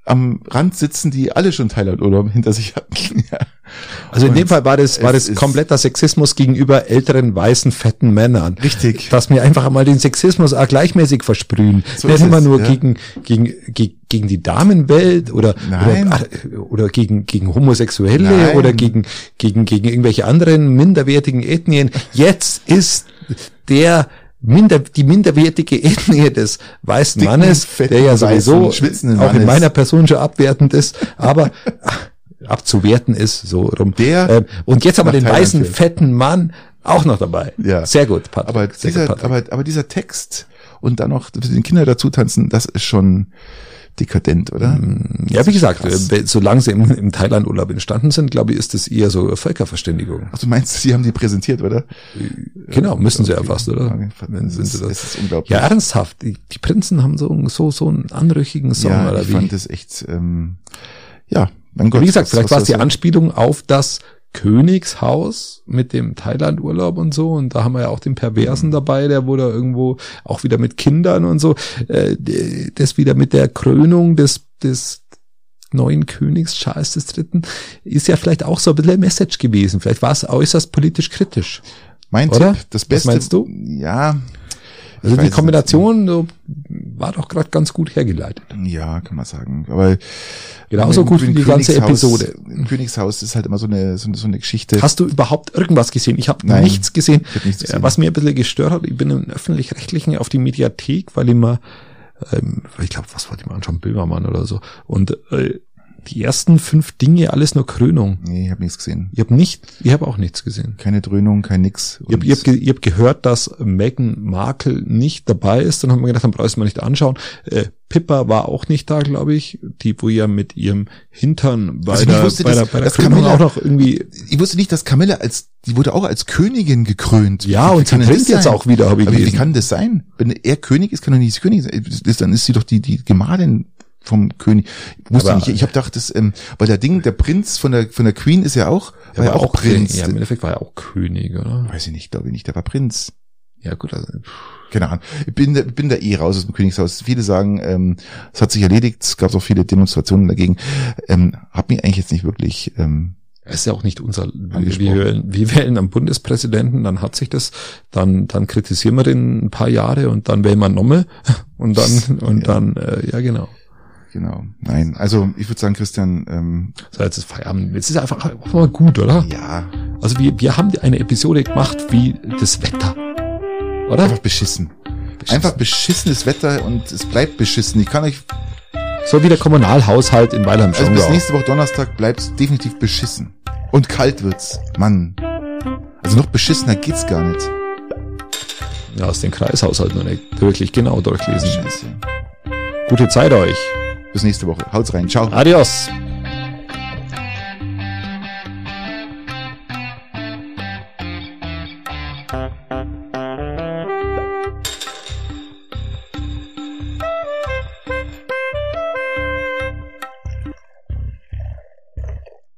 Speaker 2: am Rand sitzen, die alle schon Thailand-Urlaub hinter sich hatten. Ja.
Speaker 1: Also in
Speaker 2: Und
Speaker 1: dem Fall war das, war
Speaker 2: es
Speaker 1: das
Speaker 2: ist-
Speaker 1: kompletter Sexismus gegenüber älteren, weißen, fetten Männern.
Speaker 2: Richtig.
Speaker 1: Dass wir einfach einmal den Sexismus auch gleichmäßig versprühen.
Speaker 2: So
Speaker 1: Nicht
Speaker 2: ist
Speaker 1: immer
Speaker 2: es,
Speaker 1: nur
Speaker 2: ja.
Speaker 1: gegen, gegen, gegen, gegen die Damenwelt oder,
Speaker 2: Nein.
Speaker 1: oder, ach, oder gegen, gegen Homosexuelle
Speaker 2: Nein.
Speaker 1: oder gegen, gegen, gegen irgendwelche anderen minderwertigen Ethnien. Jetzt ist der Minder, die minderwertige Ethnie des weißen
Speaker 2: Dicken,
Speaker 1: Mannes,
Speaker 2: fetten,
Speaker 1: der ja sowieso
Speaker 2: weißen, schwitzenden
Speaker 1: auch in
Speaker 2: Mannes.
Speaker 1: meiner Person schon abwertend ist, aber abzuwerten ist, so rum.
Speaker 2: Der
Speaker 1: ähm, und jetzt haben wir
Speaker 2: nach
Speaker 1: den
Speaker 2: Thailand
Speaker 1: weißen,
Speaker 2: fährt.
Speaker 1: fetten Mann auch noch dabei.
Speaker 2: Ja.
Speaker 1: Sehr gut, Patrick.
Speaker 2: Aber
Speaker 1: Sehr
Speaker 2: dieser,
Speaker 1: gut, Patrick.
Speaker 2: aber, aber dieser Text und dann noch den Kindern dazu tanzen, das ist schon dekadent, oder?
Speaker 1: Mm, ja, wie gesagt,
Speaker 2: krass.
Speaker 1: äh, solange sie im, im Thailandurlaub entstanden sind, glaube ich, ist das eher so Völkerverständigung.
Speaker 2: Ach, du meinst, sie haben die präsentiert, oder?
Speaker 1: Genau, müssen sie ja fast, oder?
Speaker 2: Okay.
Speaker 1: Wenn
Speaker 2: Es
Speaker 1: sind
Speaker 2: ist,
Speaker 1: sie
Speaker 2: es
Speaker 1: das.
Speaker 2: ist unglaublich.
Speaker 1: Ja, ernsthaft, die, die Prinzen haben so, so, so einen anrüchigen Song,
Speaker 2: ja,
Speaker 1: oder
Speaker 2: ich
Speaker 1: wie?
Speaker 2: fand das echt, ähm, ja, mein
Speaker 1: wie gesagt,
Speaker 2: was-
Speaker 1: vielleicht
Speaker 2: was-
Speaker 1: war es die
Speaker 2: was-
Speaker 1: Anspielung auf das Königshaus mit dem Thailandurlaub und so. Und da haben wir ja auch den
Speaker 2: Mhm.
Speaker 1: Perversen dabei, der wurde irgendwo auch wieder mit Kindern und so. Äh, d- das wieder mit der Krönung des, des neuen Königs Charles III. ist ja vielleicht auch so ein bisschen ein Message gewesen. Vielleicht war es äußerst politisch kritisch.
Speaker 2: Mein
Speaker 1: Oder?
Speaker 2: Tipp, das
Speaker 1: Was
Speaker 2: Beste.
Speaker 1: meinst du?
Speaker 2: Ja.
Speaker 1: Also
Speaker 2: Ich weiß
Speaker 1: die
Speaker 2: es
Speaker 1: Kombination so, war doch gerade ganz gut hergeleitet.
Speaker 2: nicht. Ja, kann man sagen. Aber
Speaker 1: Genauso gut wie die ganze
Speaker 2: Königshaus-
Speaker 1: Episode.
Speaker 2: im Königshaus ist halt immer so eine, so eine, so eine Geschichte.
Speaker 1: Hast du überhaupt irgendwas gesehen? Ich habe
Speaker 2: Nein.
Speaker 1: nichts gesehen.
Speaker 2: Ich hab nichts gesehen.
Speaker 1: Äh, Was mir ein bisschen gestört hat, ich bin im Öffentlich-Rechtlichen auf die Mediathek, weil ich mal, ähm, ich glaube, was wollte ich mal anschauen? Böhmermann oder so. Und äh, die ersten fünf Dinge alles nur Krönung.
Speaker 2: Nee, ich habe nichts gesehen.
Speaker 1: Ich habe nicht, ich habe auch nichts gesehen.
Speaker 2: Keine Dröhnung, kein nix.
Speaker 1: Ich habe hab ge ich hab gehört, dass Meghan Markle nicht dabei ist. Dann haben wir gedacht, dann brauchst du mal nicht anschauen. Äh, Pippa war auch nicht da, glaube ich. Die, wo ja mit ihrem Hintern bei
Speaker 2: Also ich
Speaker 1: der,
Speaker 2: wusste,
Speaker 1: bei
Speaker 2: dass-
Speaker 1: der, bei der
Speaker 2: dass
Speaker 1: Krönung
Speaker 2: Camilla-
Speaker 1: auch noch irgendwie...
Speaker 2: ich wusste nicht, dass Camilla als, die wurde auch als Königin gekrönt.
Speaker 1: Ja, und sie
Speaker 2: kann denn
Speaker 1: trinkt
Speaker 2: das
Speaker 1: jetzt
Speaker 2: sein?
Speaker 1: auch wieder, habe ich
Speaker 2: Aber Also, wie
Speaker 1: gelesen.
Speaker 2: kann das sein? Wenn er König ist, kann er nicht die Königin sein. Das- Dann ist sie doch die, die Gemahlin vom König. Ich Wusste
Speaker 1: Aber-
Speaker 2: nicht. Ich habe gedacht, das, ähm, weil der Ding, der Prinz von der, von der Queen ist ja auch, war ja
Speaker 1: aber
Speaker 2: auch Prinz.
Speaker 1: Ja, im Endeffekt war er auch König, oder?
Speaker 2: Weiß ich nicht, glaube ich nicht, der war Prinz.
Speaker 1: Ja gut, also,
Speaker 2: Keine Ahnung. Ich bin, da- bin da eh raus aus dem Königshaus. Viele sagen, ähm, es hat sich erledigt. Es gab auch viele Demonstrationen dagegen. Ähm, hab mich eigentlich jetzt nicht wirklich, ähm,
Speaker 1: er ist ja auch nicht unser... Wir, wir,
Speaker 2: Angesprochen.
Speaker 1: wählen- wir wählen einen Bundespräsidenten, dann hat sich das, dann, dann kritisieren wir den ein paar Jahre und dann wählen wir nochmal und dann, und
Speaker 2: Ja.
Speaker 1: dann, äh, ja genau.
Speaker 2: genau. Nein, also ich würde sagen, Christian, ähm,
Speaker 1: So, jetzt ist Feierabend. Jetzt ist einfach auch mal gut, oder?
Speaker 2: ja,
Speaker 1: Also wir, wir haben eine Episode gemacht wie das Wetter. Oder?
Speaker 2: einfach beschissen. Einfach beschissenes Wetter und es bleibt beschissen. Ich kann euch,
Speaker 1: So wie der Kommunalhaushalt in weilheim
Speaker 2: also bis
Speaker 1: schongau
Speaker 2: nächste Woche Donnerstag bleibt's definitiv beschissen. Und kalt wird's. Mann. Also noch beschissener geht's gar nicht.
Speaker 1: ja, aus den Kreishaushalt noch nicht wirklich genau durchlesen.
Speaker 2: Scheiße.
Speaker 1: Gute Zeit euch.
Speaker 2: Bis nächste Woche. Haut's rein. Ciao.
Speaker 1: Adios.